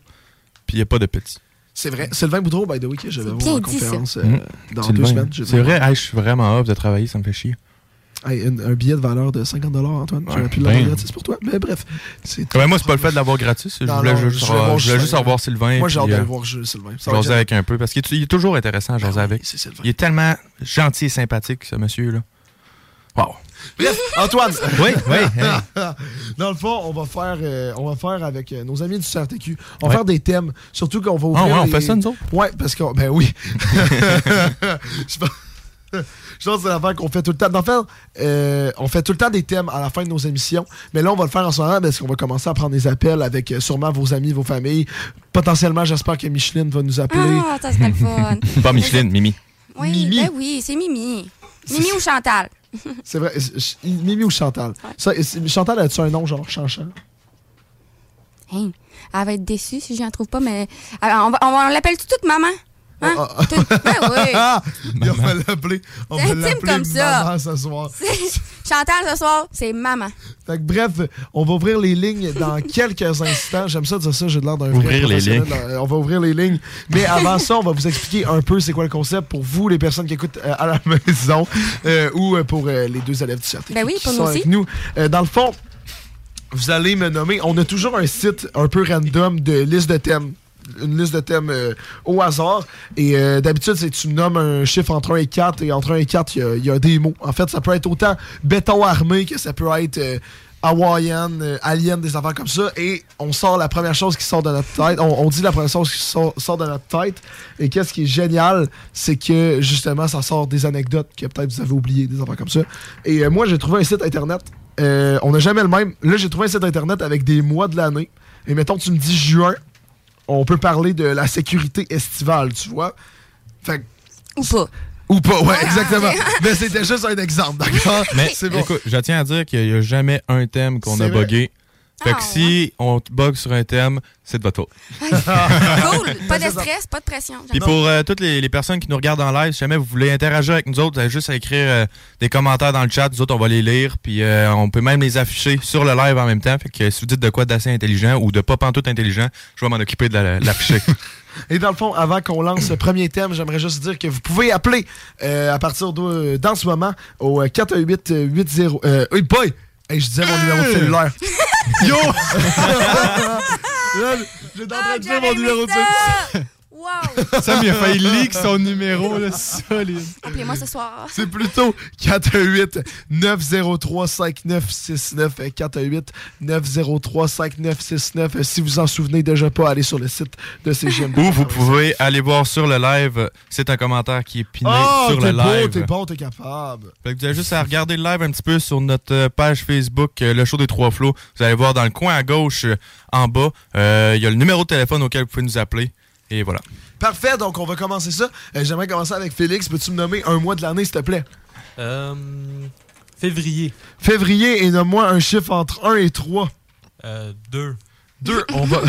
puis il n'y a pas de petit.
C'est vrai. Sylvain Boudreau, by the way, que j'avais
bien
voir en
dit, ça.
conférence euh,
Mm.
dans
C'est le
deux
vin.
semaines. j'ai-
C'est vrai, hey, je suis vraiment off de travailler, ça me fait chier.
Hey, un, un billet de valeur de 50 Antoine. J'aurais pu l'avoir
ben.
gratis pour toi. Mais bref, c'est
Ouais, Ah ben, moi, c'est pas le fait de l'avoir gratis. Je
Non,
voulais
non,
juste,
je vais voir
je voulais
Sylvain.
juste revoir Sylvain.
Moi, j'ai hâte
puis,
de
euh,
le voir, je- Sylvain. Ça va
Jaser
être- Ah
avec un peu, parce qu'il est- il est toujours intéressant à jaser avec. Il est tellement gentil et sympathique, ce monsieur-là. Wow.
Bref, Antoine.
Oui, oui, hey.
Dans le fond, on va faire, euh, on va faire avec euh, nos amis du CRTQ. On va
Ouais.
faire des thèmes. Surtout qu'on va ouvrir.
Ah ouais, on
les-
fait ça, nous autres?
Ouais, parce qu'on. Ben oui. Je pense- Je pense que c'est l'affaire qu'on fait tout le temps. Dans le fond, euh, on fait tout le temps des thèmes à la fin de nos émissions. Mais là, on va le faire en ce moment parce qu'on va commencer à prendre des appels avec euh, sûrement vos amis, vos familles. Potentiellement, j'espère que Micheline va nous appeler.
Ah, ça serait le fun.
Pas Ah, Micheline, Mimi.
Oui, ben oui, c'est Mimi. Mimi ou Chantal?
C'est vrai. c'est- ch- Mimi ou Chantal? Ça, c'est- Chantal, as-tu un nom genre Chanchan?
Hein, elle va être déçue si j'en trouve pas, mais Alors, on, va- on va- on l'appelle tout de suite maman. Hein? Tout- Ben oui.
on Ah, va l'appeler. On
C'est
va
intime
l'appeler
comme ça.
maman ce soir.
C'est- Chantal, ce soir, c'est maman.
Fait que bref, on va ouvrir les lignes dans quelques instants. J'aime ça dire ça, j'ai de l'air d'un vrai
Ouvrir les
professionnel.
lignes.
Euh, On va ouvrir les lignes. Mais avant ça, on va vous expliquer un peu c'est quoi le concept pour vous, les personnes qui écoutent euh, à la maison euh, ou euh, pour euh, les deux élèves du CRT
Ben oui,
qui
pour nous
sont avec
aussi.
nous. Euh, dans le fond, vous allez me nommer. On a toujours un site un peu random de liste de thèmes. Une liste de thèmes euh, au hasard. Et euh, d'habitude, c'est tu nommes un chiffre entre 1 et 4. Et entre 1 et 4, il y a- il y, a des mots. En fait, ça peut être autant béton armé que ça peut être euh, hawaïen, euh, alien, des affaires comme ça. Et on sort la première chose qui sort de notre tête. On, on dit la première chose qui sort, sort de notre tête. Et qu'est-ce qui est génial, c'est que justement, ça sort des anecdotes que peut-être vous avez oubliées, des affaires comme ça. Et euh, moi, j'ai trouvé un site internet. Euh, on n'a jamais le même. Là, j'ai trouvé un site internet avec des mois de l'année. Et mettons, tu me dis juin, on peut parler de la sécurité estivale, tu vois. Fait
Ou pas.
Ou pas, ouais, exactement. Mais c'était juste un exemple, d'accord?
Mais
c'est bon.
écoute, je tiens à dire qu'il n'y a jamais un thème qu'on
C'est
a
vrai. Ah,
bugué. Fait que si on te bug sur un thème, c'est de votre faute.
Ah.
Cool. Pas de stress, pas de pression.
Puis
J'adore.
pour euh, toutes les, les personnes qui nous regardent en live, si jamais vous voulez interagir avec nous autres, vous avez juste à écrire euh, des commentaires dans le chat. Nous autres, on va les lire. Puis euh, on peut même les afficher sur le live en même temps. Fait que si vous dites de quoi d'assez intelligent ou de pas pantoute intelligent, je vais m'en occuper de la- l'afficher.
Ah Et dans le fond, avant qu'on lance le premier thème, j'aimerais juste dire que vous pouvez appeler euh, à partir de dans ce moment au euh, 418 euh, 80 euh, hey boy, Hey, je disais mon numéro de cellulaire.
Ah,
Yo! Là, J'étais en train de dire mon numéro de cellulaire.
Wow!
Sam, il a failli leak son numéro, là, solide.
Appelez-moi ce soir.
C'est plutôt 418 903 5969 418 903 5969 euh, si vous en souvenez déjà pas allez sur le site de CGMD.
Ou vous pouvez aller voir sur le live. C'est un commentaire qui est piné
Oh,
sur
t'es
le
beau,
live.
t'es bon, t'es capable.
Fait que vous avez juste à regarder le live un petit peu sur notre euh, page Facebook, euh, le show des trois flots. Vous allez voir dans le coin à gauche, euh, en bas, euh, il y a le numéro de téléphone auquel vous pouvez nous appeler. Et voilà.
Parfait, donc on va commencer ça. Euh, J'aimerais commencer avec Félix. Peux-tu me nommer un mois de l'année, s'il te plaît?
Euh, février.
Février et nomme-moi un chiffre entre 1 et 3.
Euh, deux.
Deux, on va,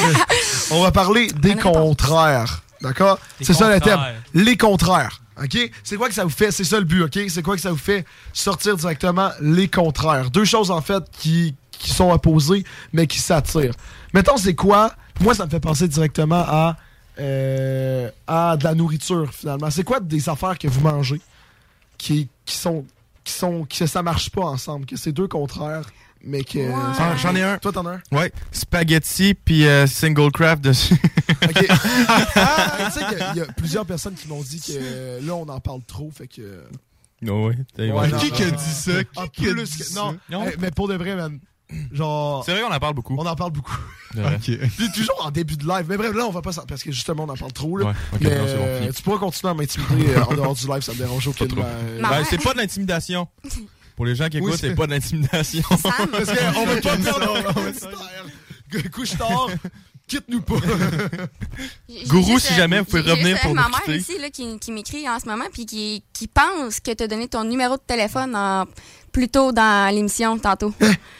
on va parler des contraires. D'accord?
Des
C'est ça le thème.
contraires.
Les contraires. OK? C'est quoi que ça vous fait? C'est ça le but, OK? C'est quoi que ça vous fait sortir directement les contraires? Deux choses, en fait, qui, qui sont opposées, mais qui s'attirent. Mettons, c'est quoi? Moi, ça me fait penser directement à, euh, à de la nourriture, finalement. C'est quoi des affaires que vous mangez qui, qui sont. qui sont. que ça marche pas ensemble, que c'est deux contraires, mais que.
Ah, j'en ai un.
Toi, t'en as un?
Ouais, spaghetti puis euh, single craft dessus.
Ah, tu sais qu'il y a plusieurs personnes qui m'ont dit que euh, là, on en parle trop, fait que...
Oh ouais, t'as-
Ouais,
ouais.
non, non, non. Ah, plus que- Non, eh, mais pour de vrai, man. Genre...
C'est vrai, on en parle beaucoup.
On en parle beaucoup.
Ouais.
Puis toujours en début de live. Mais bref, là, on va pas... s'en- Parce que justement, on en parle trop, là.
Ouais, ok,
Mais,
non, c'est bon,
euh,
fini.
tu pourras continuer à m'intimider euh, en dehors du live, ça me dérange aucunement. euh,
Ben, c'est pas de l'intimidation. Pour les gens qui
Oui,
écoutent,
c'est-
c'est pas de l'intimidation.
Parce qu'on veut pas perdre nos auditeurs. Couche tard, quitte-nous pas.
J'ai-
Gourou,
j'ai juste,
si
euh,
jamais vous pouvez
j'ai
revenir
juste,
pour
euh,
nous
ma mère
quitter.
ici là, qui, qui m'écrit en ce moment puis qui, qui pense que t'as donné ton numéro de téléphone en- plus tôt dans l'émission tantôt.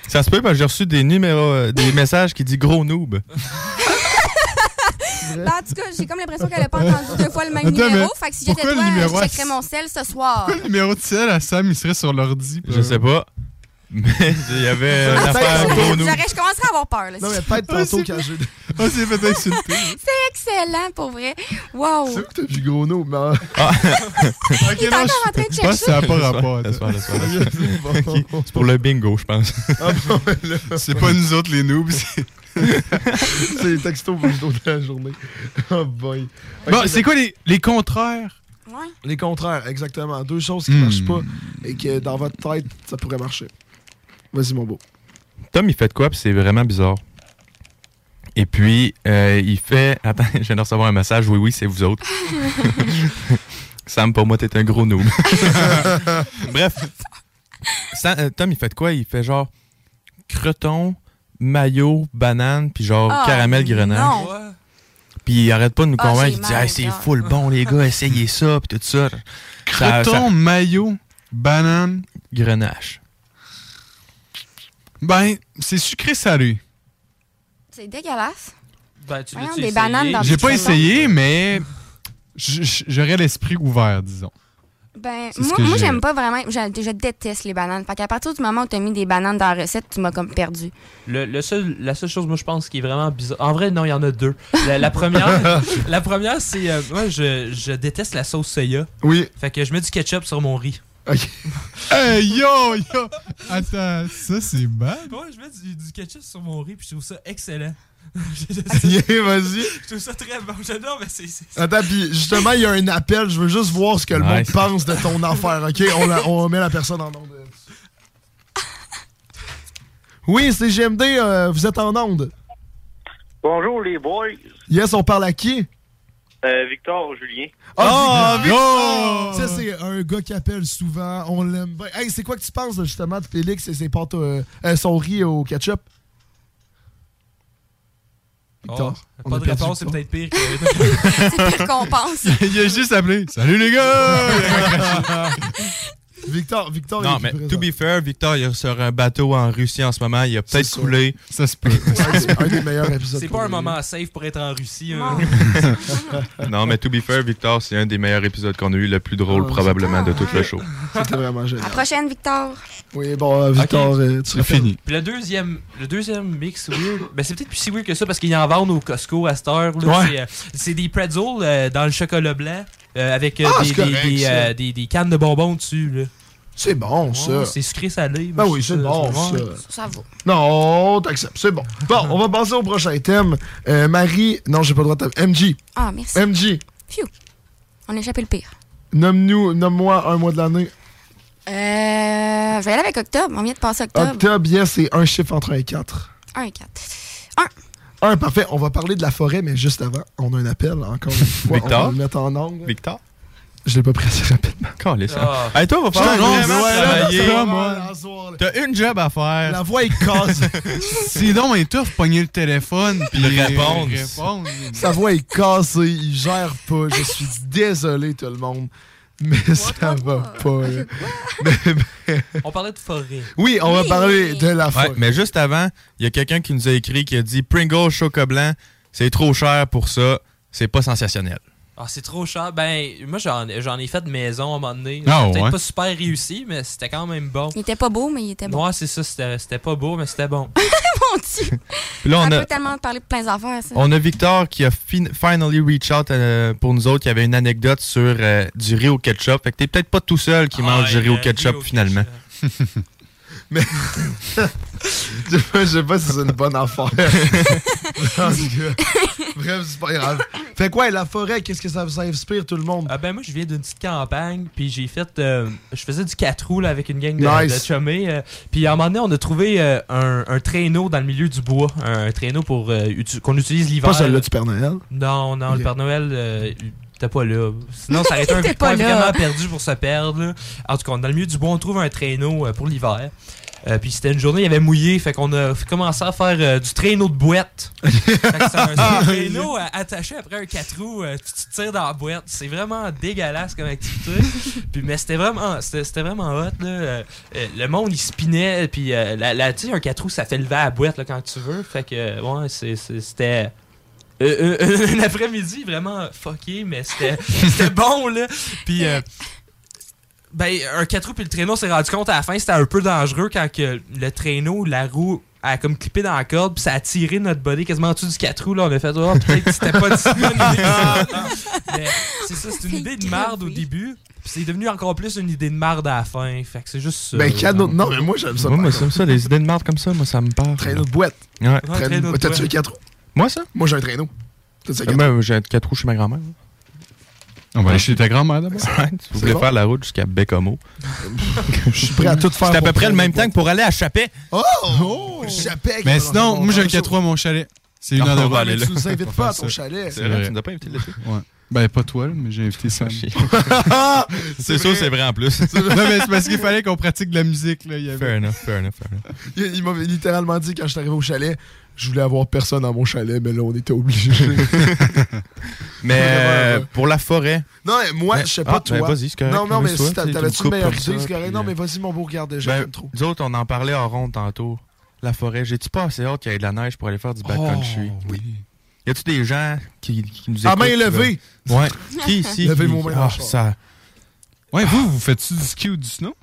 Ça se peut parce que j'ai reçu des numéros, euh, des messages qui disent gros noob.
Ben, en tout cas, j'ai comme l'impression qu'elle a pas entendu deux fois le même
Attends, mais
numéro. Fait que si j'étais
pourquoi
toi,
le numéro
je
à-
checkerais mon sel ce soir.
Le numéro de celle à Sam, il serait sur l'ordi. Je sais
pas. Mais il y avait euh,
Ah,
une affaire gros noob.
J'aurais- Je commencerais à avoir peur. là.
Non, mais peut-être tantôt quand j'ai...
On s'est fait insulter.
C'est excellent pour vrai. Wow.
C'est où que t'as vu gros nom, mais...
Il est encore en train de chercher.
Laisse faire, laisse faire, laisse faire. Ok, C'est pour le bingo, je pense.
Ah,
C'est pas nous autres, les noobs. c'est-
C'est les textos pour de la journée. Oh boy.
Bon, c'est quoi les, les contraires?
Les contraires, exactement. Deux choses qui
Hmm.
marchent pas et que dans votre tête, ça pourrait marcher. Vas-y, mon beau.
Tom, il fait de quoi, puis c'est vraiment bizarre. Et puis, euh, il fait. Attends, je viens de recevoir un message. Oui, oui, c'est vous autres. Sam, pour moi, t'es un gros noob. Bref. Sam- euh, Tom, il fait de quoi Il fait genre creton, maillot, banane, puis genre
Ah,
caramel grenache.
non.
Hein?
Puis il arrête pas de nous
Ah,
convaincre.
j'ai
il dit
mal
Hey,
au
c'est
cœur.
full bon, les gars, essayez ça, puis tout ça. Ça-
Croton,
ça-
maillot, banane.
Grenache.
Ben, c'est sucré-salé.
C'est dégueulasse.
Ben, tu
Voyons,
l'as-tu
des
essayé?
bananes dans
J'ai
du
pas
croton.
essayé, mais j- j- j'aurais l'esprit ouvert, disons.
Ben,
C'est ce
moi,
que
moi
j'ai-
j'aime pas vraiment. Je, je déteste les bananes. Fait qu'à partir du moment où t'as mis des bananes dans la recette, tu m'as comme perdu.
Le, le seul, la seule chose, moi, je pense, qui est vraiment bizarre. En vrai, non, il y en a deux. La, la première, la première c'est. euh, moi, je, je déteste la sauce soya.
Oui.
Fait que je mets du ketchup sur mon riz.
Hey, yo, yo! Attends, ça, c'est bad.
Moi, je mets du, du ketchup sur mon riz, puis je trouve ça excellent.
Yeah, vas-y.
Je trouve ça très bon. J'adore, mais c'est. c'est-
Attends, puis justement, il y a un appel. Je veux juste voir ce que le monde
Nice.
pense de ton affaire, OK? On, la- on met la personne en onde. Oui, c'est GMD, euh, vous êtes en onde.
Bonjour les boys,
Yes, on parle à qui?
Euh, Victor Julien.
Ah, Victor!
Oh!
Ça, c'est un gars qui appelle souvent. On l'aime bien. Hey, c'est quoi que tu penses, justement, de Félix et ses pâtes, euh, euh, son riz au ketchup? Victor.
Oh,
on
pas
a
de
perdu
réponse, c'est
Victor.
peut-être pire que.
C'est pire qu'on pense.
Il a juste appelé. Salut les gars!
Victor, Victor,
Non, mais to be fair, Victor, il est sur un bateau en Russie en ce moment. Il a peut-être coulé.
Ça se peut.
Ah, un des meilleurs épisodes.
C'est pas un moment safe pour être en Russie. hein.
non, mais to be fair, Victor, c'est un des meilleurs épisodes qu'on a eu, le plus
Ah,
drôle probablement de tout le show.
C'était vraiment génial.
À prochaine, Victor.
Oui, bon, euh, Victor, euh, tu
C'est fini.
Puis le deuxième, le deuxième mix weird, ben c'est peut-être plus si weird que ça parce qu'ils en vendent au Costco à cette heure. là.
Ouais.
C'est, euh, C'est des pretzels euh, dans le chocolat blanc euh, avec euh,
Ah,
des,
c'est
des-
correct,
des,
ça.
euh, des- des cannes de bonbons dessus. là.
C'est bon, ça.
Ouais, c'est sucré salé.
Ben oui, c'est bon, ça.
Ça vaut.
Non, t'acceptes, c'est bon. Bon, on va passer au prochain thème. Euh, Marie, non, j'ai pas le droit de t'appeler. MJ.
Ah, merci.
MJ,
Phew. On a échappé le pire.
nomme-nous, nomme-moi un mois de l'année.
Euh, je vais aller avec octobre. On vient de passer octobre.
Octobre, yes, c'est un chiffre entre 1 et 4.
1 et 4.
Un, parfait. On va parler de la forêt, mais juste avant, on a un appel, encore une fois.
Victor?
On va le mettre en ongle.
Victor?
Je l'ai pas pris assez rapidement.
Calais, ça.
Ah.
Hey, toi, va
Je
falloir
suis
vraiment
vraiment
travailler.
travaillé.
Toi, moi, T'as une job à faire.
La voix est casse.
C'est donc un tough pogner le téléphone puis euh,
Le répondre.
répondre.
Sa voix est cassée, il gère pas. Je suis désolé, tout le monde. Mais ça va pas. là. Mais- mais-
On parlait de forêt.
oui, on va parler de la
Ouais,
forêt.
mais juste avant, il y a quelqu'un qui nous a écrit qui a dit Pringles Choco Blanc, c'est trop cher pour ça, c'est pas sensationnel.
Ah, c'est trop cher. Ben, moi, j'en j'en ai fait maison à un moment donné.
Ah,
C'était Peut-être
ouais.
pas super réussi, mais c'était quand même bon.
Il était pas beau, mais il était bon.
Ouais, c'est ça, c'était c'était pas beau, mais c'était bon.
Mon Dieu.
Puis là, on
Ça
a,
peut tellement parler de plein d'affaires, ça.
on a Victor qui a fin- finally reach out euh, pour nous autres, qui avait une anecdote sur euh, du riz au ketchup. Fait que t'es peut-être pas tout seul qui mange du riz au
Ah le riz
ketchup
au
finalement.
Mais. je sais pas- je sais pas si c'est une bonne affaire. En tout cas, Bref, c'est pas grave. Fait quoi, la forêt, qu'est-ce que ça vous inspire, tout le monde?
Ah ben moi je viens d'une petite campagne puis j'ai fait euh, je faisais du 4 roues là, avec une gang de,
Nice.
de chummies, euh, puis à un moment donné on a trouvé euh, un, un traîneau dans le milieu du bois un traîneau pour euh, utu- qu'on utilise l'hiver.
Pas celle-là du Père Noël.
Non non
Ok.
le Père Noël euh, il- t'es pas là. Sinon ça aurait été un
T'es
point
pas là.
vraiment perdu pour se perdre. là. En tout cas dans le milieu du bois on trouve un traîneau euh, pour l'hiver. Euh, puis c'était une journée, il avait mouillé, fait qu'on a f- commencé à faire euh, du traîneau de boîte. Fait que c'est un traîneau euh, attaché après un 4 roues, euh, tu tu tires dans la boîte. C'est vraiment dégueulasse comme activité. puis, mais c'était vraiment, c'était c'était vraiment hot. Là. Euh, euh, le monde, il spinait, puis euh, la, la- tu sais, un 4 roues, ça fait lever à la boîte là, quand tu veux. Fait que, euh, ouais, c'est- c'est- c'était. euh, euh, un après-midi vraiment fucké, mais c'était c'était bon, là. Puis, euh, ben, un 4 roues puis le traîneau s'est rendu compte à la fin c'était un peu dangereux quand que le traîneau, la roue, a comme clippé dans la corde, puis ça a tiré notre body quasiment en dessous du 4 roues. Là, on a fait, oh, peut-être que c'était pas une bonne idée. Mais c'est ça, c'est une idée de merde au début, puis c'est devenu encore plus une idée de merde à la fin. Fait que c'est juste ça.
Ben, cadeau. Non, mais moi, j'aime ça.
Moi, moi, j'aime ça, des idées de marde comme ça, moi, ça me parle.
Traîneau de boîte.
Ouais.
Traîneau-
traîneau de
T'as-tu
boîte.
un 4 roues?
Moi, ça?
Moi, j'ai un traîneau. T'as-tu un
Euh,
4
moi, j'ai un 4 roues chez ma grand-mère.
On va aller chez ta grand-mère d'abord.
Tu voulais
bon.
faire la route jusqu'à Bécomo.
Je suis prêt à tout faire.
C'était à
pour
peu près le
traîner
même temps que pour aller à Chappé.
Oh! Chappet,
Mais
quand on
sinon,
rentre
moi j'ai un
dans le
4 roues à mon chalet. C'est une
Non,
heure de
on va
route,
aller
mais
là.
tu nous
invites
on va
pas à
faire
ton
ça.
chalet.
C'est vrai, tu nous as pas invité l'été.
Ouais. Ben, pas toi, là, mais j'ai invité Sam.
C'est sûr, c'est vrai en plus.
non, mais c'est parce qu'il fallait qu'on pratique de la musique. Là. Il y avait...
Fair enough, fair enough, fair enough.
Il, il m'a littéralement dit quand je suis arrivé au chalet, je voulais avoir personne dans mon chalet, mais là, on était obligé.
Mais euh, pour la forêt.
non, mais moi, je sais pas
Ah,
toi.
ben, vas-y, c'est correct,
Non, non, mais
amuse-toi,
si
tu
t'a-
sais, tu
t'avais-tu
me
une meilleure
coupes
idée,
comme ça,
c'est correct.
puis,
Non,
euh,
mais vas-y, mon beau, regarde déjà.
Ben, nous autres, on en parlait en ronde tantôt. La forêt, j'ai-tu pas assez hâte qu'il y ait de la neige pour aller faire du
Oh,
backcountry? oui. Y a-tu des gens qui, qui nous écoutent?
À main
là?
levée.
Ouais. qui ici?
Levez
qui-
ben, mon main dans
Ah,
le char.
ça.
Ouais, vous, vous faites-tu du ski ou du snow?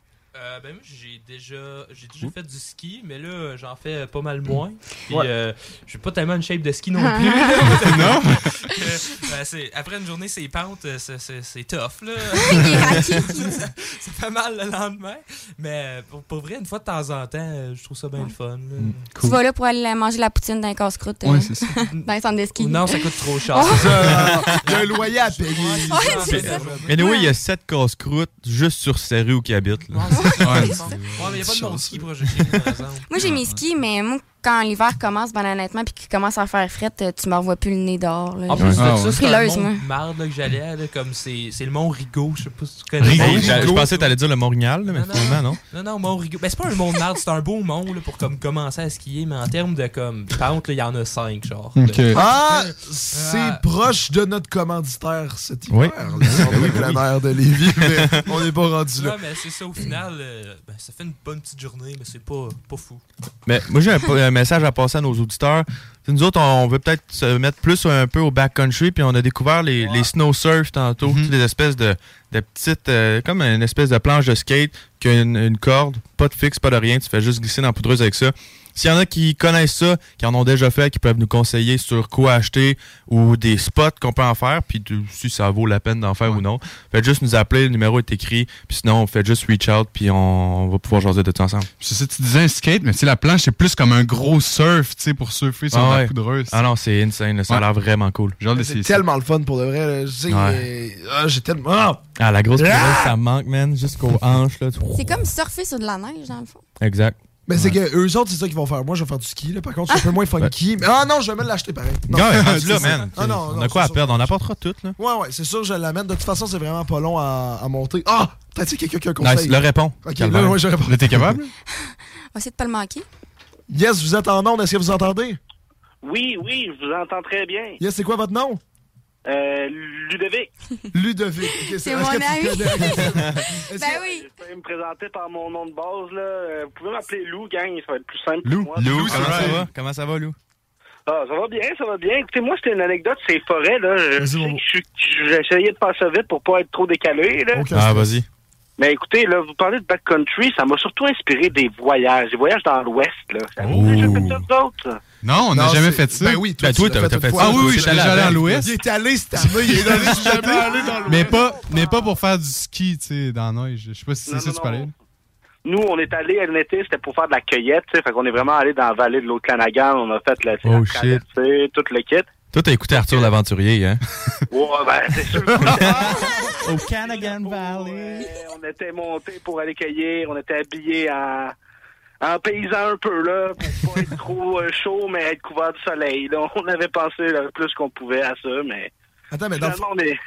Euh, ben moi j'ai déjà j'ai déjà fait du ski mais là euh, j'en fais euh, pas
Mmh.
mal moins puis
Ouais.
euh, j'ai pas tellement une shape de ski non
Ah.
plus là.
Non?
Euh, ben, c'est- après une journée c'est pente euh, c'est- c'est c'est tough là
Il est raqué.
ça, ça fait mal le lendemain mais euh, pour, pour vrai une fois de temps en temps euh, je trouve ça bien le fun là.
Mmh.
Tu vas là pour aller manger la poutine d'un casse-croûte.
Ouais,
euh,
c'est ça.
Dans les centres de ski.
non ça coûte trop cher
Oh.
Il y a un loyer à payer.
Ouais, c'est ça.
Mais oui, il y a 7 casse-croûtes juste sur ces rues où qui habitent. là.
Ouais,
Ouais.
mais y a pas de mon ski projet chez nous, par exemple
Moi, j'ai mes skis, mais moi, quand l'hiver commence, ben honnêtement, puis qu'il commence à faire fret, euh, tu me revois plus le nez dehors. Là.
En
Ah,
plus de
Je suis
ça, c'est un
frileuse, moi.
mont de marde là, que j'allais, là, comme c'est c'est le mont Rigaud, je sais pas si tu connais.
Rigaud,
Mont
j'a- je pensais que t'allais dire le Morignal, là, mais finalement, non.
Non, non, mont Rigaud. Ben, c'est pas un mont de marde, c'est un beau mont là, pour comme, commencer à skier, mais en termes de comme pente, là, il y en a cinq, genre.
Ok.
De-
Ah,
euh,
c'est
Ah.
proche de notre commanditaire cet hiver.
Oui. ben
là. On est plein air de Lévis, mais on n'est pas rendu là.
Non, mais c'est ça, au final, euh, ben, ça fait une bonne petite journée, mais c'est pas, pas fou.
euh, Mais moi, j'ai un, po- un message à passer à nos auditeurs. t'sais, nous autres, on veut peut-être se mettre plus un peu au backcountry, puis on a découvert les, les snow surf tantôt, toutes des espèces de, de petites, euh, comme une espèce de planche de skate, qui a une, une corde, pas de fixe, pas de rien, tu fais juste glisser dans la poudreuse avec ça. S'il y en a qui connaissent ça, qui en ont déjà fait, qui peuvent nous conseiller sur quoi acheter ou des spots qu'on peut en faire, puis de- si ça vaut la peine d'en faire ou non, faites juste nous appeler, le numéro est écrit, puis sinon, faites juste reach out, puis on, on va pouvoir jaser de tout ensemble.
C'est ça, tu disais un skate, mais tu sais, la planche, c'est plus comme un gros surf, tu sais, pour surfer sur
Ah
la
ouais.
poudreuse.
Ah non, c'est insane, là, ça a
Ouais.
l'air vraiment cool. J'ai hâte d'essayer
C'est
ça.
tellement le fun pour de vrai. là. Je sais,
Ouais.
euh, ah, j'ai tellement. Ah!
Ah, la grosse
Ah!
poudreuse, ça manque, man, jusqu'aux hanches, là. tu-
C'est comme surfer sur de la neige, dans le fond.
Exact.
Mais c'est que eux autres, c'est ça qu'ils vont faire. Moi, je vais faire du ski. Là. Par contre, je suis un peu moins funky. Mais- Ah non, je vais même l'acheter pareil. Non,
Ouais, rendu
C'est
là,
ça.
man.
Ah, non,
on
non,
a quoi à
c'est sûr.
perdre? On apportera tout, là.
Ouais, ouais, c'est sûr, je l'amène. De toute façon, c'est vraiment pas long à, à monter. Ah! T'as-tu quelqu'un qui a un conseil?
Nice, le répond.
Ok,
Calvaire.
là, ouais, je réponds.
Là, t'es capable?
On va essayer de pas le manquer.
Yes, vous êtes en onde. Est-ce que vous entendez?
Oui, oui, je vous entends très bien.
Yes, c'est quoi votre nom?
Euh, Ludovic.
Ludovic. Ok,
C'est
est-ce
mon
que tu
ami.
connais-
Ben oui. Je vais me présenter par mon nom de base, là. Euh, Vous pouvez m'appeler Lou, gang, ça va être plus simple pour moi.
comment ça va? Comment ça va, Lou?
Ah, ça va bien, ça va bien. Écoutez, moi, c'était une anecdote, c'est forêt, là. Je- je- je- J'essayais de passer vite pour pas être trop décalé, là.
Ah, vas-y.
Mais écoutez, là, vous parlez de backcountry, ça m'a surtout inspiré des voyages, des voyages dans l'Ouest, là.
Ah
Ça vous a déjà fait ça, vous autres?
Oh. Non, on n'a
Non, c'est-
jamais fait ça.
Ben oui, toi, Ben, tu toi, l'as t'as- fait t'as une fait fois. ça,
Ah
toi,
oui, oui,
t'es
j'étais
allé
allé
à
à
Belle.
l'ouest.
Il est allé, c'était à main, il est allé, si jamais allé dans l'ouest.
Mais pas, mais pas pour faire du ski, tu sais, dans la neige. Je sais pas si c'est ça que tu parlais.
Nous, on est allés à l'été, c'était pour faire de la cueillette, tu sais. Fait qu'on est vraiment allé dans la vallée de l'Okanagan, on a fait la, la Euh,
Oh, shit.
traversée, tout le kit.
Toi, t'as écouté Arthur l'aventurier, hein?
Ouais, ben, c'est sûr.
Au Canagan Valley.
on était montés pour aller cueillir, on était habillés en, en paysan un peu, là, pour pas être trop euh, chaud, mais être couvert du soleil. là. on avait pensé le plus qu'on pouvait à ça, mais.
Attends, Ah, mais dans le
finalement, on est.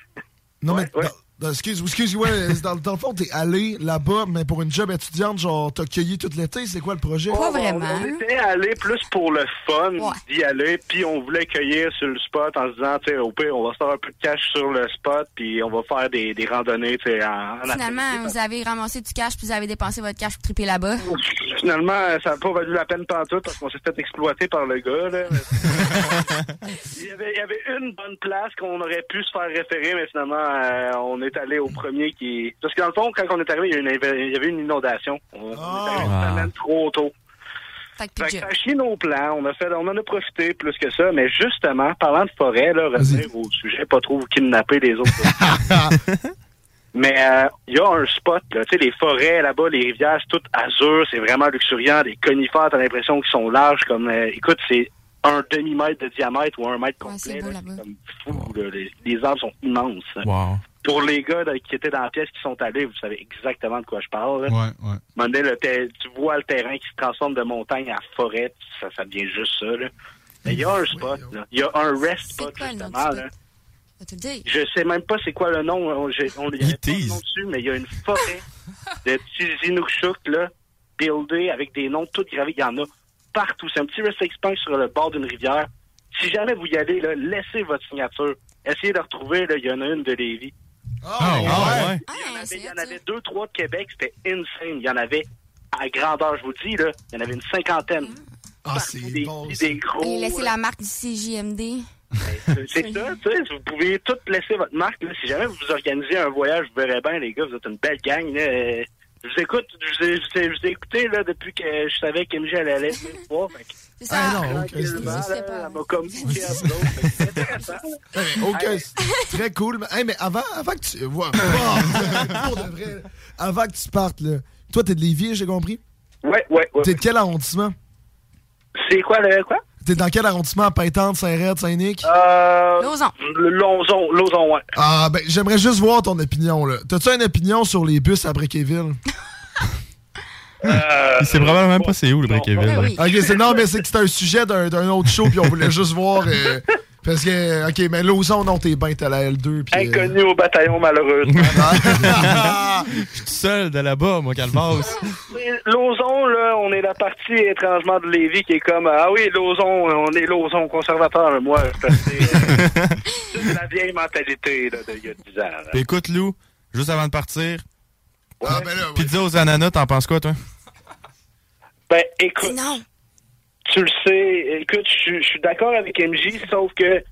Non, mais. dans- dans- Excuse, excuse, ouais, c'est dans, dans le fond, t'es allé là-bas, mais pour une job étudiante, genre, t'as cueilli tout l'été, c'est quoi le projet?
Oh, On était allé plus pour le fun d'y aller, puis on voulait cueillir sur le spot en se disant, tu sais, au pire, on va se faire un peu de cash sur le spot, puis on va faire des, des randonnées, tu sais, en, en
Finalement, vous avez ramassé du cash, puis vous avez dépensé votre cash pour triper là-bas.
Oh, Finalement, euh, ça n'a pas valu la peine pantoute parce qu'on s'est fait exploiter par le gars. là. il, y avait, il y avait une bonne place qu'on aurait pu se faire référer, mais finalement, euh, on est allé au premier qui... Parce que dans le fond, quand on est arrivé, il y, a une inv- il y avait une inondation. On, on est arrivé une
Ah.
semaine trop tôt.
Fait
que ça a chié nos plans. On, a fait, on en a profité plus que ça. Mais justement, parlant de forêt, là, revenir au sujet, pas trop vous kidnapper les autres.
Ah.
Mais euh, il y a un spot, là, tu sais, les forêts là-bas, les rivières, c'est tout azur, c'est vraiment luxuriant. Les conifères, t'as l'impression qu'ils sont larges, comme, euh, écoute, c'est un demi-mètre de diamètre ou un mètre complet. là, c'est comme fou, là, les, les arbres sont immenses.
Wow.
Pour les gars là, qui étaient dans la pièce, qui sont allés, vous savez exactement de quoi je parle. là.
Ouais, ouais.
Un moment donné, le ter- tu vois le terrain qui se transforme de montagne à forêt, ça, ça devient juste ça. Là. Mais il y a un spot, là. il y a un rest spot, justement. Là. Je sais même pas c'est quoi le nom, on, j'ai- on il y avait pas le nom dessus, mais il y a une forêt de petits Inuksuk, là, buildés avec des noms tout gravés. Il y en a partout. C'est un petit rest expanse sur le bord d'une rivière. Si jamais vous y allez, là, laissez votre signature. Essayez de retrouver, là, il y en a une de Lévis.
Ah, ouais.
Il y en avait- il y en avait deux, trois de Québec, c'était insane. Il y en avait à grandeur, je vous dis, là, il y en avait une cinquantaine. Ah, c'est des, petits, des
Et
gros.
laisser la marque du CJMD.
euh, C'est ça, tu sais, vous pouvez tout laisser votre marque. là. Si jamais vous organisez un voyage, vous verrez bien, les gars, vous êtes une belle gang. là. Euh, Je vous écoute, je vous ai, je vous ai- je vous ai écouté là, depuis que je savais qu'MJ allait aller mille fois. fait que-
C'est
ça. Ah non, ok, c'est-
Ben, Tranquillement, là,
c'est
elle m'a comme bouqué à l'autre, fait que c'est intéressant, là.
Ok,
Hey,
c'est très cool. Mais, hey, mais avant, avant que tu. wow, wow, pour de vrai, avant que tu partes, là. Toi, t'es de Lévis, j'ai compris?
Ouais, ouais, ouais.
T'es de quel arrondissement?
C'est quoi le. quoi?
T'es dans quel arrondissement? Pintante, Saint-Red, Saint-Nic?
Euh,
Lozon.
Lozon, Lozon, ouais.
Ah, ben, j'aimerais juste voir ton opinion, là. T'as-tu une opinion sur les bus à Briqueville?
euh,
Il sait probablement même pas c'est où, le Breakeville.
Ok, c'est non, mais c'est que c'est un sujet d'un d'un autre show, puis on voulait juste voir. euh, parce que, ok, mais Lausanne, non, t'es bien, t'as la L2. Puis, euh, Ah.
Inconnu au bataillon, malheureusement.
Je suis seul de là-bas, moi, Calvas.
Lozon, là, on est la partie étrangement de Lévis qui est comme Ah oui, Lozon, on est Lozon conservateur, moi. parce que C'est euh, c'est la vieille mentalité là, d'il y a 10 ans. là.
Puis écoute, Lou, juste avant de partir,
ben
pizza aux ananas, t'en penses quoi, toi?
Ben, écoute, Tu le sais, écoute, je je suis d'accord avec MJ, sauf que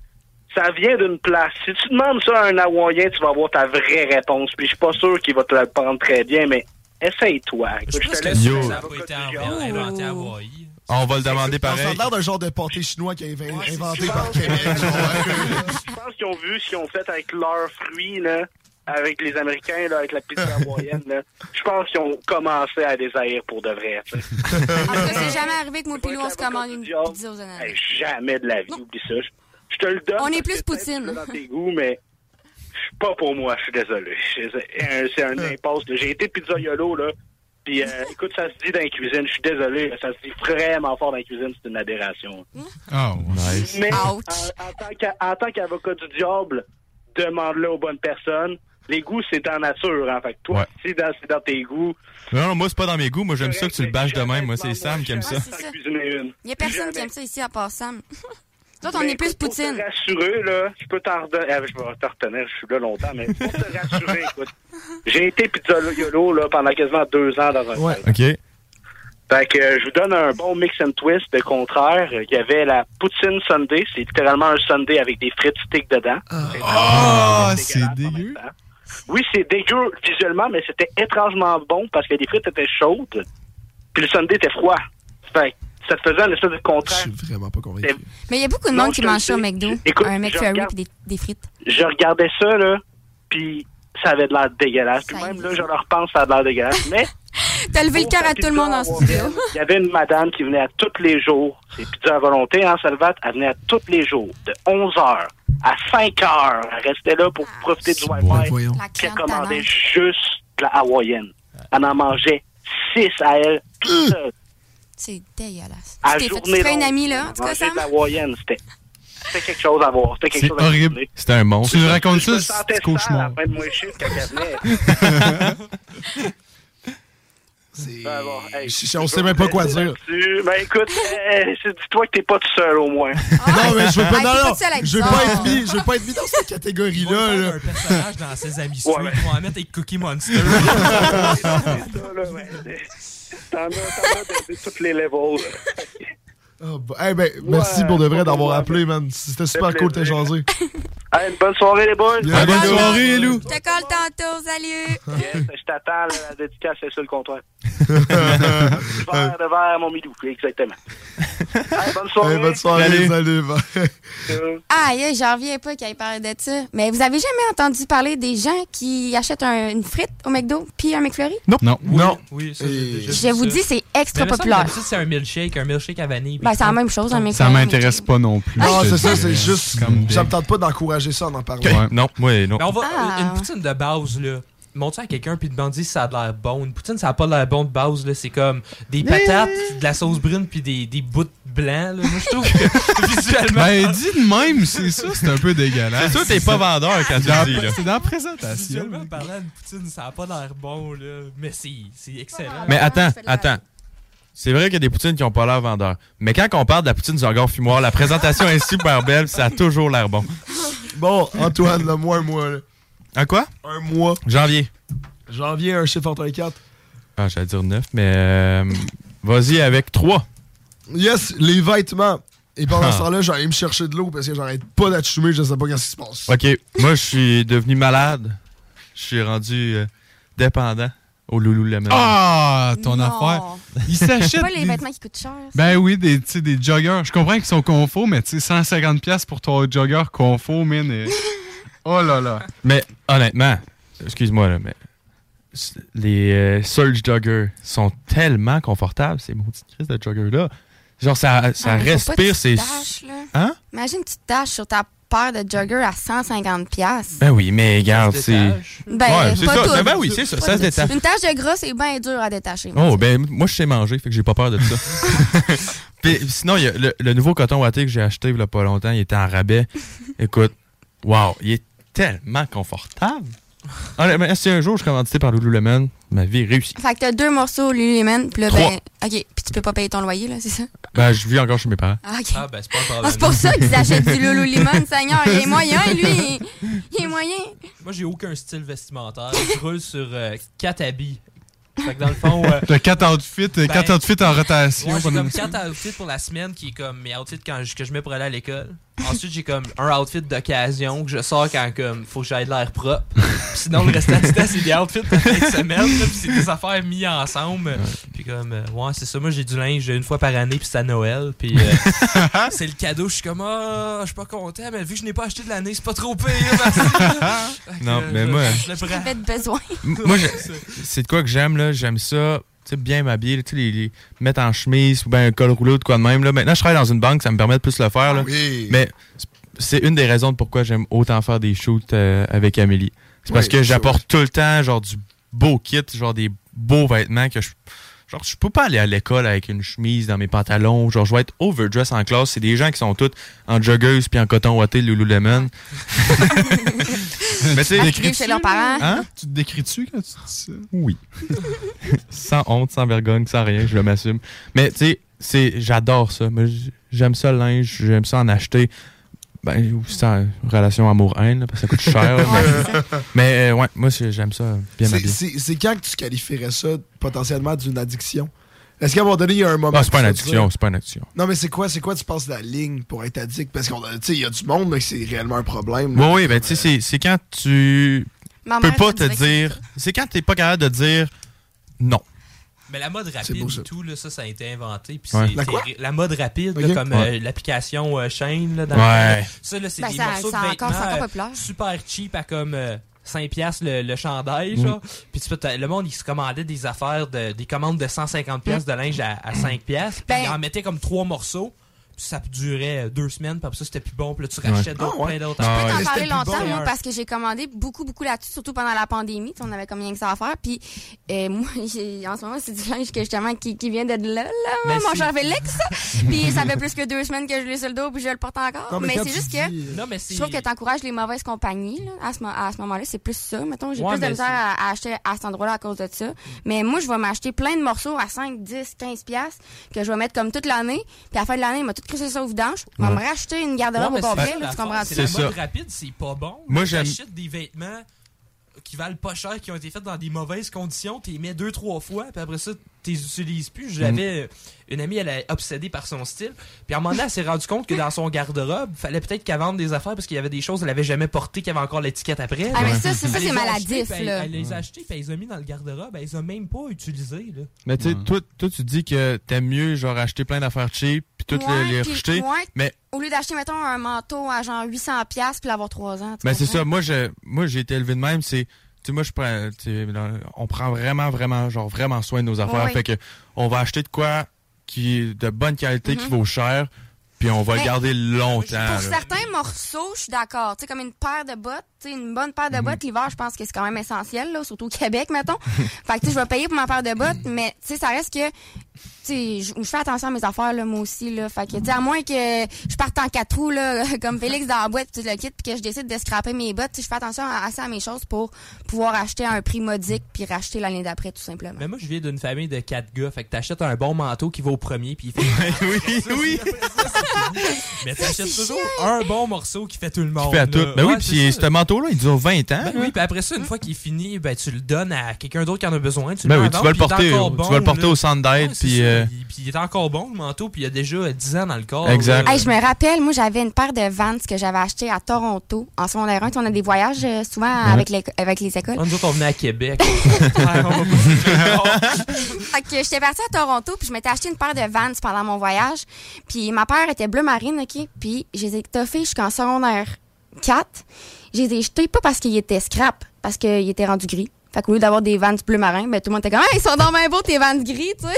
ça vient d'une place. Si tu demandes ça à un Hawaïen, tu vas avoir ta vraie réponse. Puis je suis pas sûr qu'il va te la prendre très bien, mais essaye-toi. Écoute, je
euh,
te laisse.
Yo.
inventé à Hawaii.
On va le demander
Ça a
pareil.
l'air d'un genre de pâté chinois qui a inv- inventé par Québec.
Je pense qu'ils ont vu ce qu'ils ont fait avec leurs fruits, là, avec les Américains, là, avec la pizza hawaïenne. là. Je pense qu'ils ont commencé à les haïr pour de vrai. tu sais.
C'est jamais arrivé que moi et nous, on se commande une pizza aux ananas.
Hey, jamais de la vie, oublie ça. Je, je te le donne.
On est
parce
plus
que peut-être
poutine.
que dans tes goûts, mais je- pas pour moi, je suis désolé. Je- C'est un, c'est un impasse. là. J'ai été pizza yolo, là. Puis, euh, écoute, ça se dit dans la cuisine. Je suis désolé, là, ça se dit vraiment fort dans la cuisine. C'est une aberration.
Oh,
nice.
Mais en, en tant qu'a- en tant qu'avocat du diable, demande-le aux bonnes personnes. Les goûts, c'est en nature. En fait que toi,
Ouais.
c'est dans, c'est dans tes goûts.
Non, non, moi, c'est pas dans mes goûts. Moi, j'aime ça que tu le bâches de même. Moi, c'est Sam qui aime ça.
T'en cuisiner une.
Il n'y a personne qui aime ça ici à part Sam. Nous autres, on
Mais
est plus
écoute,
poutine.
Pour te rassurer, là, je peux t'en redonner. Ah, je vais t'en retenir, je suis là longtemps, mais pour te rassurer, écoute, j'ai été pizza yolo là, pendant quasiment deux ans dans un
Ouais. OK.
Fait que euh, je vous donne un bon mix and twist. De contraire, il y avait la poutine sundae. C'est littéralement un sundae avec des frites steak dedans.
Ah, c'est dégueu.
Oui, c'est dégueu visuellement, mais c'était étrangement bon parce que les frites étaient chaudes, puis le sundae était froid. Fait que ça te faisait un espèce de contraire.
Je suis vraiment pas convaincu.
Mais il y a beaucoup de
Non,
monde
je
qui
te le
mange ça au
sais.
McDo.
Écoute,
un McFlurry
je
et des, des frites.
je regardais ça, là, puis ça avait de l'air dégueulasse. Puis même, là, je leur pense, ça a de l'air dégueulasse. Mais
T'as levé le cœur à tout le monde en studio.
il y avait une madame qui venait à tous les jours. C'est pizza à volonté, hein, Salvat? Elle venait à tous les jours, de 11h à 5h. Elle restait là
Ah,
pour profiter du Wi-Fi. Puis elle commandait juste de la hawaïenne. Elle en mangeait 6 à elle, toute seule.
Hum. C'est dégueulasse.
À
Tu t'es fait tu te
journée
fais une
longue.
amie, hein? là. En tout
Elle
cas,
mangeait
Sam.
de la hawaïenne. C'était c'était quelque chose à voir. C'était quelque
C'est
chose à
horrible.
regarder.
C'était un monstre. Tu nous racontes
Je me
ça,
sentais
c'est cauchemar.
sale à la fin de mon chiffre quand elle venait. Ben bon, hey,
Si on sait même pas quoi dire.
tu- Ben écoute, hey, c'est- dis-toi que t'es pas tout seul au moins.
Non, mais je veux pas, non,
Ah, t'es pas
non,
le seul à être
je veux pas
bizarre.
être mis, je veux pas être mis dans cette catégorie-là. là.
personnage dans ses amis street, ils vont en mettre des Cookie Monster.
Ah, T'en as, t'en as de, de tous les levels.
Ah, bah, eh ben, merci pour de vrai d'avoir appelé, man. C'était super cool de te jaser.
Hey, une bonne soirée les boys.
Yeah, bonne soirée, Lou.
Je te colle tantôt, salut.
Yes, je t'attends, la, la dédicace est sur le comptoir. verre de verre, mon midou, exactement. Hey, bonne soirée.
Eh, bonne soirée,
Salut.
salut. bye.
Aïe, aïe, j'en reviens pas qu'il ait parlé de ça. Mais vous avez jamais entendu parler des gens qui achètent un- une frite au McDo puis un McFlurry?
Non.
Non.
Oui, ça, j'ai déjà
Je
vu
vous
ça.
dis, c'est extra
Mais il me semble que
populaire.
d'habitude, c'est un milkshake, un milkshake à vanille. puis
Ben, c'est la
tout.
même chose, un McFlurry.
Ça m'intéresse pas non plus.
Non,
je te
Ah, c'est ça,
dirais.
c'est juste.
Comme
Ça me tente pas d'encourager ça en en parlant.
Ouais. Non, ouais, non.
Mais on va,
Ah.
une poutine de base, là. Montre ça à quelqu'un puis demande si ça a de l'air bon. Une poutine, ça a pas de l'air bon de base, là. C'est comme des patates, de la sauce brune puis des, des bouts blancs, là. Moi, je trouve que visuellement.
Ben, dis de même, c'est ça, c'est un peu dégueulasse.
C'est sûr, t'es pas vendeur quand tu
Dans-
le dis, là.
C'est dans la présentation.
Visuellement parlant, une poutine, ça a pas l'air bon, là. Mais c'est c'est excellent.
Mais attends,
Ah,
attends. C'est vrai qu'il y a des poutines qui ont pas l'air vendeur. Mais quand on parle de la poutine du hangar fumoir, la présentation est super belle, ça a toujours l'air bon.
Bon, Antoine, le moins un mois. là.
À quoi?
Un mois.
Janvier.
Janvier, un chiffre entre les quatre.
Ah, j'allais dire 9, mais euh, vas-y avec 3.
Yes, les vêtements. Et pendant
Ah.
ce temps-là, j'allais me chercher de l'eau parce que j'arrête pas d'atchumer, je sais pas qu'est-ce qui se passe.
OK, moi, je suis devenu malade. Je suis rendu euh, dépendant au Lululemon.
Ah, ton affaire. Ils s'achètent.
pas les
des-
vêtements qui coûtent cher.
Ben oui, des, tu sais, des joggers. Je comprends qu'ils sont confos, mais tu sais, 150$ pour ton jogger confo, man. et- Oh là là.
Mais honnêtement, excuse-moi, là, mais s- les euh, Surge Joggers sont tellement confortables, ces maudites crises de joggers-là. Genre, ça, ça
Ah, mais faut pas que
respire,
tu
c'est.
tâches, là.
Hein?
Imagine que tu tâches sur ta paire de jogger à 150$. piastres.
Ben oui, mais regarde, c'est.
Ben,
Ouais, c'est
pas
ça.
toutes.
Ben, ben oui, c'est ça,
Pas
ça se
toutes.
détache.
Une tache de gras, c'est bien dur à détacher. moi.
Oh, ben moi, je sais manger, fait que j'ai pas peur de ça. Puis, sinon, il y a le, le nouveau coton watté que j'ai acheté il y a pas longtemps, il était en rabais. Écoute, wow, il est tellement confortable. Honnêtement, si un jour je suis commandité par Lululemon, ma vie est réussie.
Fait que t'as deux morceaux Lululemon, puis là,
Trois.
ben. OK, puis tu peux pas payer ton loyer, là, c'est ça?
Ben, je vis encore chez mes parents.
Ah, OK.
Ah, ben, c'est pas un
Ah,
problème.
c'est pour ça qu'ils achètent du Lululemon, Seigneur. Il est moyen, lui. Il est moyen.
Moi, j'ai aucun style vestimentaire. Je roule sur euh, quatre habits Fait que dans le fond. euh,
T'as quatre outfits, euh,
ben,
quatre outfits en rotation.
Moi, j'ai
pendant
comme
la
quatre outfits pour la semaine qui est comme mes outfits quand je- que je mets pour aller à l'école. Ensuite, j'ai comme un outfit d'occasion que je sors quand comme faut que j'aille de l'air propre. Puis sinon, le restant du temps, c'est des outfits de fin de semaine. là, Puis c'est des affaires mises ensemble. Puis comme, euh, ouais, c'est ça. Moi, j'ai du linge une fois par année, puis c'est à Noël. Puis euh,
Ah,
c'est le cadeau. Je suis comme, ah, je suis pas content, mais vu que je n'ai pas acheté de l'année, c'est pas trop pire. merci. Fait que,
Non,
euh,
mais
je-
moi-
je le prends.
J'avais de besoin.
M- Moi, je- c'est de quoi que j'aime, là. J'aime ça, tu sais, bien m'habiller, là, tu sais, les, les- mettre en chemise ou bien un col roulé ou de quoi de même, là. Maintenant, je travaille dans une banque, ça me permet de plus le faire,
Ah
là. Mais c'est- c'est une des raisons de pourquoi j'aime autant faire des shoots euh, avec Amélie. C'est parce
Oui,
que
c'est
j'apporte tout le temps, genre, du beau kit, genre, des beaux vêtements que je. Genre, je peux pas aller à l'école avec une chemise dans mes pantalons. Genre, je vais être overdress en classe. C'est des gens qui sont tous en joggeuse puis en coton ouaté, Lululemon. Mais
À crier chez leurs parents.
Hein?
Tu te décris-tu quand tu dis ça?
Oui. sans honte, sans vergogne, sans rien, je le m'assume. Mais tu sais, c'est j'adore ça. Moi, j- j'aime ça le linge, j'aime ça en acheter. Ben, ou sans relation amour-haine, là, parce que ça coûte cher. là, mais mais, euh, ouais, moi, c'est- j'aime ça bien
C'est-
m'habiller.
C'est c'est quand que tu qualifierais ça potentiellement d'une addiction? Est-ce qu'à un moment donné, il y a un moment.
Ah, c'est pas une
où tu vas
addiction,
dire-
c'est pas une addiction.
Non, mais c'est quoi, c'est quoi tu passes la ligne pour être addict? Parce qu'on a- tu sais, il y a du monde, mais c'est réellement un problème.
Oui, oui, ben, tu sais, c'est- c'est quand tu
Ma
peux
mère
pas
me
te
disait que
dire. C'est quand t'es pas capable de dire non.
Mais la mode
C'est
rapide
beau,
et tout, là, ça, ça a été inventé. Puis
Ouais.
c'est-
La
c'est-
quoi?
la mode rapide, là,
Ok.
comme
Ouais.
euh, l'application euh, Shane. Là, dans
Ouais.
le- Ça, là, c'est
Ben,
des
ça-
morceaux
ça
de
encore- c'est
vêtements,
encore
euh,
populaire.
super cheap à comme... euh, 5 piastres le, le chandail,
Mm.
genre. Puis tu peux t- le monde, il se commandait des affaires, de- des commandes de
Mm.
150 piastres de linge à, à 5 piastres.
Ben-
Puis il en mettait comme trois morceaux. Puis ça durait euh, deux semaines. Puis après ça, c'était plus bon. Puis là, tu
Ouais.
rachetais d'autres,
Ah ouais.
plein d'autres.
Je peux
affaires.
t'en
J'en parlais
C'était plus
longtemps,
bon.
moi, parce que j'ai commandé beaucoup, beaucoup là-dessus, surtout pendant la pandémie. Tu sais, On avait comme rien que ça à faire. Puis, euh, moi, j'ai- en ce moment, c'est du linge que, justement, qui, qui vient de là, là,
Mais
mon
c'est-
cher Félix. puis, ça fait plus que deux semaines que je l'ai sur le dos, puis je le porte encore.
Non, mais
mais
quand
c'est
tu
juste que
dis- euh, Non, mais
je
c'est-
trouve que tu encourages les mauvaises compagnies là, à ce, mo- à ce moment-là. C'est plus ça, mettons. J'ai
Ouais,
plus de
mais
misère
c'est-
à, à acheter à cet endroit-là à cause de ça. Mais moi, je vais m'acheter plein de morceaux à 5, 10, 15 piastres que je vais mettre comme toute l'année. Puis, à la fin de l'année, il m'a tout crissé ça au vidange. Je vais
Ouais.
me racheter une
Ouais,
garde-robe
mais
au
c'est
complet.
ça,
là,
la
Tu
force,
comprends
c'est
C'est
La
ça.
mode rapide, c'est pas bon.
Moi,
Moi,
j'aime-
j'achète des vêtements qui valent pas cher, qui ont été faits dans des mauvaises conditions. T'es mets deux, trois fois, puis après ça, t'es utilises plus. J'avais
Mm.
une amie, elle est obsédée par son style. Puis à un moment donné, elle s'est rendue compte que dans son garde-robe, fallait peut-être qu'elle vende des affaires parce qu'il y avait des choses qu'elle avait jamais portées, qu'il y avait encore l'étiquette après.
Ah, mais ça, c'est-
Elle
ça,
les
c'est
a
maladif,
achetées, puis elle-
là.
Elle les a achetées,
ben,
puis elle les a mis dans le garde-robe. Elle les a même pas utilisées, là.
Mais tu sais, toi, toi, tu dis que t'aimes mieux, genre, acheter plein d'affaires cheap puis toutes
Ouais,
les, les
puis
rejeter.
ouais,
Mais
Au lieu d'acheter, mettons, un manteau à genre 800$ piastres, puis l'avoir 3 ans. tu
Ben c'est
comprends?
ça. Moi, je, moi, j'ai été élevé de même. C'est, tu sais, moi, je prends, tu sais, dans- on prend vraiment, vraiment, genre vraiment soin de nos affaires.
Oui.
Fait que, on va acheter de quoi qui est de bonne qualité, qui vaut cher, puis on va
Mm-hmm. Ben,
le garder longtemps.
Pour
là.
certains morceaux, je suis d'accord. Tu sais, comme une paire de bottes, tu sais, une bonne paire de
Mhm.
bottes, l'hiver, je pense que c'est quand même essentiel, là, surtout au Québec, mettons. fait que, tu sais, je vais payer pour ma paire de bottes, mais, tu sais, ça reste que, tu sais, je je fais attention à mes affaires, là, moi aussi, là. Fait que, tu sais, à moins que je parte en quatre roues, là, comme Félix dans la boîte, puis tu le quittes, puis que je décide de scraper mes bottes, tu sais, je fais attention à, à ça, à mes choses pour pouvoir acheter à un prix modique, puis racheter l'année d'après, tout simplement.
Mais moi, je viens d'une famille de quatre gars. Fait que t'achètes un bon manteau qui va au premier, puis il fait.
oui,
oui. Mais t'achètes toujours un bon morceau qui fait tout le monde.
Fait à
là.
tout. Ben oui,
Ouais, c'est
puis
ça.
ce manteau-là, il dure 20 ans.
Ben oui, puis après ça, une fois qu'il est fini, ben tu le donnes à quelqu'un d'autre qui en a besoin. Tu
Ben
le
oui,
mets en
tu
vente,
vas le
puis il est
porter,
encore
tu
bon,
vas le porter
là.
au centre d'aide,
Ouais, c'est
puis
ça.
euh,
Il- Puis il est encore bon le manteau, puis il a déjà euh, 10 ans dans le corps.
Exact.
là.
Hey, je me rappelle, moi, j'avais une paire de Vans que j'avais achetée à Toronto en secondaire 1. Tu sais, On a des voyages euh, souvent avec, les, avec les écoles.
Ah, Nous autres, on venait à Québec. Ouais, on va pas-
Fait que j'étais partie à Toronto, puis je m'étais acheté une paire de Vans pendant mon voyage. Puis ma paire était bleu marine, OK? Puis je les ai étoffées jusqu'en secondaire 4. Je les ai jetées pas parce qu'ils étaient scrap, parce qu'ils étaient rendus gris. Fait qu'au lieu d'avoir des Vans bleu marin, ben, tout le monde était comme « Ah, ils sont dans bien beaux, tes Vans gris, tu sais! »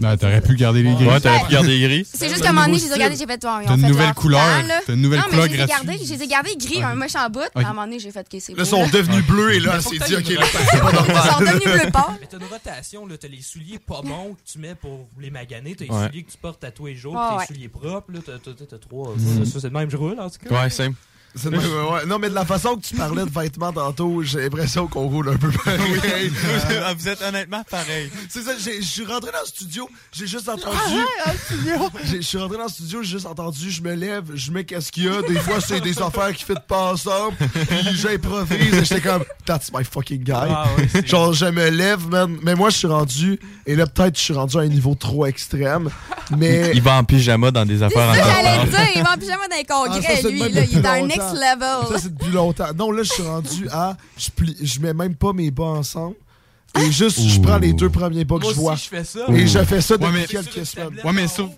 Non, Ben, t'aurais pu garder les gris.
Ouais, t'aurais pu garder les gris.
Ben,
C'est juste qu'à un moment donné, j'ai regardé, j'ai fait toi.
T'as une nouvelle couleur, t'as une nouvelle
non,
couleur
mais je les ai gardés,
gratuite.
je les ai gardés gris, un moche en bout. puis À un moment donné, j'ai fait que c'est.
Là,
beau,
ils sont devenus bleus et là,
Mais faut
c'est
que
dit,
t'aies
OK,
une
là, c'est pas normal.
Ils sont devenus bleu pâle.
Mais t'as une rotation, là. T'as les souliers pas bons que tu mets pour les maganer. T'as les
Ouais.
souliers que tu portes à tous les jours.
Ah
puis
ouais.
T'as les souliers propres, là. T'as- T'as t'as- t'as trois.
Mhm.
Ça, c'est le même je roule, en tout cas.
Ouais, same.
C'est- ouais, ouais, ouais. Non, mais de la façon que tu parlais de vêtements tantôt, j'ai l'impression qu'on roule un peu pareil.
Ah, vous êtes honnêtement pareil.
C'est ça, j'ai- je suis rentré dans le studio, j'ai juste entendu.
Ah ouais, dans le
J'ai- Je suis rentré dans le studio, j'ai juste entendu, je me lève, je mets qu'est-ce qu'il y a. Des fois, c'est des affaires qui fit pas ensemble. Puis j'improvise et j'étais comme, that's my fucking guy.
Ah ouais, c'est-
Genre, je me lève, man. Mais moi, je suis rendu, et là, peut-être, je suis rendu à un niveau trop extrême. Mais.
Il va en pyjama dans des affaires en
C'est ça,
J'allais le
carton.
dire, il va en pyjama dans les
Ah, ça,
congrès,
c'est
lui.
même
Là, il est
depuis
dans le
longtemps.
next level.
Ça, c'est depuis longtemps. Non, là, je suis rendu à. Je, plie- je mets même pas mes bas ensemble. Et juste, je prends les deux premiers bas que
Moi
je vois.
aussi, je fais ça.
Et je fais ça depuis
mais-
quelques semaines.
Ouais, mais sauf,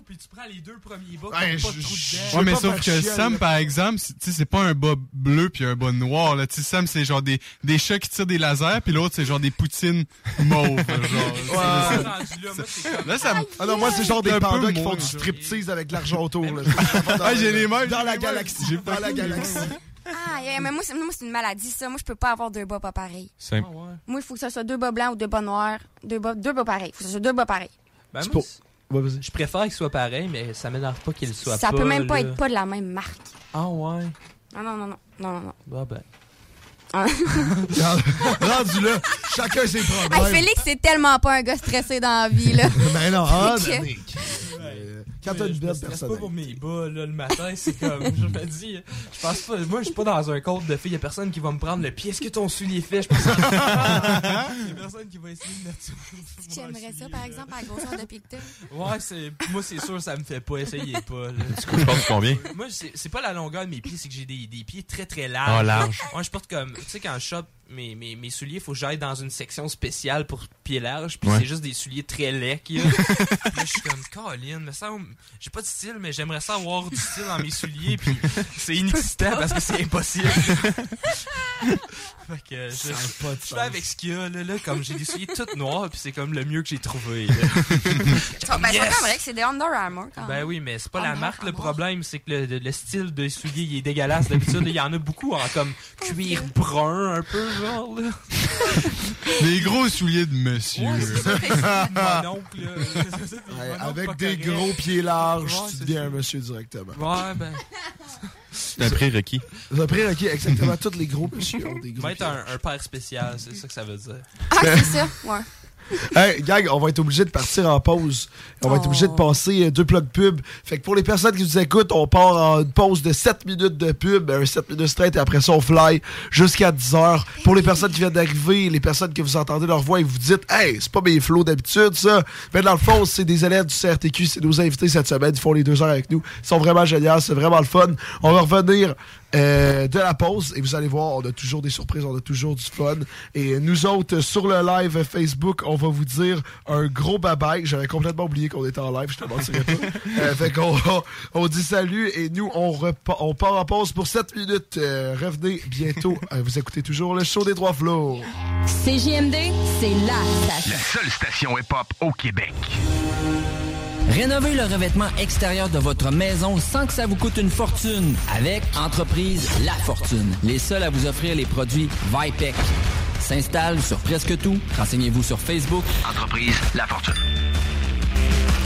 ouais, mais sauf que Sam, par exemple, c'est- tu sais, c'est pas un bas bleu puis un bas noir. Là. Tu sais, Sam, c'est genre des, des chats qui tirent des lasers, puis l'autre, c'est genre des poutines mauves. genre.
Ouais.
Là, ça me-
Ah non, moi, c'est genre
C'est
des
un peu
pandas qui
mauve,
font du
ça.
striptease avec l'argent autour. là.
Ah, j'ai les mêmes,
Dans
j'ai
la
les
galaxie.
mêmes.
Dans la galaxie.
Ah, yeah, mais moi, c'est moi, c'est une maladie, ça. Moi, je peux pas avoir deux bas pas pareils.
Simple.
Moi, il faut que ça soit deux bas blancs ou deux bas noirs. Deux bas, deux bas pareils. Il faut que ça soit deux bas pareils.
Ben, moi, c'est- je préfère qu'il soit pareil, mais ça m'énerve pas qu'il soit
ça
pas.
peut même pas
là.
être pas de la même marque.
Ah ouais.
Ah non, non, non. Non, non, non.
Bah ben.
Ah.
Rendu là, chacun ses
Hey,
problèmes.
Félix, c'est tellement pas un gars stressé dans la vie, là.
Ben non, ah,
Fait que-
Euh, Quand t'as une belle
personne. pas pour mes bas, là, le matin, c'est comme, je me dis, je pense pas, moi, je suis pas dans un compte de filles, y a personne qui va me prendre le pied, est-ce que ton soulier fait? Je pense y a personne qui va essayer de mettre ça.
Est-ce que tu aimerais ça, par exemple, à la grosseur de pigtail?
Ouais, c'est, moi, c'est sûr, ça me fait pas, essayez pas, là.
Du coup, je porte combien?
Moi, c'est c'est pas la longueur de mes pieds, c'est que j'ai des, des pieds très très larges.
Ah, large.
Moi, je porte comme, tu sais, quand je chope mes, mes, mes souliers, faut que j'aille dans une section spéciale pour pieds larges, puis
Ouais.
c'est juste des souliers très laids qu'il y a. Puis là, je suis comme, Colin, me semble, j'ai pas de style, mais j'aimerais ça avoir du style dans mes souliers, puis c'est inexistant parce que c'est impossible. fait que je,
Ça a pas de
je fais avec ce qu'il y a, là, là, comme j'ai des souliers toutes noirs, puis c'est comme le mieux que j'ai trouvé. là.
Ben, c'est
Yes!
quand même que c'est des Under Armour, quand même.
Ben oui, mais c'est pas
Ah,
la
non,
marque le problème, c'est que le, le- le style de soulier il est dégueulasse d'habitude. Il y en a beaucoup en comme cuir brun un peu genre. Là.
Des gros souliers de monsieur.
Mon oncle, là.
Ouais, avec des gros pieds larges, tu deviens un monsieur directement.
Ouais, ben.
C'est un prérequis.
Le prérequis, exactement. Tous les gros messieurs ont des
Il
gros
va être un, un père spécial, c'est ça que ça veut dire.
Ah, c'est ça, ouais.
Hey, gang, on va être obligé de partir en pause. On va être obligé de passer euh, deux blocs pub. Fait que pour les personnes qui nous écoutent, on part en une pause de 7 minutes de pub, un 7 minutes straight, et après ça, on fly jusqu'à 10 heures. Pour les personnes qui viennent d'arriver, les personnes que vous entendez leur voix et vous dites, hey, c'est pas mes flots d'habitude, ça. Mais dans le fond, c'est des élèves du CRTQ, c'est nos invités cette semaine. Ils font les deux heures avec nous. Ils sont vraiment géniaux, c'est vraiment le fun. On va revenir euh, de la pause et vous allez voir, on a toujours des surprises, on a toujours du fun. Et nous autres, euh, sur le live euh, Facebook, on va vous dire un gros bye-bye. J'avais complètement oublié qu'on était en live, je te mentirais pas. Euh, fait qu'on on dit salut et nous, on, repa- on part en pause pour 7 minutes. Euh, revenez bientôt. Euh, vous écoutez toujours le show des trois flots.
CJMD, c'est la station.
La seule station hip-hop au Québec.
Rénovez le revêtement extérieur de votre maison sans que ça vous coûte une fortune avec Entreprise La Fortune, les seuls à vous offrir les produits Vipec. S'installe sur presque tout. Renseignez-vous sur Facebook.
Entreprise La Fortune.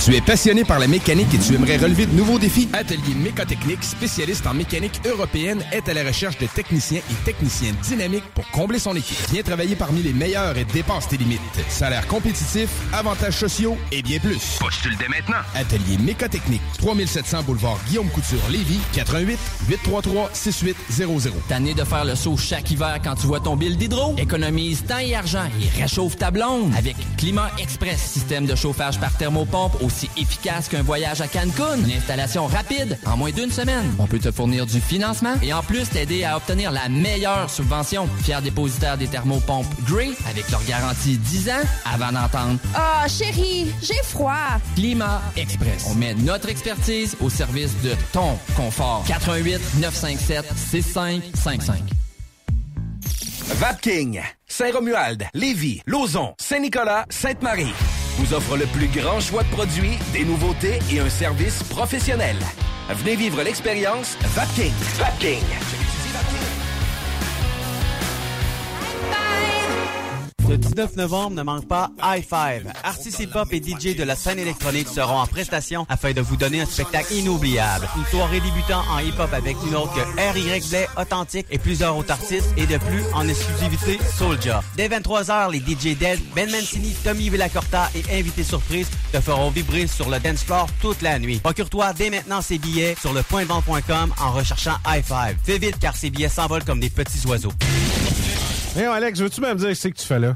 Tu es passionné par la mécanique et tu aimerais relever de nouveaux défis?
Atelier Mécotechnique, spécialiste en mécanique européenne, est à la recherche de techniciens et techniciennes dynamiques pour
Combler son équipe. Viens travailler parmi les meilleurs et dépasse tes limites. Salaire compétitif, avantages sociaux et bien plus.
Postule dès maintenant.
Atelier Mécotechnique, 3700 boulevard Guillaume Couture, Lévis, 88 833 6800.
Tanné de faire le saut chaque hiver quand tu vois ton bill d'hydro? Économise temps et argent et réchauffe ta blonde avec Climat Express. Système de chauffage par thermopompe aussi efficace qu'un voyage à Cancun. Une installation rapide en moins d'une semaine. On peut te fournir du financement et en plus t'aider à obtenir la meilleure subvention. Fier dépositaire des thermopompes Grey avec leur garantie 10 ans avant d'entendre
Ah, chérie, j'ai froid.
Climat Express. On met notre expertise au service de ton confort. 88 957 6555.
Vapking, Saint-Romuald, Lévis, Lauson, Saint-Nicolas, Sainte-Marie vous offre le plus grand choix de produits, des nouveautés et un service professionnel. Venez vivre l'expérience Vapking. Vapking.
Le 19 novembre, ne manque pas High Five. Artistes hip-hop et DJ de la scène électronique seront en prestation afin de vous donner un spectacle inoubliable. Une soirée débutant en hip-hop avec une autre que R.Y. Blais, Authentique et plusieurs autres artistes et de plus en exclusivité Soulja. Dès 23h, les DJ Dead, Ben Mancini, Tommy Villacorta et Invité Surprise te feront vibrer sur le dance floor toute la nuit. Procure-toi dès maintenant ces billets sur le pointdevente.com en recherchant High Five. Fais vite car ces billets s'envolent comme des petits oiseaux.
Mais Eh, Alex, veux-tu même dire ce que tu fais là?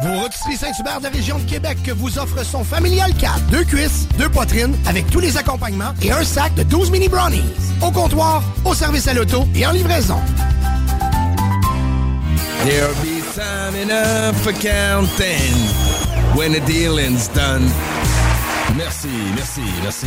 Vos rôtisseries Saint-Hubert de la région de Québec que vous offrent sont familiales 4, deux cuisses, deux poitrines, avec tous les accompagnements et un sac de 12 mini brownies. Au comptoir, au service à l'auto et en livraison.
There'll be time enough for counting when the dealing's done. Merci, merci, merci.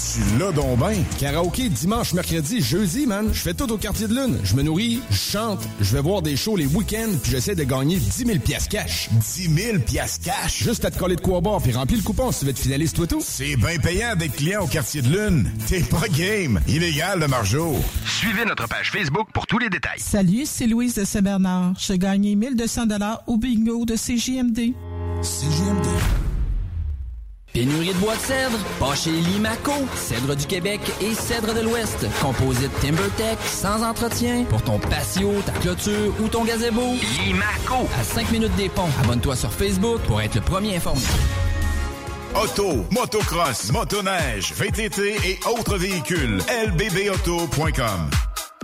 Tu l'as donc ben.
Karaoké dimanche, mercredi, jeudi, man. Je fais tout au quartier de lune. Je me nourris, je chante, je vais voir des shows les week-ends, puis j'essaie de gagner 10 000 piastres cash. 10 000 piastres cash? Juste à te coller de quoi boire, puis remplis le coupon si tu veux être finaliste, toi tout.
C'est bien payant d'être client au quartier de lune. T'es pas game. Illégal le margeau.
Suivez notre page Facebook pour tous les détails.
Salut, c'est Louise de Saint-Bernard. J'ai gagné 1200 au bingo de CJMD.
CJMD.
Pénurie de bois de cèdre, pas chez Limaco. Cèdre du Québec et cèdre de l'Ouest. Composite TimberTech, sans entretien, pour ton patio, ta clôture ou ton gazebo. Limaco. À 5 minutes des ponts. Abonne-toi sur Facebook pour être le premier informé.
Auto, motocross, motoneige, VTT et autres véhicules. lbbauto.com.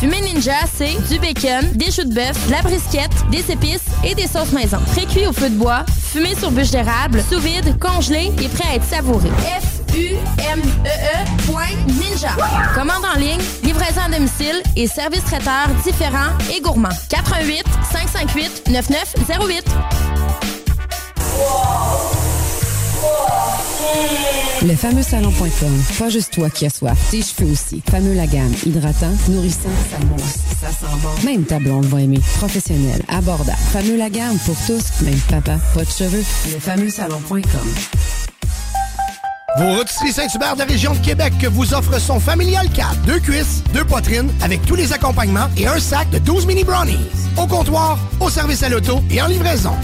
Fumée Ninja, c'est du bacon, des choux de bœuf, de la brisquette, des épices et des sauces maison. Pré-cuit au feu de bois, fumé sur bûche d'érable, sous vide, congelé et prêt à être savouré. F-U-M-E-E point ninja. Commande en ligne, livraison à domicile et service traiteur différents et gourmands. 88 558 9908.
Le fameux salon.com, pas juste toi qui as soif, tes cheveux aussi. Fameux la gamme, hydratant, nourrissant, ça mousse, ça sent bon. Même ta blonde va aimer, professionnel, abordable. Fameux la gamme pour tous, même papa, pas de cheveux. Le fameux salon.com.
Vos rôtisseries Saint-Hubert de la région de Québec que vous offrent sont familiales 4, deux cuisses, deux poitrines, avec tous les accompagnements et un sac de 12 mini brownies. Au comptoir, au service à l'auto et en livraison.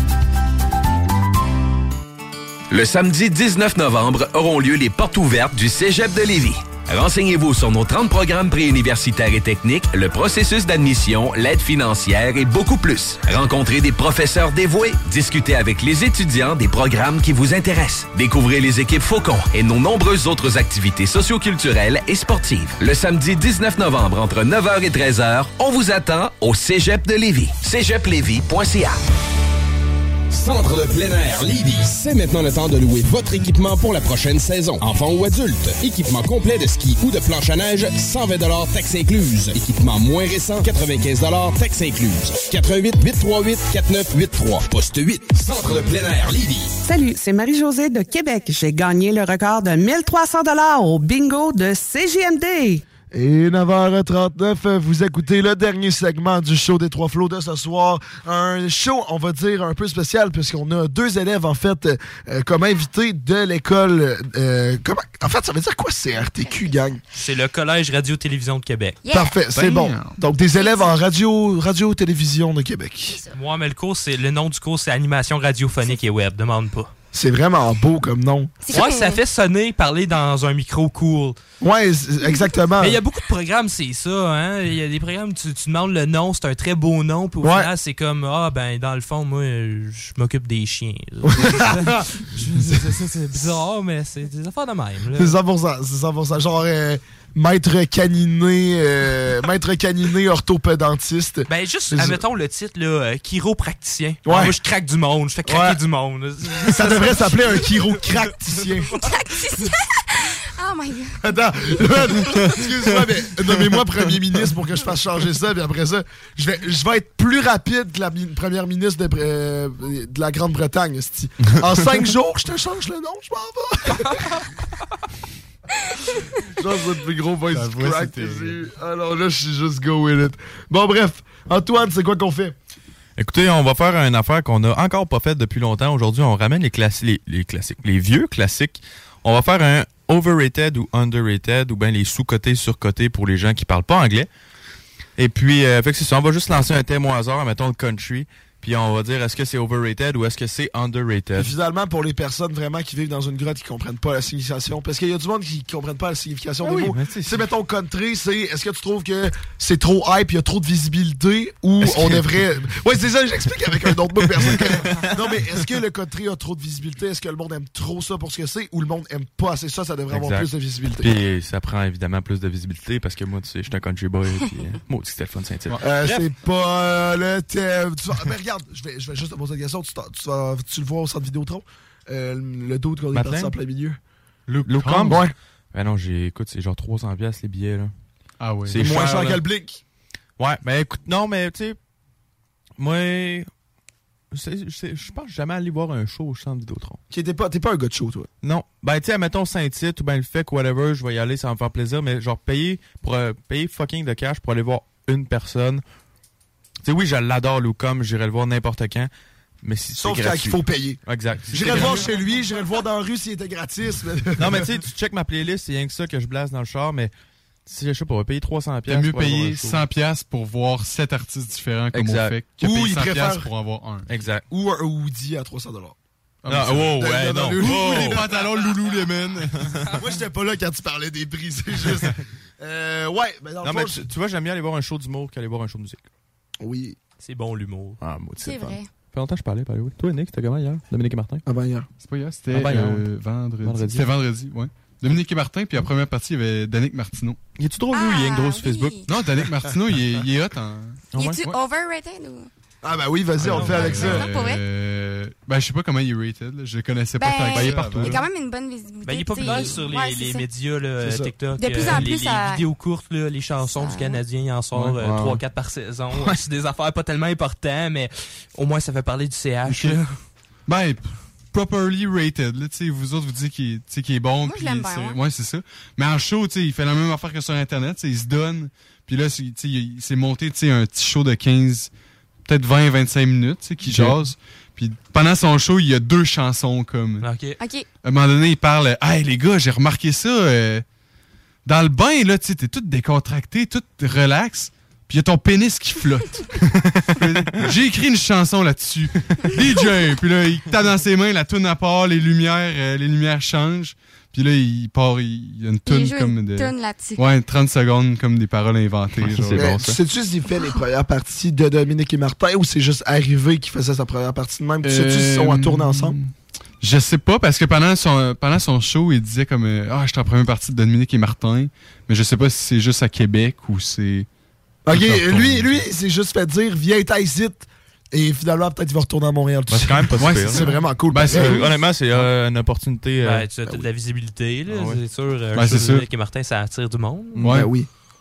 Le samedi 19 novembre auront lieu les portes ouvertes du Cégep de Lévis. Renseignez-vous sur nos 30 programmes préuniversitaires et techniques, le processus d'admission, l'aide financière et beaucoup plus. Rencontrez des professeurs dévoués, discutez avec les étudiants des programmes qui vous intéressent. Découvrez les équipes Faucon et nos nombreuses autres activités socioculturelles et sportives. Le samedi 19 novembre entre 9h et 13h, on vous attend au Cégep de Lévis. cégeplevy.ca
Centre de plein air Lévis. C'est maintenant le temps de louer votre équipement pour la prochaine saison. Enfants ou adultes, équipement complet de ski ou de planche à neige, 120 taxes incluses. Équipement moins récent, 95 taxes incluses. 88 838 4983 poste 8. Centre de plein air Lévis.
Salut, c'est Marie-Josée de Québec. J'ai gagné le record de 1300 au bingo de CGMD.
Et 9h39, euh, vous écoutez le dernier segment du show des Trois Flots de ce soir. Un show, on va dire, un peu spécial, puisqu'on a deux élèves, en fait, euh, euh, comme invités de l'école. euh, comment- en fait, ça veut dire quoi CRTQ, gang?
C'est le Collège Radio-Télévision de Québec. Ben,
Parfait, c'est bon. Donc, des élèves en radio, radio-télévision de Québec.
Moi, mais le cours, c'est le nom du cours, c'est animation radiophonique et web. Demande pas.
C'est vraiment beau comme nom.
Ouais, ça fait sonner, parler dans un micro cool.
Ouais, z- exactement.
Mais il y a beaucoup de programmes, c'est ça. hein. Il y a des programmes, tu, tu demandes le nom, c'est un très beau nom, puis au
Ouais.
final, c'est comme, ah, ben, dans le fond, moi, euh, je m'occupe des chiens. là. Je- c'est- c'est c'est bizarre, mais c'est des affaires de même. là.
C'est 100%, c'est 100%. Genre, euh, maître caniné, euh, maître caniné orthopédantiste.
Ben, juste,
C'est ça.
admettons le titre, là, euh, chiropracticien.
Ouais.
Ah, Moi, je craque du monde, je fais craquer du monde.
Ça devrait s'appeler un chiropracticien.
Oh my god.
Attends, excuse-moi, mais nommez-moi premier ministre pour que je fasse changer ça, puis après ça, je vais, je vais être plus rapide que la mi- première ministre de, euh, de la Grande-Bretagne. esti. En cinq jours, je te change le nom, je m'en vais. Genre, c'est le plus gros voice
Ta voix,
crack
c'est
que j'ai eu. Alors là, je suis juste go with it. Bon, bref, Antoine, c'est quoi qu'on fait?
Écoutez, on va faire une affaire qu'on n'a encore pas faite depuis longtemps. Aujourd'hui, on ramène les, classi- les, les classiques, les vieux classiques. On va faire un overrated ou underrated ou bien les sous-cotés, sur-cotés pour les gens qui parlent pas anglais. Et puis, euh, fait que c'est ça. On va juste lancer un thème au hasard, mettons le country. Puis on va dire est-ce que c'est overrated ou est-ce que c'est
Et
underrated.
finalement, pour les personnes vraiment qui vivent dans une grotte qui comprennent pas la signification, parce qu'il y a du monde qui comprennent pas la signification
Ah
des
oui,
mots.
mais
C'est mettons country, c'est est-ce que tu trouves que c'est trop hype, il y a trop de visibilité ou on devrait. Ouais, c'est ça, j'explique avec un autre mot que personne connaît. Non, mais est-ce que le country a trop de visibilité Est-ce que le monde aime trop ça pour ce que c'est ou le monde aime pas assez ça Ça devrait avoir
Exact.
plus de visibilité.
Puis ça prend évidemment plus de visibilité parce que moi, tu sais, je suis un country boy. puis, euh, maudit que c'était le fun, Saint-Tite.
Euh,
Bref.
c'est pas euh, le thème. Tu vas- mais regarde, je vais, je vais juste te poser une question. Tu, t'en- tu vas- tu le vois au centre Vidéotron Euh, Le doute qu'on est
Matin?
parti en plein milieu.
Luke,
Combs? Ouais.
Ben non, j'ai, écoute, c'est genre 300 piastres les billets, là.
Ah ouais.
C'est moins cher
là.
que le Blink.
Ouais, ben écoute, non, mais tu sais, moi, je sais- je sais- je pense jamais aller voir un show au centre Vidéotron.
Qui était pas, t'es pas un gars de show, toi.
Non. Ben, tu sais, mettons Saint-Tite ou ben le fait que whatever, je vais y aller, ça va me faire plaisir, mais genre payer, pour, euh, payer fucking de cash pour aller voir une personne. Tu sais, oui, je l'adore, Loucom, j'irai le voir n'importe quand, mais si
Sauf
c'est
quand
gratuit.
il faut payer.
Exact.
J'irai le voir chez lui, j'irai le voir dans la rue s'il était gratis. mais-
Non, mais tu sais, tu check ma playlist, c'est rien que ça que je blase dans le char, mais tu sais, je sais pas, on va payer 300
T'as
piastres
mieux
pour aller voir un
payer
show.
100 piastres pour voir 7 artistes différents comme
Exact.
on fait que
Ou
payer
il
100
préfère-
piastres pour en avoir un.
Exact.
Ou un hoodie à 300 dollars.
Ah, wow, ouais, non. Wow.
Ou des pantalons
Lululemon. Moi, j'étais pas là quand tu parlais des prix, c'est juste. Euh, ouais, mais dans
Non,
le
mais
fond,
tu, tu vois, j'aime mieux aller voir un show d'humour qu'aller voir un show de musique.
Oui.
C'est bon l'humour.
Ah, maudit.
C'est
fun.
vrai.
Ça fait longtemps que je parlais, par le way. Toi, Nick, c'était comment hier Dominique et Martin
Avant hier.
C'est pas hier, c'était
Ah ben,
euh,
non.
vendredi.
Vendredi.
C'était vendredi, ouais. Dominique et Martin, puis la première partie, il y avait Danick Martineau.
Il est-tu drôle, lui? Il est
Ah,
gros sur Facebook. Ah
Non, Danick Martineau, il est, il est hot en.
Il est-tu overrated ou.
Ah, bah oui, vas-y, on le fait avec ça.
Non, pour vrai.
Euh, ben, je sais pas comment il est rated, là. je le connaissais
Ben,
pas tant que ça
il,
avant.
a quand même une bonne visibilité.
Ben, il est
tu sais,
populaire sur les,
ouais, c'est
les
ça.
médias, là,
C'est ça.
TikTok.
De plus en
euh,
plus,
les,
ça-
les vidéos courtes, là, les chansons du Canadien, il en sort
Ouais.
euh,
Ouais.
3-4 par saison. C'est des affaires pas tellement importantes, mais au moins ça fait parler du CH. là.
Ben, p- properly rated. Là, tu sais, vous autres, vous dites qu'il tu sais, qu'il est bon.
je
puis
l'aime bien,
c'est-
ouais.
ouais, c'est ça. Mais en show, tu sais, il fait la même affaire que sur Internet. tu sais, Il se donne. Puis là, c'est- tu sais, il il s'est monté tu sais, un petit show de 15, peut-être 20, 25 minutes, tu sais, qui
Ok.
jase. Puis pendant son show, il y a deux chansons comme.
OK.
OK.
À un moment donné, il parle Hey les gars, j'ai remarqué ça. euh, dans le bain, là, tu sais, t'es tout décontracté, tout relax. Puis il y a ton pénis qui flotte. j'ai écrit une chanson là-dessus. DJ. Puis là, il tape dans ses mains, la toune à part, les lumières, euh, les lumières changent. Puis là, il part, il, il y a une toune
joue
comme
une
de.
toune là-dessus.
Ouais, 30 secondes comme des paroles inventées. genre.
Mais tu Sais-tu s'il fait les premières parties de Dominique et Martin ou c'est juste arrivé qu'il faisait sa première partie de même? Tu Sais-tu s'ils sont à
Euh,
tourner ensemble?
Je sais pas, parce que pendant son, pendant son show, il disait comme euh, Ah, je suis en première partie de Dominique et Martin, mais je sais pas si c'est juste à Québec ou c'est.
Ok,
Tout en
lui, lui, il s'est juste fait dire, viens t'as ici. Et finalement, peut-être il va retourner à Montréal.
Ben, c'est quand même pas
Ouais,
si
c'est
pire,
c'est
là.
vraiment cool.
Ben,
Ben,
c'est-
oui.
honnêtement, c'est euh, une opportunité. euh,
Ouais, Ben, tu as toute la visibilité, là,
Ah ouais.
c'est sûr. euh,
Ben,
je
c'est
sais
sûr. Ben
que Martin, ça attire du monde.
Ouais.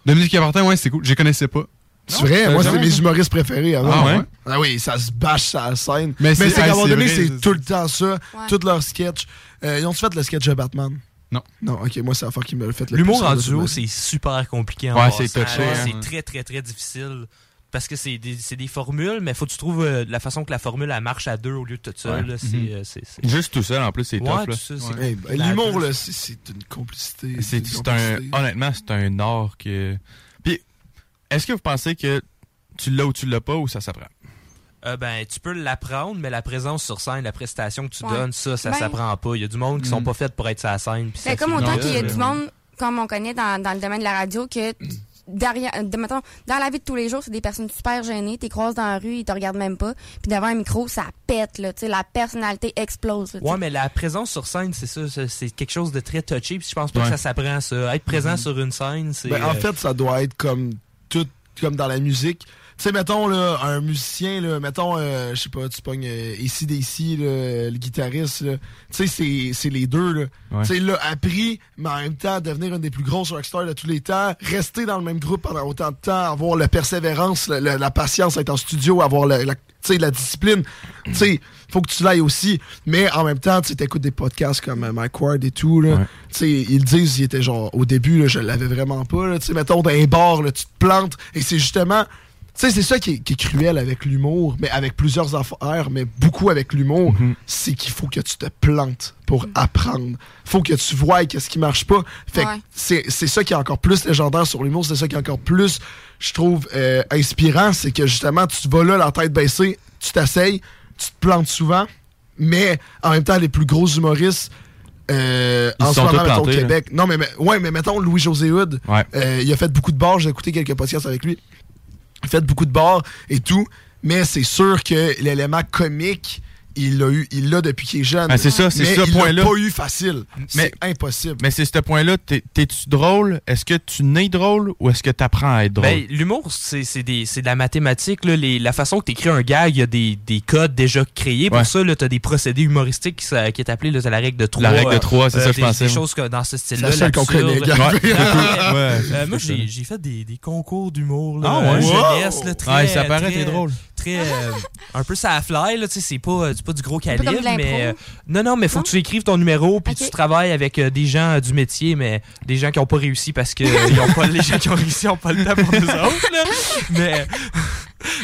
Dominique Martin, ouais, c'est cool. Je les connaissais pas.
Ben C'est vrai, moi, c'est mes humoristes préférés. avant.
Ah ouais?
Ah oui, ça se bâche sur la scène.
Mais
Mais
c'est-
c'est
ah,
qu'à un moment
c'est
donné,
vrai,
c'est
c'est-
tout le temps ça. Tous leurs sketchs. Euh, Ils ont-tu fait le sketch de Batman?
Non.
Non, ok, moi, c'est l'affaire qui me le fait le plus.
L'humour en
rire de
duo,
ma vie.
c'est super compliqué. en
Ouais,
passant,
c'est touché,
là.
hein.
C'est très, très, très difficile. Parce que c'est des, c'est des formules, mais faut que tu trouves euh, la façon que la formule elle marche à deux au lieu de toute seule.
Ouais.
là, c'est,
Mhm.
euh, c'est- c'est-
Juste tout seul, en plus, c'est
Ouais,
tough.
tout
là.
seul,
Ouais.
c'est-
Eh ben, L'humour, là, c'est- c'est une complicité.
C'est,
une
c'est un,
complicité.
honnêtement, c'est un art que. Puis, est-ce que vous pensez que tu l'as ou tu l'as pas ou ça s'apprend?
Euh, ben, tu peux l'apprendre, mais la présence sur scène, la prestation que tu
Ouais.
donnes, ça, ça
Ben-
s'apprend pas. Il y a du monde qui sont
Mm.
pas faits pour être sur la scène. puis
C'est
ça
Ben, comme
finit
autant
là,
qu'il y a
là.
du monde, comme on connaît dans, dans le domaine de la radio, que tu- derrière, euh, de- mettons, dans la vie de tous les jours, c'est des personnes super gênées. T'es croises dans la rue, ils te regardent même pas. Puis devant un micro, ça pète, là. Tu sais, la personnalité explose, là, tu sais.
Ouais, mais la présence sur scène, c'est ça, ça, c'est quelque chose de très touché. Puis je pense pas
Ouais.
que ça s'apprend, ça. Être présent sur une scène, c'est.
Ben, en
euh,
fait, ça doit être comme tout, comme dans la musique. Tu sais, mettons, là, un musicien, là, mettons, euh, je sais pas, tu pognes ici, d'ici, le guitariste, là. Tu sais, c'est- c'est les deux, là.
Ouais.
Tu sais, il l'a appris, mais en même temps, devenir une des plus grosses rockstars de tous les temps, rester dans le même groupe pendant autant de temps, avoir la persévérance, le- le- la patience, être en studio, avoir le- la, tu sais, la discipline. Tu sais, faut que tu l'ailles aussi. Mais en même temps, tu écoutes des podcasts comme euh, Mike Ward et tout, là. Tu sais, ils disent, ils étaient genre, au début, là, je l'avais vraiment pas, là. Tu sais, mettons, dans un bar, là, tu te plantes, et c'est justement... Tu sais, c'est ça qui est, qui est cruel avec l'humour, mais avec plusieurs affaires, mais beaucoup avec l'humour,
Mhm.
c'est qu'il faut que tu te plantes pour apprendre. Faut que tu vois qu'est-ce qui marche pas. Fait que
Ouais.
c'est c'est ça qui est encore plus légendaire sur l'humour, c'est ça qui est encore plus, je trouve, euh, inspirant, c'est que justement, tu vas là, la tête baissée, tu t'essayes, tu te plantes souvent, mais en même temps, les plus gros humoristes, euh,
Ils
en
se
ce
sont
moment,
tous
mettons, au
plantés, là.
Québec, non, mais, mais- ouais, mais mettons Louis-José Hood.
Ouais.
Euh, il a fait beaucoup de bars. J'ai écouté quelques podcasts avec lui. Il a fait beaucoup de bars et tout. Mais c'est sûr que l'élément comique, il l'a eu, il l'a depuis qu'il est jeune.
Ah, c'est ça, c'est
Mais
ce
il l'a
point-là.
pas eu facile.
Mais-
C'est impossible.
Mais c'est ce point-là, t'es- t'es-tu drôle? Est-ce que tu n'es drôle ou est-ce que t'apprends à être drôle?
Ben, l'humour, c'est c'est des- c'est de la mathématique. Là. Les- la façon que tu écris un gag, il y a des, des codes déjà créés. Pour
Ouais.
ça, tu as des procédés humoristiques qui, s'a- qui est appelé là, t'as la règle de 3.
La règle de trois, c'est ça que je
des-
pensais,
Des
moi.
choses que- dans ce style-là.
C'est la seule qu'on
l'absurde.
connaît, gars.
Non,
Ouais, c'est
mais,
cool.
euh,
Ouais, c'est
moi,
ça.
j'ai j'ai fait des, des concours d'humour. là,
Ah ouais?
euh,
Wow!
jeunesse, là, très-
Ouais, ça paraît,
très-
t'es drôle.
Très, euh, un peu ça à fly, là, tu sais, c'est pas, euh, c'est pas du gros
peu
calibre,
comme de l'impro.
mais... euh, non, non, mais faut que tu écrives ton numéro, puis tu travailles avec euh, des gens euh, du métier, mais des gens qui ont pas réussi parce que euh, ils ont pas, les gens qui ont réussi ont pas le temps pour nous autres, là. Mais...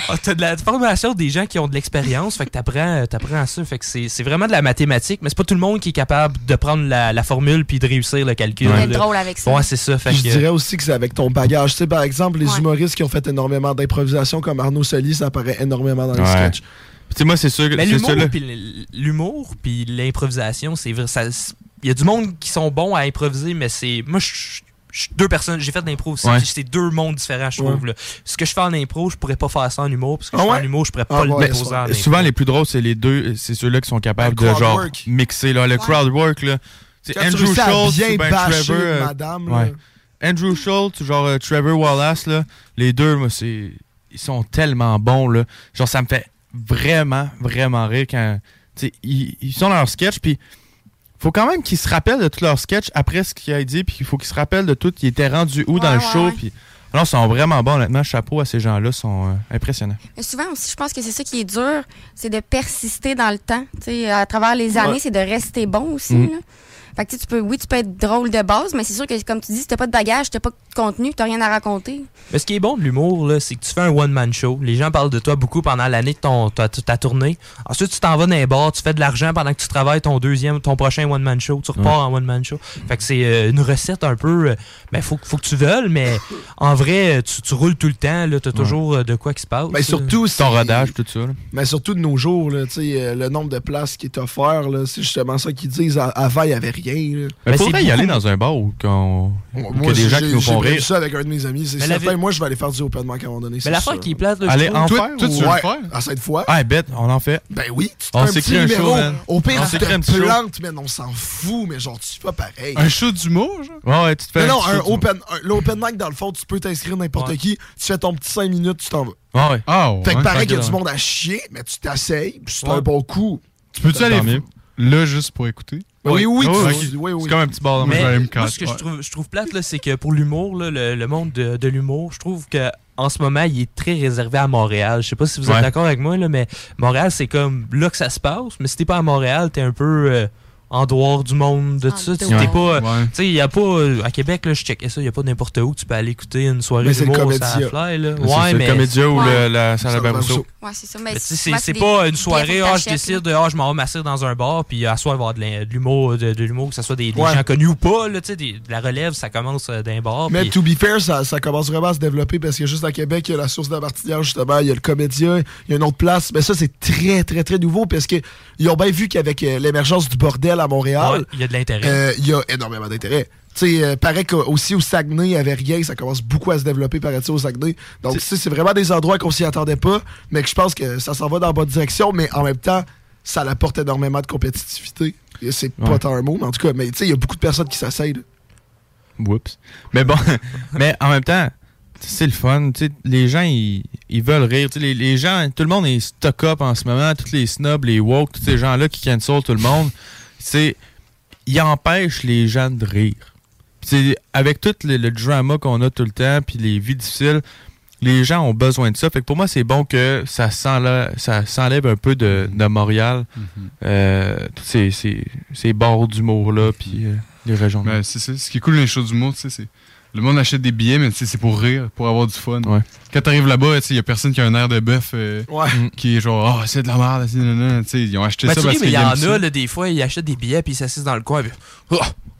Ah, t'as de la formation des gens qui ont de l'expérience, fait que t'apprends, euh, t'apprends ça, fait que c'est, c'est vraiment de la mathématique, mais c'est pas tout le monde qui est capable de prendre la, la formule puis de réussir le calcul.
Ouais.
là.
D'être drôle avec ça.
Ouais, c'est ça, fait
Puis
que-
Je dirais aussi que c'est avec ton bagage. Tu sais, par exemple, les humoristes qui ont fait énormément d'improvisation, comme Arnaud Solis, ça apparaît énormément dans les
Ouais.
sketchs.
Puis, Tu sais, moi, c'est sûr que
Mais
c'est
l'humour,
ça, là.
puis l- l'humour, puis l'improvisation, c'est vrai. ça- Il y a du monde qui sont bons à improviser, mais c'est. Moi, je je- je suis deux personnes. J'ai fait de l'impro aussi.
Ouais.
puis C'est deux mondes différents, je trouve.
Ouais.
là. Ce que je fais en impro, je pourrais pas faire ça en humour. Parce que
Ah
je fais
ouais?
en humour, je pourrais
Ah
pas le
ouais,
déposer en
souvent-
impro.
Souvent, les plus drôles, c'est les deux, c'est ceux-là qui sont capables
Ben, le
de genre
crowdwork.
mixer là, le crowd work. Là. C'est
Quand tu
Andrew
réussis à
Schultz,
bien
ou ben
bâcher
Trevor, euh,
madame,
ouais.
là.
Andrew Schultz, ou genre euh, Trevor Wallace, là, les deux, moi, c'est, ils sont tellement bons. Là. Genre, ça me fait vraiment, vraiment rire quand tu sais, ils, ils sont dans leur sketch. Puis, faut quand même qu'ils se rappellent de tout leur sketch après ce qu'il a dit. Puis, il faut qu'ils se rappellent de tout. Ils étaient rendus où dans le
ouais,
show.
ouais.
Puis, non, ils sont vraiment bons, honnêtement. Chapeau à ces gens-là, ils sont euh, impressionnants.
Mais souvent aussi, je pense que c'est ça qui est dur, c'est de persister dans le temps. Tu sais, à travers les années,
Ouais.
c'est de rester bon aussi.
Mm.
là. Fait que tu sais, tu peux, oui, tu peux être drôle de base, mais c'est sûr que, comme tu dis, si t'as pas de bagage, t'as pas de contenu, t'as rien à raconter.
Mais ce qui est bon de l'humour, là, c'est que tu fais un one-man show. Les gens parlent de toi beaucoup pendant l'année de ton, ta, ta tournée. Ensuite, tu t'en vas dans les bars, tu fais de l'argent pendant que tu travailles ton deuxième, ton prochain one-man show. Tu repars en one-man show. Fait que c'est euh, une recette un peu. euh, ben, faut, faut que tu veuilles, mais en vrai, tu, tu roules tout le temps. Là, t'as toujours euh, de quoi qui se passe.
Ben, surtout si- Ton rodage,
tout ça.
Mais surtout de nos jours, là, tu sais, euh, le nombre de places qui est offert, là, c'est justement ça qu'ils disent. A- Avant, il n'y avait rien. là.
Ben,
Mais
Ben,
faudrait y aller dans un bar où qu'on-
Moi,
que des gens
j'ai-
qui nous
j'ai
font
prévu
rire.
ça avec un de mes amis. C'est
Mais la
certain,
vie-
moi, je vais aller faire du open mic à un moment donné. c'est
Mais l'affaire
sûr.
qui est plate, là, je
Allez,
trouve-
en
Toi-
faire
toi,
ou-
tu veux le
Ouais.
faire? À cette fois?
Ah, bête, on en fait.
Ben oui, tu te
On
fais un
s'écrit
petit
un
numéro.
show, man.
Au pire,
On
tu
s'écrit un
te
petit show.
plantes, mais on s'en fout, mais genre, tu fais pas pareil.
Un show d'humour, genre?
Ouais, ouais, tu te fais
Mais non,
petit
un
show d'humour.
open, un- l'open mic, dans le fond, tu peux t'inscrire n'importe
Ouais.
qui, tu fais ton petit 5 minutes, tu t'en vas.
Ah ouais.
fait que pareil qu'il y a du monde à chier, mais tu t'essayes, puis c'est
Ouais.
un bon coup.
Tu peux-tu
Tant
aller
mieux.
là juste pour écouter?
Oui, oui,
Ah,
tu-
ok.
oui, oui.
C'est comme un petit bar dans
Mais
le même
moi, ce que je trouve, je trouve plate, là, c'est que pour l'humour, là, le, le monde de, de l'humour, je trouve que en ce moment, il est très réservé à Montréal. Je sais pas si vous êtes
Ouais.
d'accord avec moi, là, mais Montréal, c'est comme là que ça se passe. Mais si t'es pas à Montréal, t'es un peu euh, en dehors du monde de tout ça. Tu
dehors.
t'es pas, tu sais, y a pas euh, à Québec, là, je checkais ça, y a pas n'importe où que tu peux aller écouter une soirée
Mais c'est le
d'humour au
Comédia.
Sandfly, là.
C'est ça,
Ouais,
le
mais
Comédia ou le- la salle
Salle
Barousseau.
Barousseau.
Ouais, c'est ça.
Mais
Mais
tu sais,
souvent,
c'est c'est
des-
pas
des
une
billets
soirée,
faut que
ah, je
t'achètes,
décide de, ah, je m'en vais m'asseoir dans un bar, puis euh, à soir, il va y avoir de l'in- de l'humour, euh, de, de l'humour, que ce soit des, des
Ouais.
gens connus ou pas, là, tu sais, des- de la relève, ça commence euh, d'un bar.
Mais
puis-
to be fair, ça, ça commence vraiment à se développer parce que juste à Québec, il y a la source de la Martinière, justement, il y a le Comédia, il y a une autre place. Mais ça, c'est très, très, très nouveau parce qu'ils ont bien vu qu'avec euh, l'émergence du bordel à Montréal,
Ouais, il y a de l'intérêt.
euh, il y a énormément d'intérêt. Tu sais, euh, paraît qu'aussi au Saguenay, il n'y avait rien. Ça commence beaucoup à se développer, paraît-il, au Saguenay. Donc, tu sais, c'est vraiment des endroits qu'on s'y attendait pas, mais que je pense que ça s'en va dans la bonne direction. Mais en même temps, ça apporte énormément de compétitivité. Et C'est pas
Ouais.
tant un mot, mais en tout cas, mais tu sais, il y a beaucoup de personnes qui s'essayent. là.
Whoops. Mais bon, mais en même temps, c'est le fun. tu sais, les gens, ils, ils veulent rire. tu sais, Les, les gens, tout le monde est stock-up en ce moment. Tous les snobs, les woke, tous ces gens-là qui cancel tout le monde. C'est, ils empêchent les gens de rire. Puis c'est- avec tout le, le drama qu'on a tout le temps, puis les vies difficiles, les gens ont besoin de ça. Fait que pour moi, c'est bon que ça s'enlève, ça s'enlève un peu de, de Montréal, euh, tous ces, ces, ces bords d'humour-là, puis euh, les régions.
Ben, c'est ça. Ce qui est cool dans les shows d'humour, tu sais, c'est. Le monde achète des billets, mais tu sais, c'est pour rire, pour avoir du fun. Quand t'arrives là-bas, tu sais, y a personne qui a un air de bœuf euh, qui est genre, ah, c'est de la merde, c'est nanana. Tu sais, ils ont acheté
Mm. Ben,
ça
tu
parce
ris, mais
qu'ils
il y en
aiment ça.
a, là, des fois, ils achètent des billets, puis ils s'assisent dans le coin, puis oh,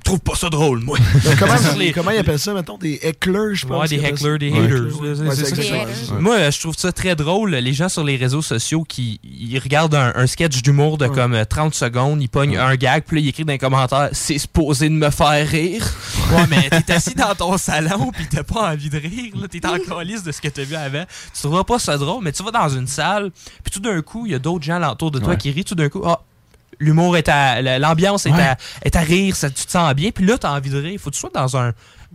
je trouve pas ça drôle, moi.
Comment,
Ça, c'est les-
comment ils appellent ça, mettons, des hecklers, je pense.
Ouais, des
qu'ils appellent ça.
hecklers, des
Ouais,
haters.
hecklers,
là, c'est-
ouais, c'est
c'est ça.
exactement ça.
Moi, euh, je trouve ça très drôle. Les gens sur les réseaux sociaux qui ils regardent un, un sketch d'humour de comme euh, 30 secondes, ils pognent un gag, puis là, ils écrivent dans les commentaires C'est supposé de me faire rire. Ouais, mais t'es assis dans ton salon, puis t'as pas envie de rire. là. T'es en calice de ce que t'as vu avant. Tu trouveras pas ça drôle, mais tu vas dans une salle, puis tout d'un coup, il y a d'autres gens alentour de toi
Ouais.
qui rient. Tout d'un coup, ah, l'humour est à la- l'ambiance est,
Ouais.
à, est à rire ça tu te sens bien puis là t'as envie de rire faut que tu sois dans un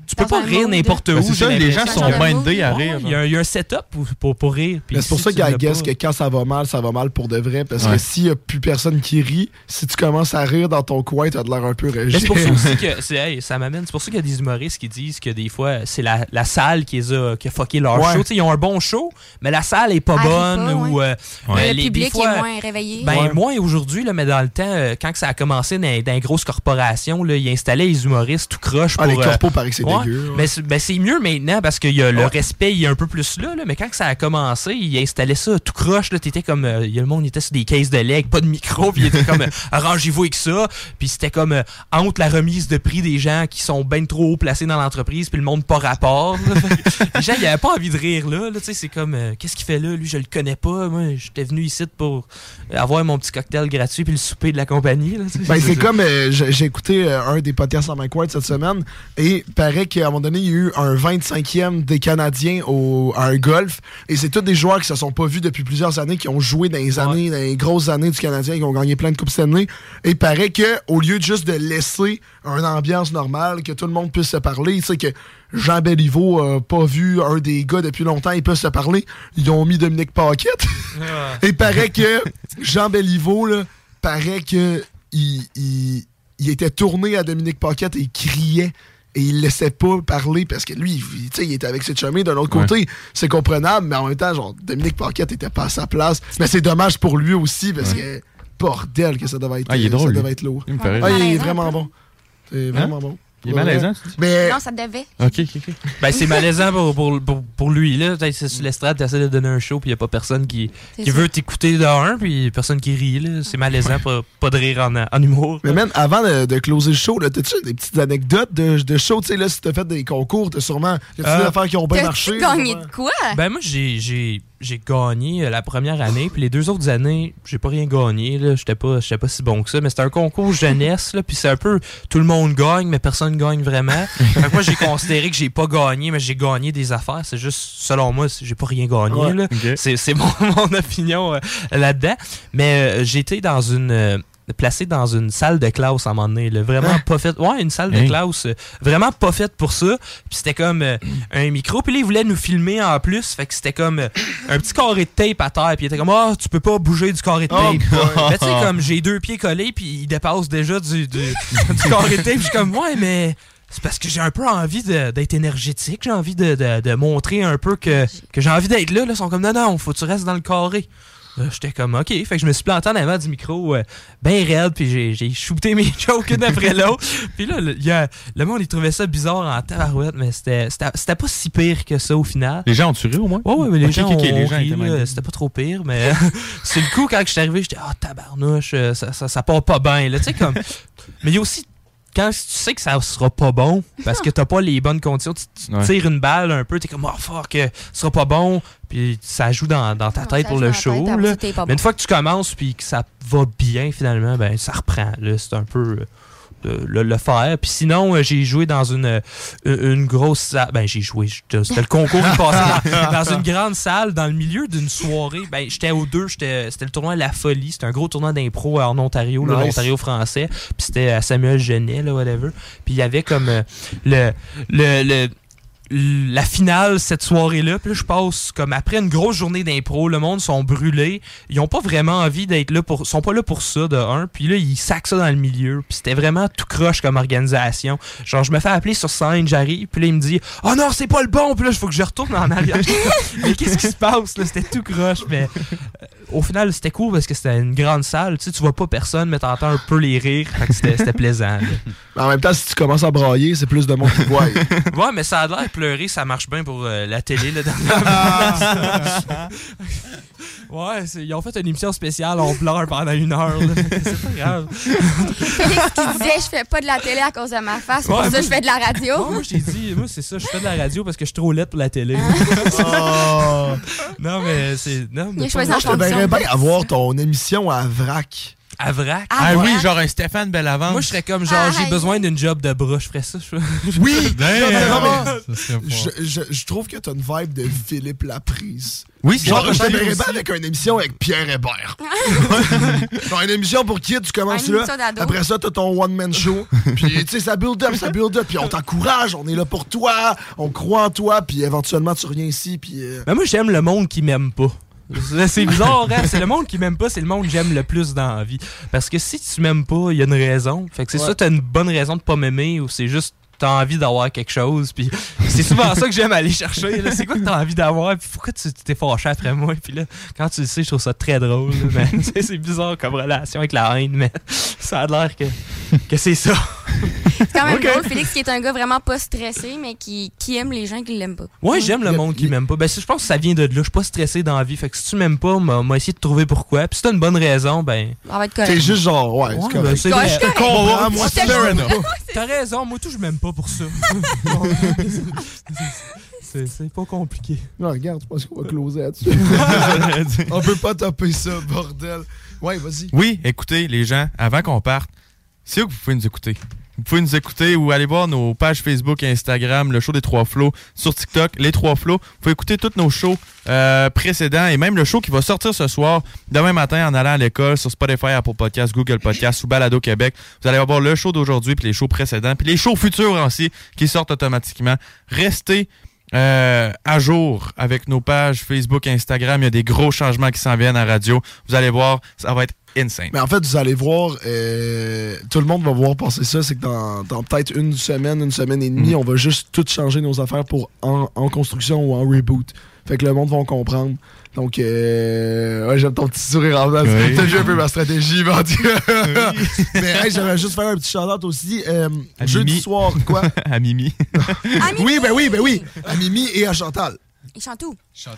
tu peux
Dans
pas
un
rire
mood.
n'importe
Ben,
où
c'est
j'ai
ça, les
l'impression.
gens sont Dans un mood. bindés à
Ouais,
rire,
il y, a un- il y a un setup pour, pour, pour rire puis
Mais Ben, c'est pour
si
ça
tu
qu'il
l'as
guess que
pas-
quand ça va mal, ça va mal pour de vrai. Parce
Ouais.
que s'il n'y a plus personne qui rit, si tu commences à rire dans ton coin, t'as de l'air un peu
Mais
régi.
Ben, c'est pour ça aussi que c'est- hey, ça m'amène c'est pour ça qu'il y a des humoristes qui disent que des fois c'est la, la salle qui, les a, qui a fucké leur
Ouais.
show Tu sais, ils ont un bon show mais la salle Ah, est pas
Elle rit
bonne
pas, ouais.
ou euh,
Le
euh, les- des
public
fois,
est moins réveillé.
Ben, moins aujourd'hui, là, mais dans le temps, euh, quand que ça a commencé dans, dans les grosses corporations, là, ils installaient les humoristes tout croche
Ah,
pour...
les
euh,
corpos, paraît que c'est dégueu, ouais.
Mais c'est ben, c'est mieux maintenant parce que y a le
Mm. Ouais.
respect il est un peu plus là, là, mais quand que ça a commencé, ils installaient ça tout croche. Là, t'étais comme... euh, y a le monde était sur des cases de legs, pas de micro, puis il était comme... euh, Arrangez-vous avec ça. Puis c'était comme euh, entre la remise de prix des gens qui sont ben trop haut placés dans l'entreprise, puis le monde pas rapport. là. Fait que les gens, ils avaient pas envie de rire là. là tu sais, c'est comme... euh, Qu'est-ce qu'il fait là? Lui, je le connais pas. Moi, j'étais venu ici pour euh, avoir mon petit cocktail gratuit puis le souper de la compagnie. là, tu sais.
Ben, c'est comme, euh, j'ai j'ai écouté euh, un des podcasts en Mike Ward cette semaine et paraît qu'à un moment donné, il y a eu un 25e des Canadiens au, à un golf et c'est tous des joueurs qui se sont pas vus depuis plusieurs années, qui ont joué dans les années, dans les grosses années du Canadien, qui ont gagné plein de coupes cette année. Et paraît que au lieu de juste de laisser une ambiance normale, que tout le monde puisse se parler, tu sais que Jean Béliveau a pas vu un des gars depuis longtemps, ils peuvent se parler. Ils ont mis Dominique Paquette. Et paraît que Jean Béliveau, là, paraît que il, il- il était tourné à Dominique Paquette et il criait. Et il laissait pas parler parce que lui, il, tu sais, il était avec ses chemins. D'un autre
Ouais.
côté, c'est comprenable, mais en même temps, genre, Dominique Paquette était pas à sa place. Mais c'est dommage pour lui aussi parce que, bordel, que ça devait être, euh,
Ah, il est drôle,
ça
lui.
devait être lourd.
Il me fait rire.
Ah, il est
Malaisant,
vraiment bon. C'est vraiment
Hein?
bon.
Il est malaisant, tu dis?
Mais.
Non, ça devait.
Ok, ok, ok.
Ben, c'est malaisant pour, pour, pour, pour lui. Là. Peut-être c'est sur l'estrade, t'essaies de donner un show, puis y a pas personne qui,
C'est
qui
ça.
veut t'écouter de un, puis personne qui rit. Là. C'est malaisant, pas, pas de rire en, en humour.
Mais man, avant de, de closer le show, là, t'as-tu des petites anecdotes de, de show? Tu sais, là, si t'as fait des concours, t'as sûrement. Y a-tu
Euh,
des affaires qui ont bien marché?
T'as-tu gagné de quoi?
Ben moi Ben, j'ai j'ai j'ai j'ai gagné euh, la première année, puis les deux autres années, j'ai pas rien gagné. là. J'étais pas, j'étais pas si bon que ça, mais c'était un concours jeunesse, là, puis c'est un peu tout le monde gagne, mais personne gagne vraiment. Fait que moi, j'ai considéré que j'ai pas gagné, mais j'ai gagné des affaires. C'est juste, selon moi, c'est- j'ai pas rien gagné.
Ouais.
là.
Ok.
C'est c'est mon, mon opinion euh, là-dedans. Mais euh, j'étais dans une. euh, placé dans une salle de classe à un moment donné. là. Vraiment pas faite. Ouais, une salle de
Hein?
classe. euh, vraiment pas faite pour ça. Puis c'était comme euh, un micro. Puis là, ils voulaient nous filmer en plus. Fait que c'était comme euh, un petit carré de tape à terre. Puis il était comme, ah, tu peux pas bouger du carré de
Oh
tape.
boy.
Mais tu sais, comme j'ai deux pieds collés. Puis il dépasse déjà du, du, du carré de tape. Je suis comme, ouais, mais. C'est parce que j'ai un peu envie de- d'être énergétique, j'ai envie de, de- de montrer un peu que, que j'ai envie d'être là. là. Ils sont comme, non, non, faut que tu restes dans le carré. Là, J'étais comme, OK. Fait que je me suis planté en avant du micro, euh, ben raide, puis j'ai- j'ai shooté mes jokes une après l'autre. Puis là, le, il y a- le monde, il trouvait ça bizarre en tabarouette, mais c'était c'était- c'était pas si pire que ça au final.
Les gens ont tué au moins?
Ouais, ouais, mais les
Ok,
gens,
ok, ok,
ont
les gens
ri,
étaient
là.
même-
c'était pas trop pire, mais c'est le coup, quand je suis arrivé, j'étais ah tabarnouche, euh, ça, ça, ça part pas bien, là, tu sais, comme. mais il y a aussi, quand tu sais que ça sera pas bon, parce que t'as pas les bonnes conditions, tu, tu
Ouais.
tires une balle un peu, t'es comme, oh fuck, euh, ce sera pas bon, puis ça joue dans, dans ta tête
ça
pour
joue
le
dans la
show,
tête, après
là.
ça, t'es pas
Mais une
bon.
fois que tu commences, puis que ça va bien, finalement, ben, ça reprend, là, c'est un peu. euh, de le, le faire. Puis sinon, euh, j'ai joué dans une, euh, une grosse salle. Ben, j'ai joué. j'étais- C'était le concours qui passait dans, dans une grande salle, dans le milieu d'une soirée. Ben, j'étais aux deux. j'étais- C'était le tournoi La Folie. C'était un gros tournoi d'impro en Ontario, là,
Nice.
l'Ontario français. Puis c'était à Samuel Genet, là, whatever. Puis il y avait comme euh, le. le, le- la finale cette soirée-là, puis là, je passe comme après une grosse journée d'impro, le monde sont brûlés, ils ont pas vraiment envie d'être là pour, sont pas là pour ça de un, puis là ils sacent ça dans le milieu, puis c'était vraiment tout croche comme organisation. Genre je me fais appeler sur scène, j'arrive, puis là il me dit "Oh non, c'est pas le bon." Puis là il faut que je retourne en arrière. mais qu'est-ce qui se passe là, c'était tout croche, mais euh, au final c'était cool parce que c'était une grande salle, tu sais tu vois pas personne mais t'entends un peu les rires, Fait que c'était c'était plaisant. là.
Mais En même temps, si tu commences à brailler, c'est plus de monde qui voit.
Ouais, mais ça a l'air pleurer, ça marche bien pour euh, la télé là, dans- Ouais, c'est- ils ont fait une émission spéciale, on pleure pendant une heure. là. C'est pas grave.
Félix qui disait je fais pas de la télé à cause de ma face, pour
Ouais,
ça
moi,
je fais de la radio.
Moi, je t'ai dit, moi, c'est ça, je fais de la radio parce que je suis trop laide pour la télé. non, mais c'est. Non, mais
Oh. Il a choisi
pas-
en
Je te verrais bien Ben, avoir ton émission à vrac.
À vrac.
À Ah oui, vrac.
genre un Stéphane Bellavance. Ah, Moi, je serais comme genre, j'ai besoin d'une job de bras, je ferais ça. je-
Oui!
Damn!
Non, mais vraiment,
Ça serait fort.
je, je- je trouve que t'as une vibe de Philippe Laprise.
Oui, c'est
Genre,
vrai,
je t'aimerais
aussi.
bien avec une émission avec Pierre Hébert. Genre, une émission pour qui tu commences
Une
là.
émission d'ado.
Après ça, t'as ton one-man show. Puis, tu sais, ça build up, ça build up. Puis, on t'encourage, on est là pour toi, on croit en toi. Puis, éventuellement, tu reviens ici. Puis, euh,
Mais moi, j'aime le monde qui m'aime pas. C'est- C'est bizarre, hein? C'est le monde qui m'aime pas, c'est le monde que j'aime le plus dans la vie. Parce que si tu m'aimes pas, il y a une raison. Fait que c'est
Ouais.
ça, t'as une bonne raison de pas m'aimer ou c'est juste t'as envie d'avoir quelque chose. Puis c'est souvent ça que j'aime aller chercher. là. C'est quoi que t'as envie d'avoir? Puis pourquoi tu t'es fâché après moi? Puis là, quand tu le sais, je trouve ça très drôle. là. Mais tu sais, c'est bizarre comme relation avec la haine, mais ça a l'air que, que c'est ça.
C'est quand même
Ok.
drôle, Félix qui est un gars vraiment pas stressé, mais qui, qui aime les gens qui l'aiment pas.
Ouais, j'aime le monde qui m'aime pas. Ben, c'est- je pense que ça vient de là. Je suis pas stressé dans la vie. Fait que si tu m'aimes pas, m'a m'a essayé de trouver pourquoi. Puis si t'as une bonne raison, ben.
On va être correct.
t'es juste genre, ouais, c'est
ben,
correct.
c'est vrai.
Je te comprends, moi, c'est fair enough.
T'as raison, moi tout, je m'aime pas pour ça. C'est- C'est pas compliqué.
Non, regarde, je pense qu'on va closer là-dessus. on peut pas taper ça, bordel. Ouais, vas-y.
Oui, écoutez, les gens, avant qu'on parte, c'est où que vous pouvez nous écouter? Vous pouvez nous écouter ou aller voir nos pages Facebook et Instagram, le show des trois flots, sur TikTok, les trois flots. Vous pouvez écouter tous nos shows euh, précédents et même le show qui va sortir ce soir, demain matin en allant à l'école, sur Spotify, Apple Podcasts, Google Podcasts ou Balado Québec. Vous allez avoir le show d'aujourd'hui, puis les shows précédents, puis les shows futurs aussi qui sortent automatiquement. Restez euh, à jour avec nos pages Facebook, Instagram. Il y a des gros changements qui s'en viennent à radio. Vous allez voir, ça va être insane.
Mais en fait, vous allez voir, euh, tout le monde va voir passer ça, c'est que dans, dans peut-être une semaine, une semaine et
Mm.
demie, on va juste tout changer nos affaires pour en, en construction ou en reboot. Fait que le monde va comprendre. Donc, euh, ouais, j'aime ton petit sourire en face.
Oui.
T'as vu un peu ma stratégie, mon Dieu. Mais hey, j'aimerais juste faire un petit shout-out aussi. Euh,
À
jeudi
Mimi.
soir, quoi?
à Mimi.
oui, ben oui, ben oui. À Mimi et à Chantal.
Et Chantou.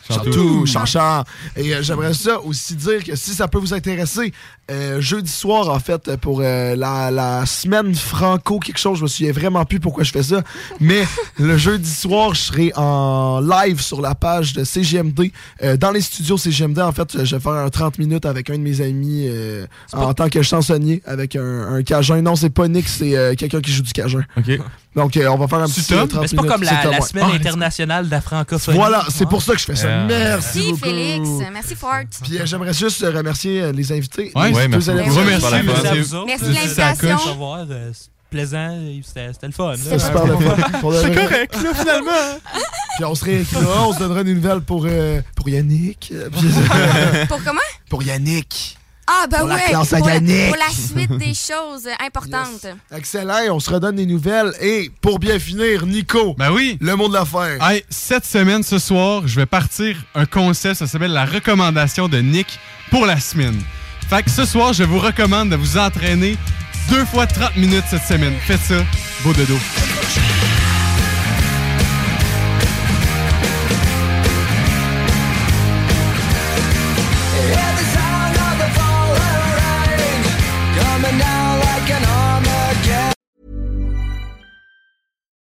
Chantou, Chanchard. Et euh, j'aimerais ça aussi dire que si ça peut vous intéresser, euh, jeudi soir, en fait, euh, pour euh, la, la semaine franco, quelque chose, je me souviens vraiment plus pourquoi je fais ça, mais le jeudi soir, je serai en live sur la page de CGMD, euh, dans les studios CGMD. En fait, je vais faire un 30 minutes avec un de mes amis euh, en tant que chansonnier, avec un, un cajun. Non, c'est pas Nick, c'est euh, quelqu'un qui joue du cajun. Donc, euh, on va faire un petit euh, 30
Mais Ben, c'est pas
minutes.
comme la,
Tom,
la
ouais.
semaine
Ah,
internationale de la francophonie.
voilà, c'est pour ça que je fais ça.
Euh,
Merci
Merci,
beaucoup.
Félix. Merci, Fort.
Puis euh, j'aimerais juste euh, remercier euh, les invités.
Ouais,
les
ouais, merci.
invités.
Vous remerciez,
Voilà.
merci à vous
autres.
Merci
Je
de
sais, ça coche.
l'invitation.
Au revoir, euh, c'est plaisant, Yves, c'était c'était le fun. là.
C'était super le fun. Pour de vrai.
là, finalement.
Puis on serait là, on se donnera des nouvelles pour, euh, pour Yannick. euh, puis-
Pour comment?
pour Yannick.
Ah, ben
Pour la
ouais.
classe à
pour, la,
Yannick.
pour la suite des choses euh, importantes.
Excellent, et on se redonne des nouvelles. Et pour bien finir, Nico.
Ben oui.
Le mot de l'affaire.
Hey, cette semaine, ce soir, je vais partir un concept, ça s'appelle la recommandation de Nick pour la semaine. Fait que ce soir, je vous recommande de vous entraîner deux fois 30 minutes cette semaine. Faites ça, beau dodo.
Hear the sound of the falling rain coming down like an Armageddon.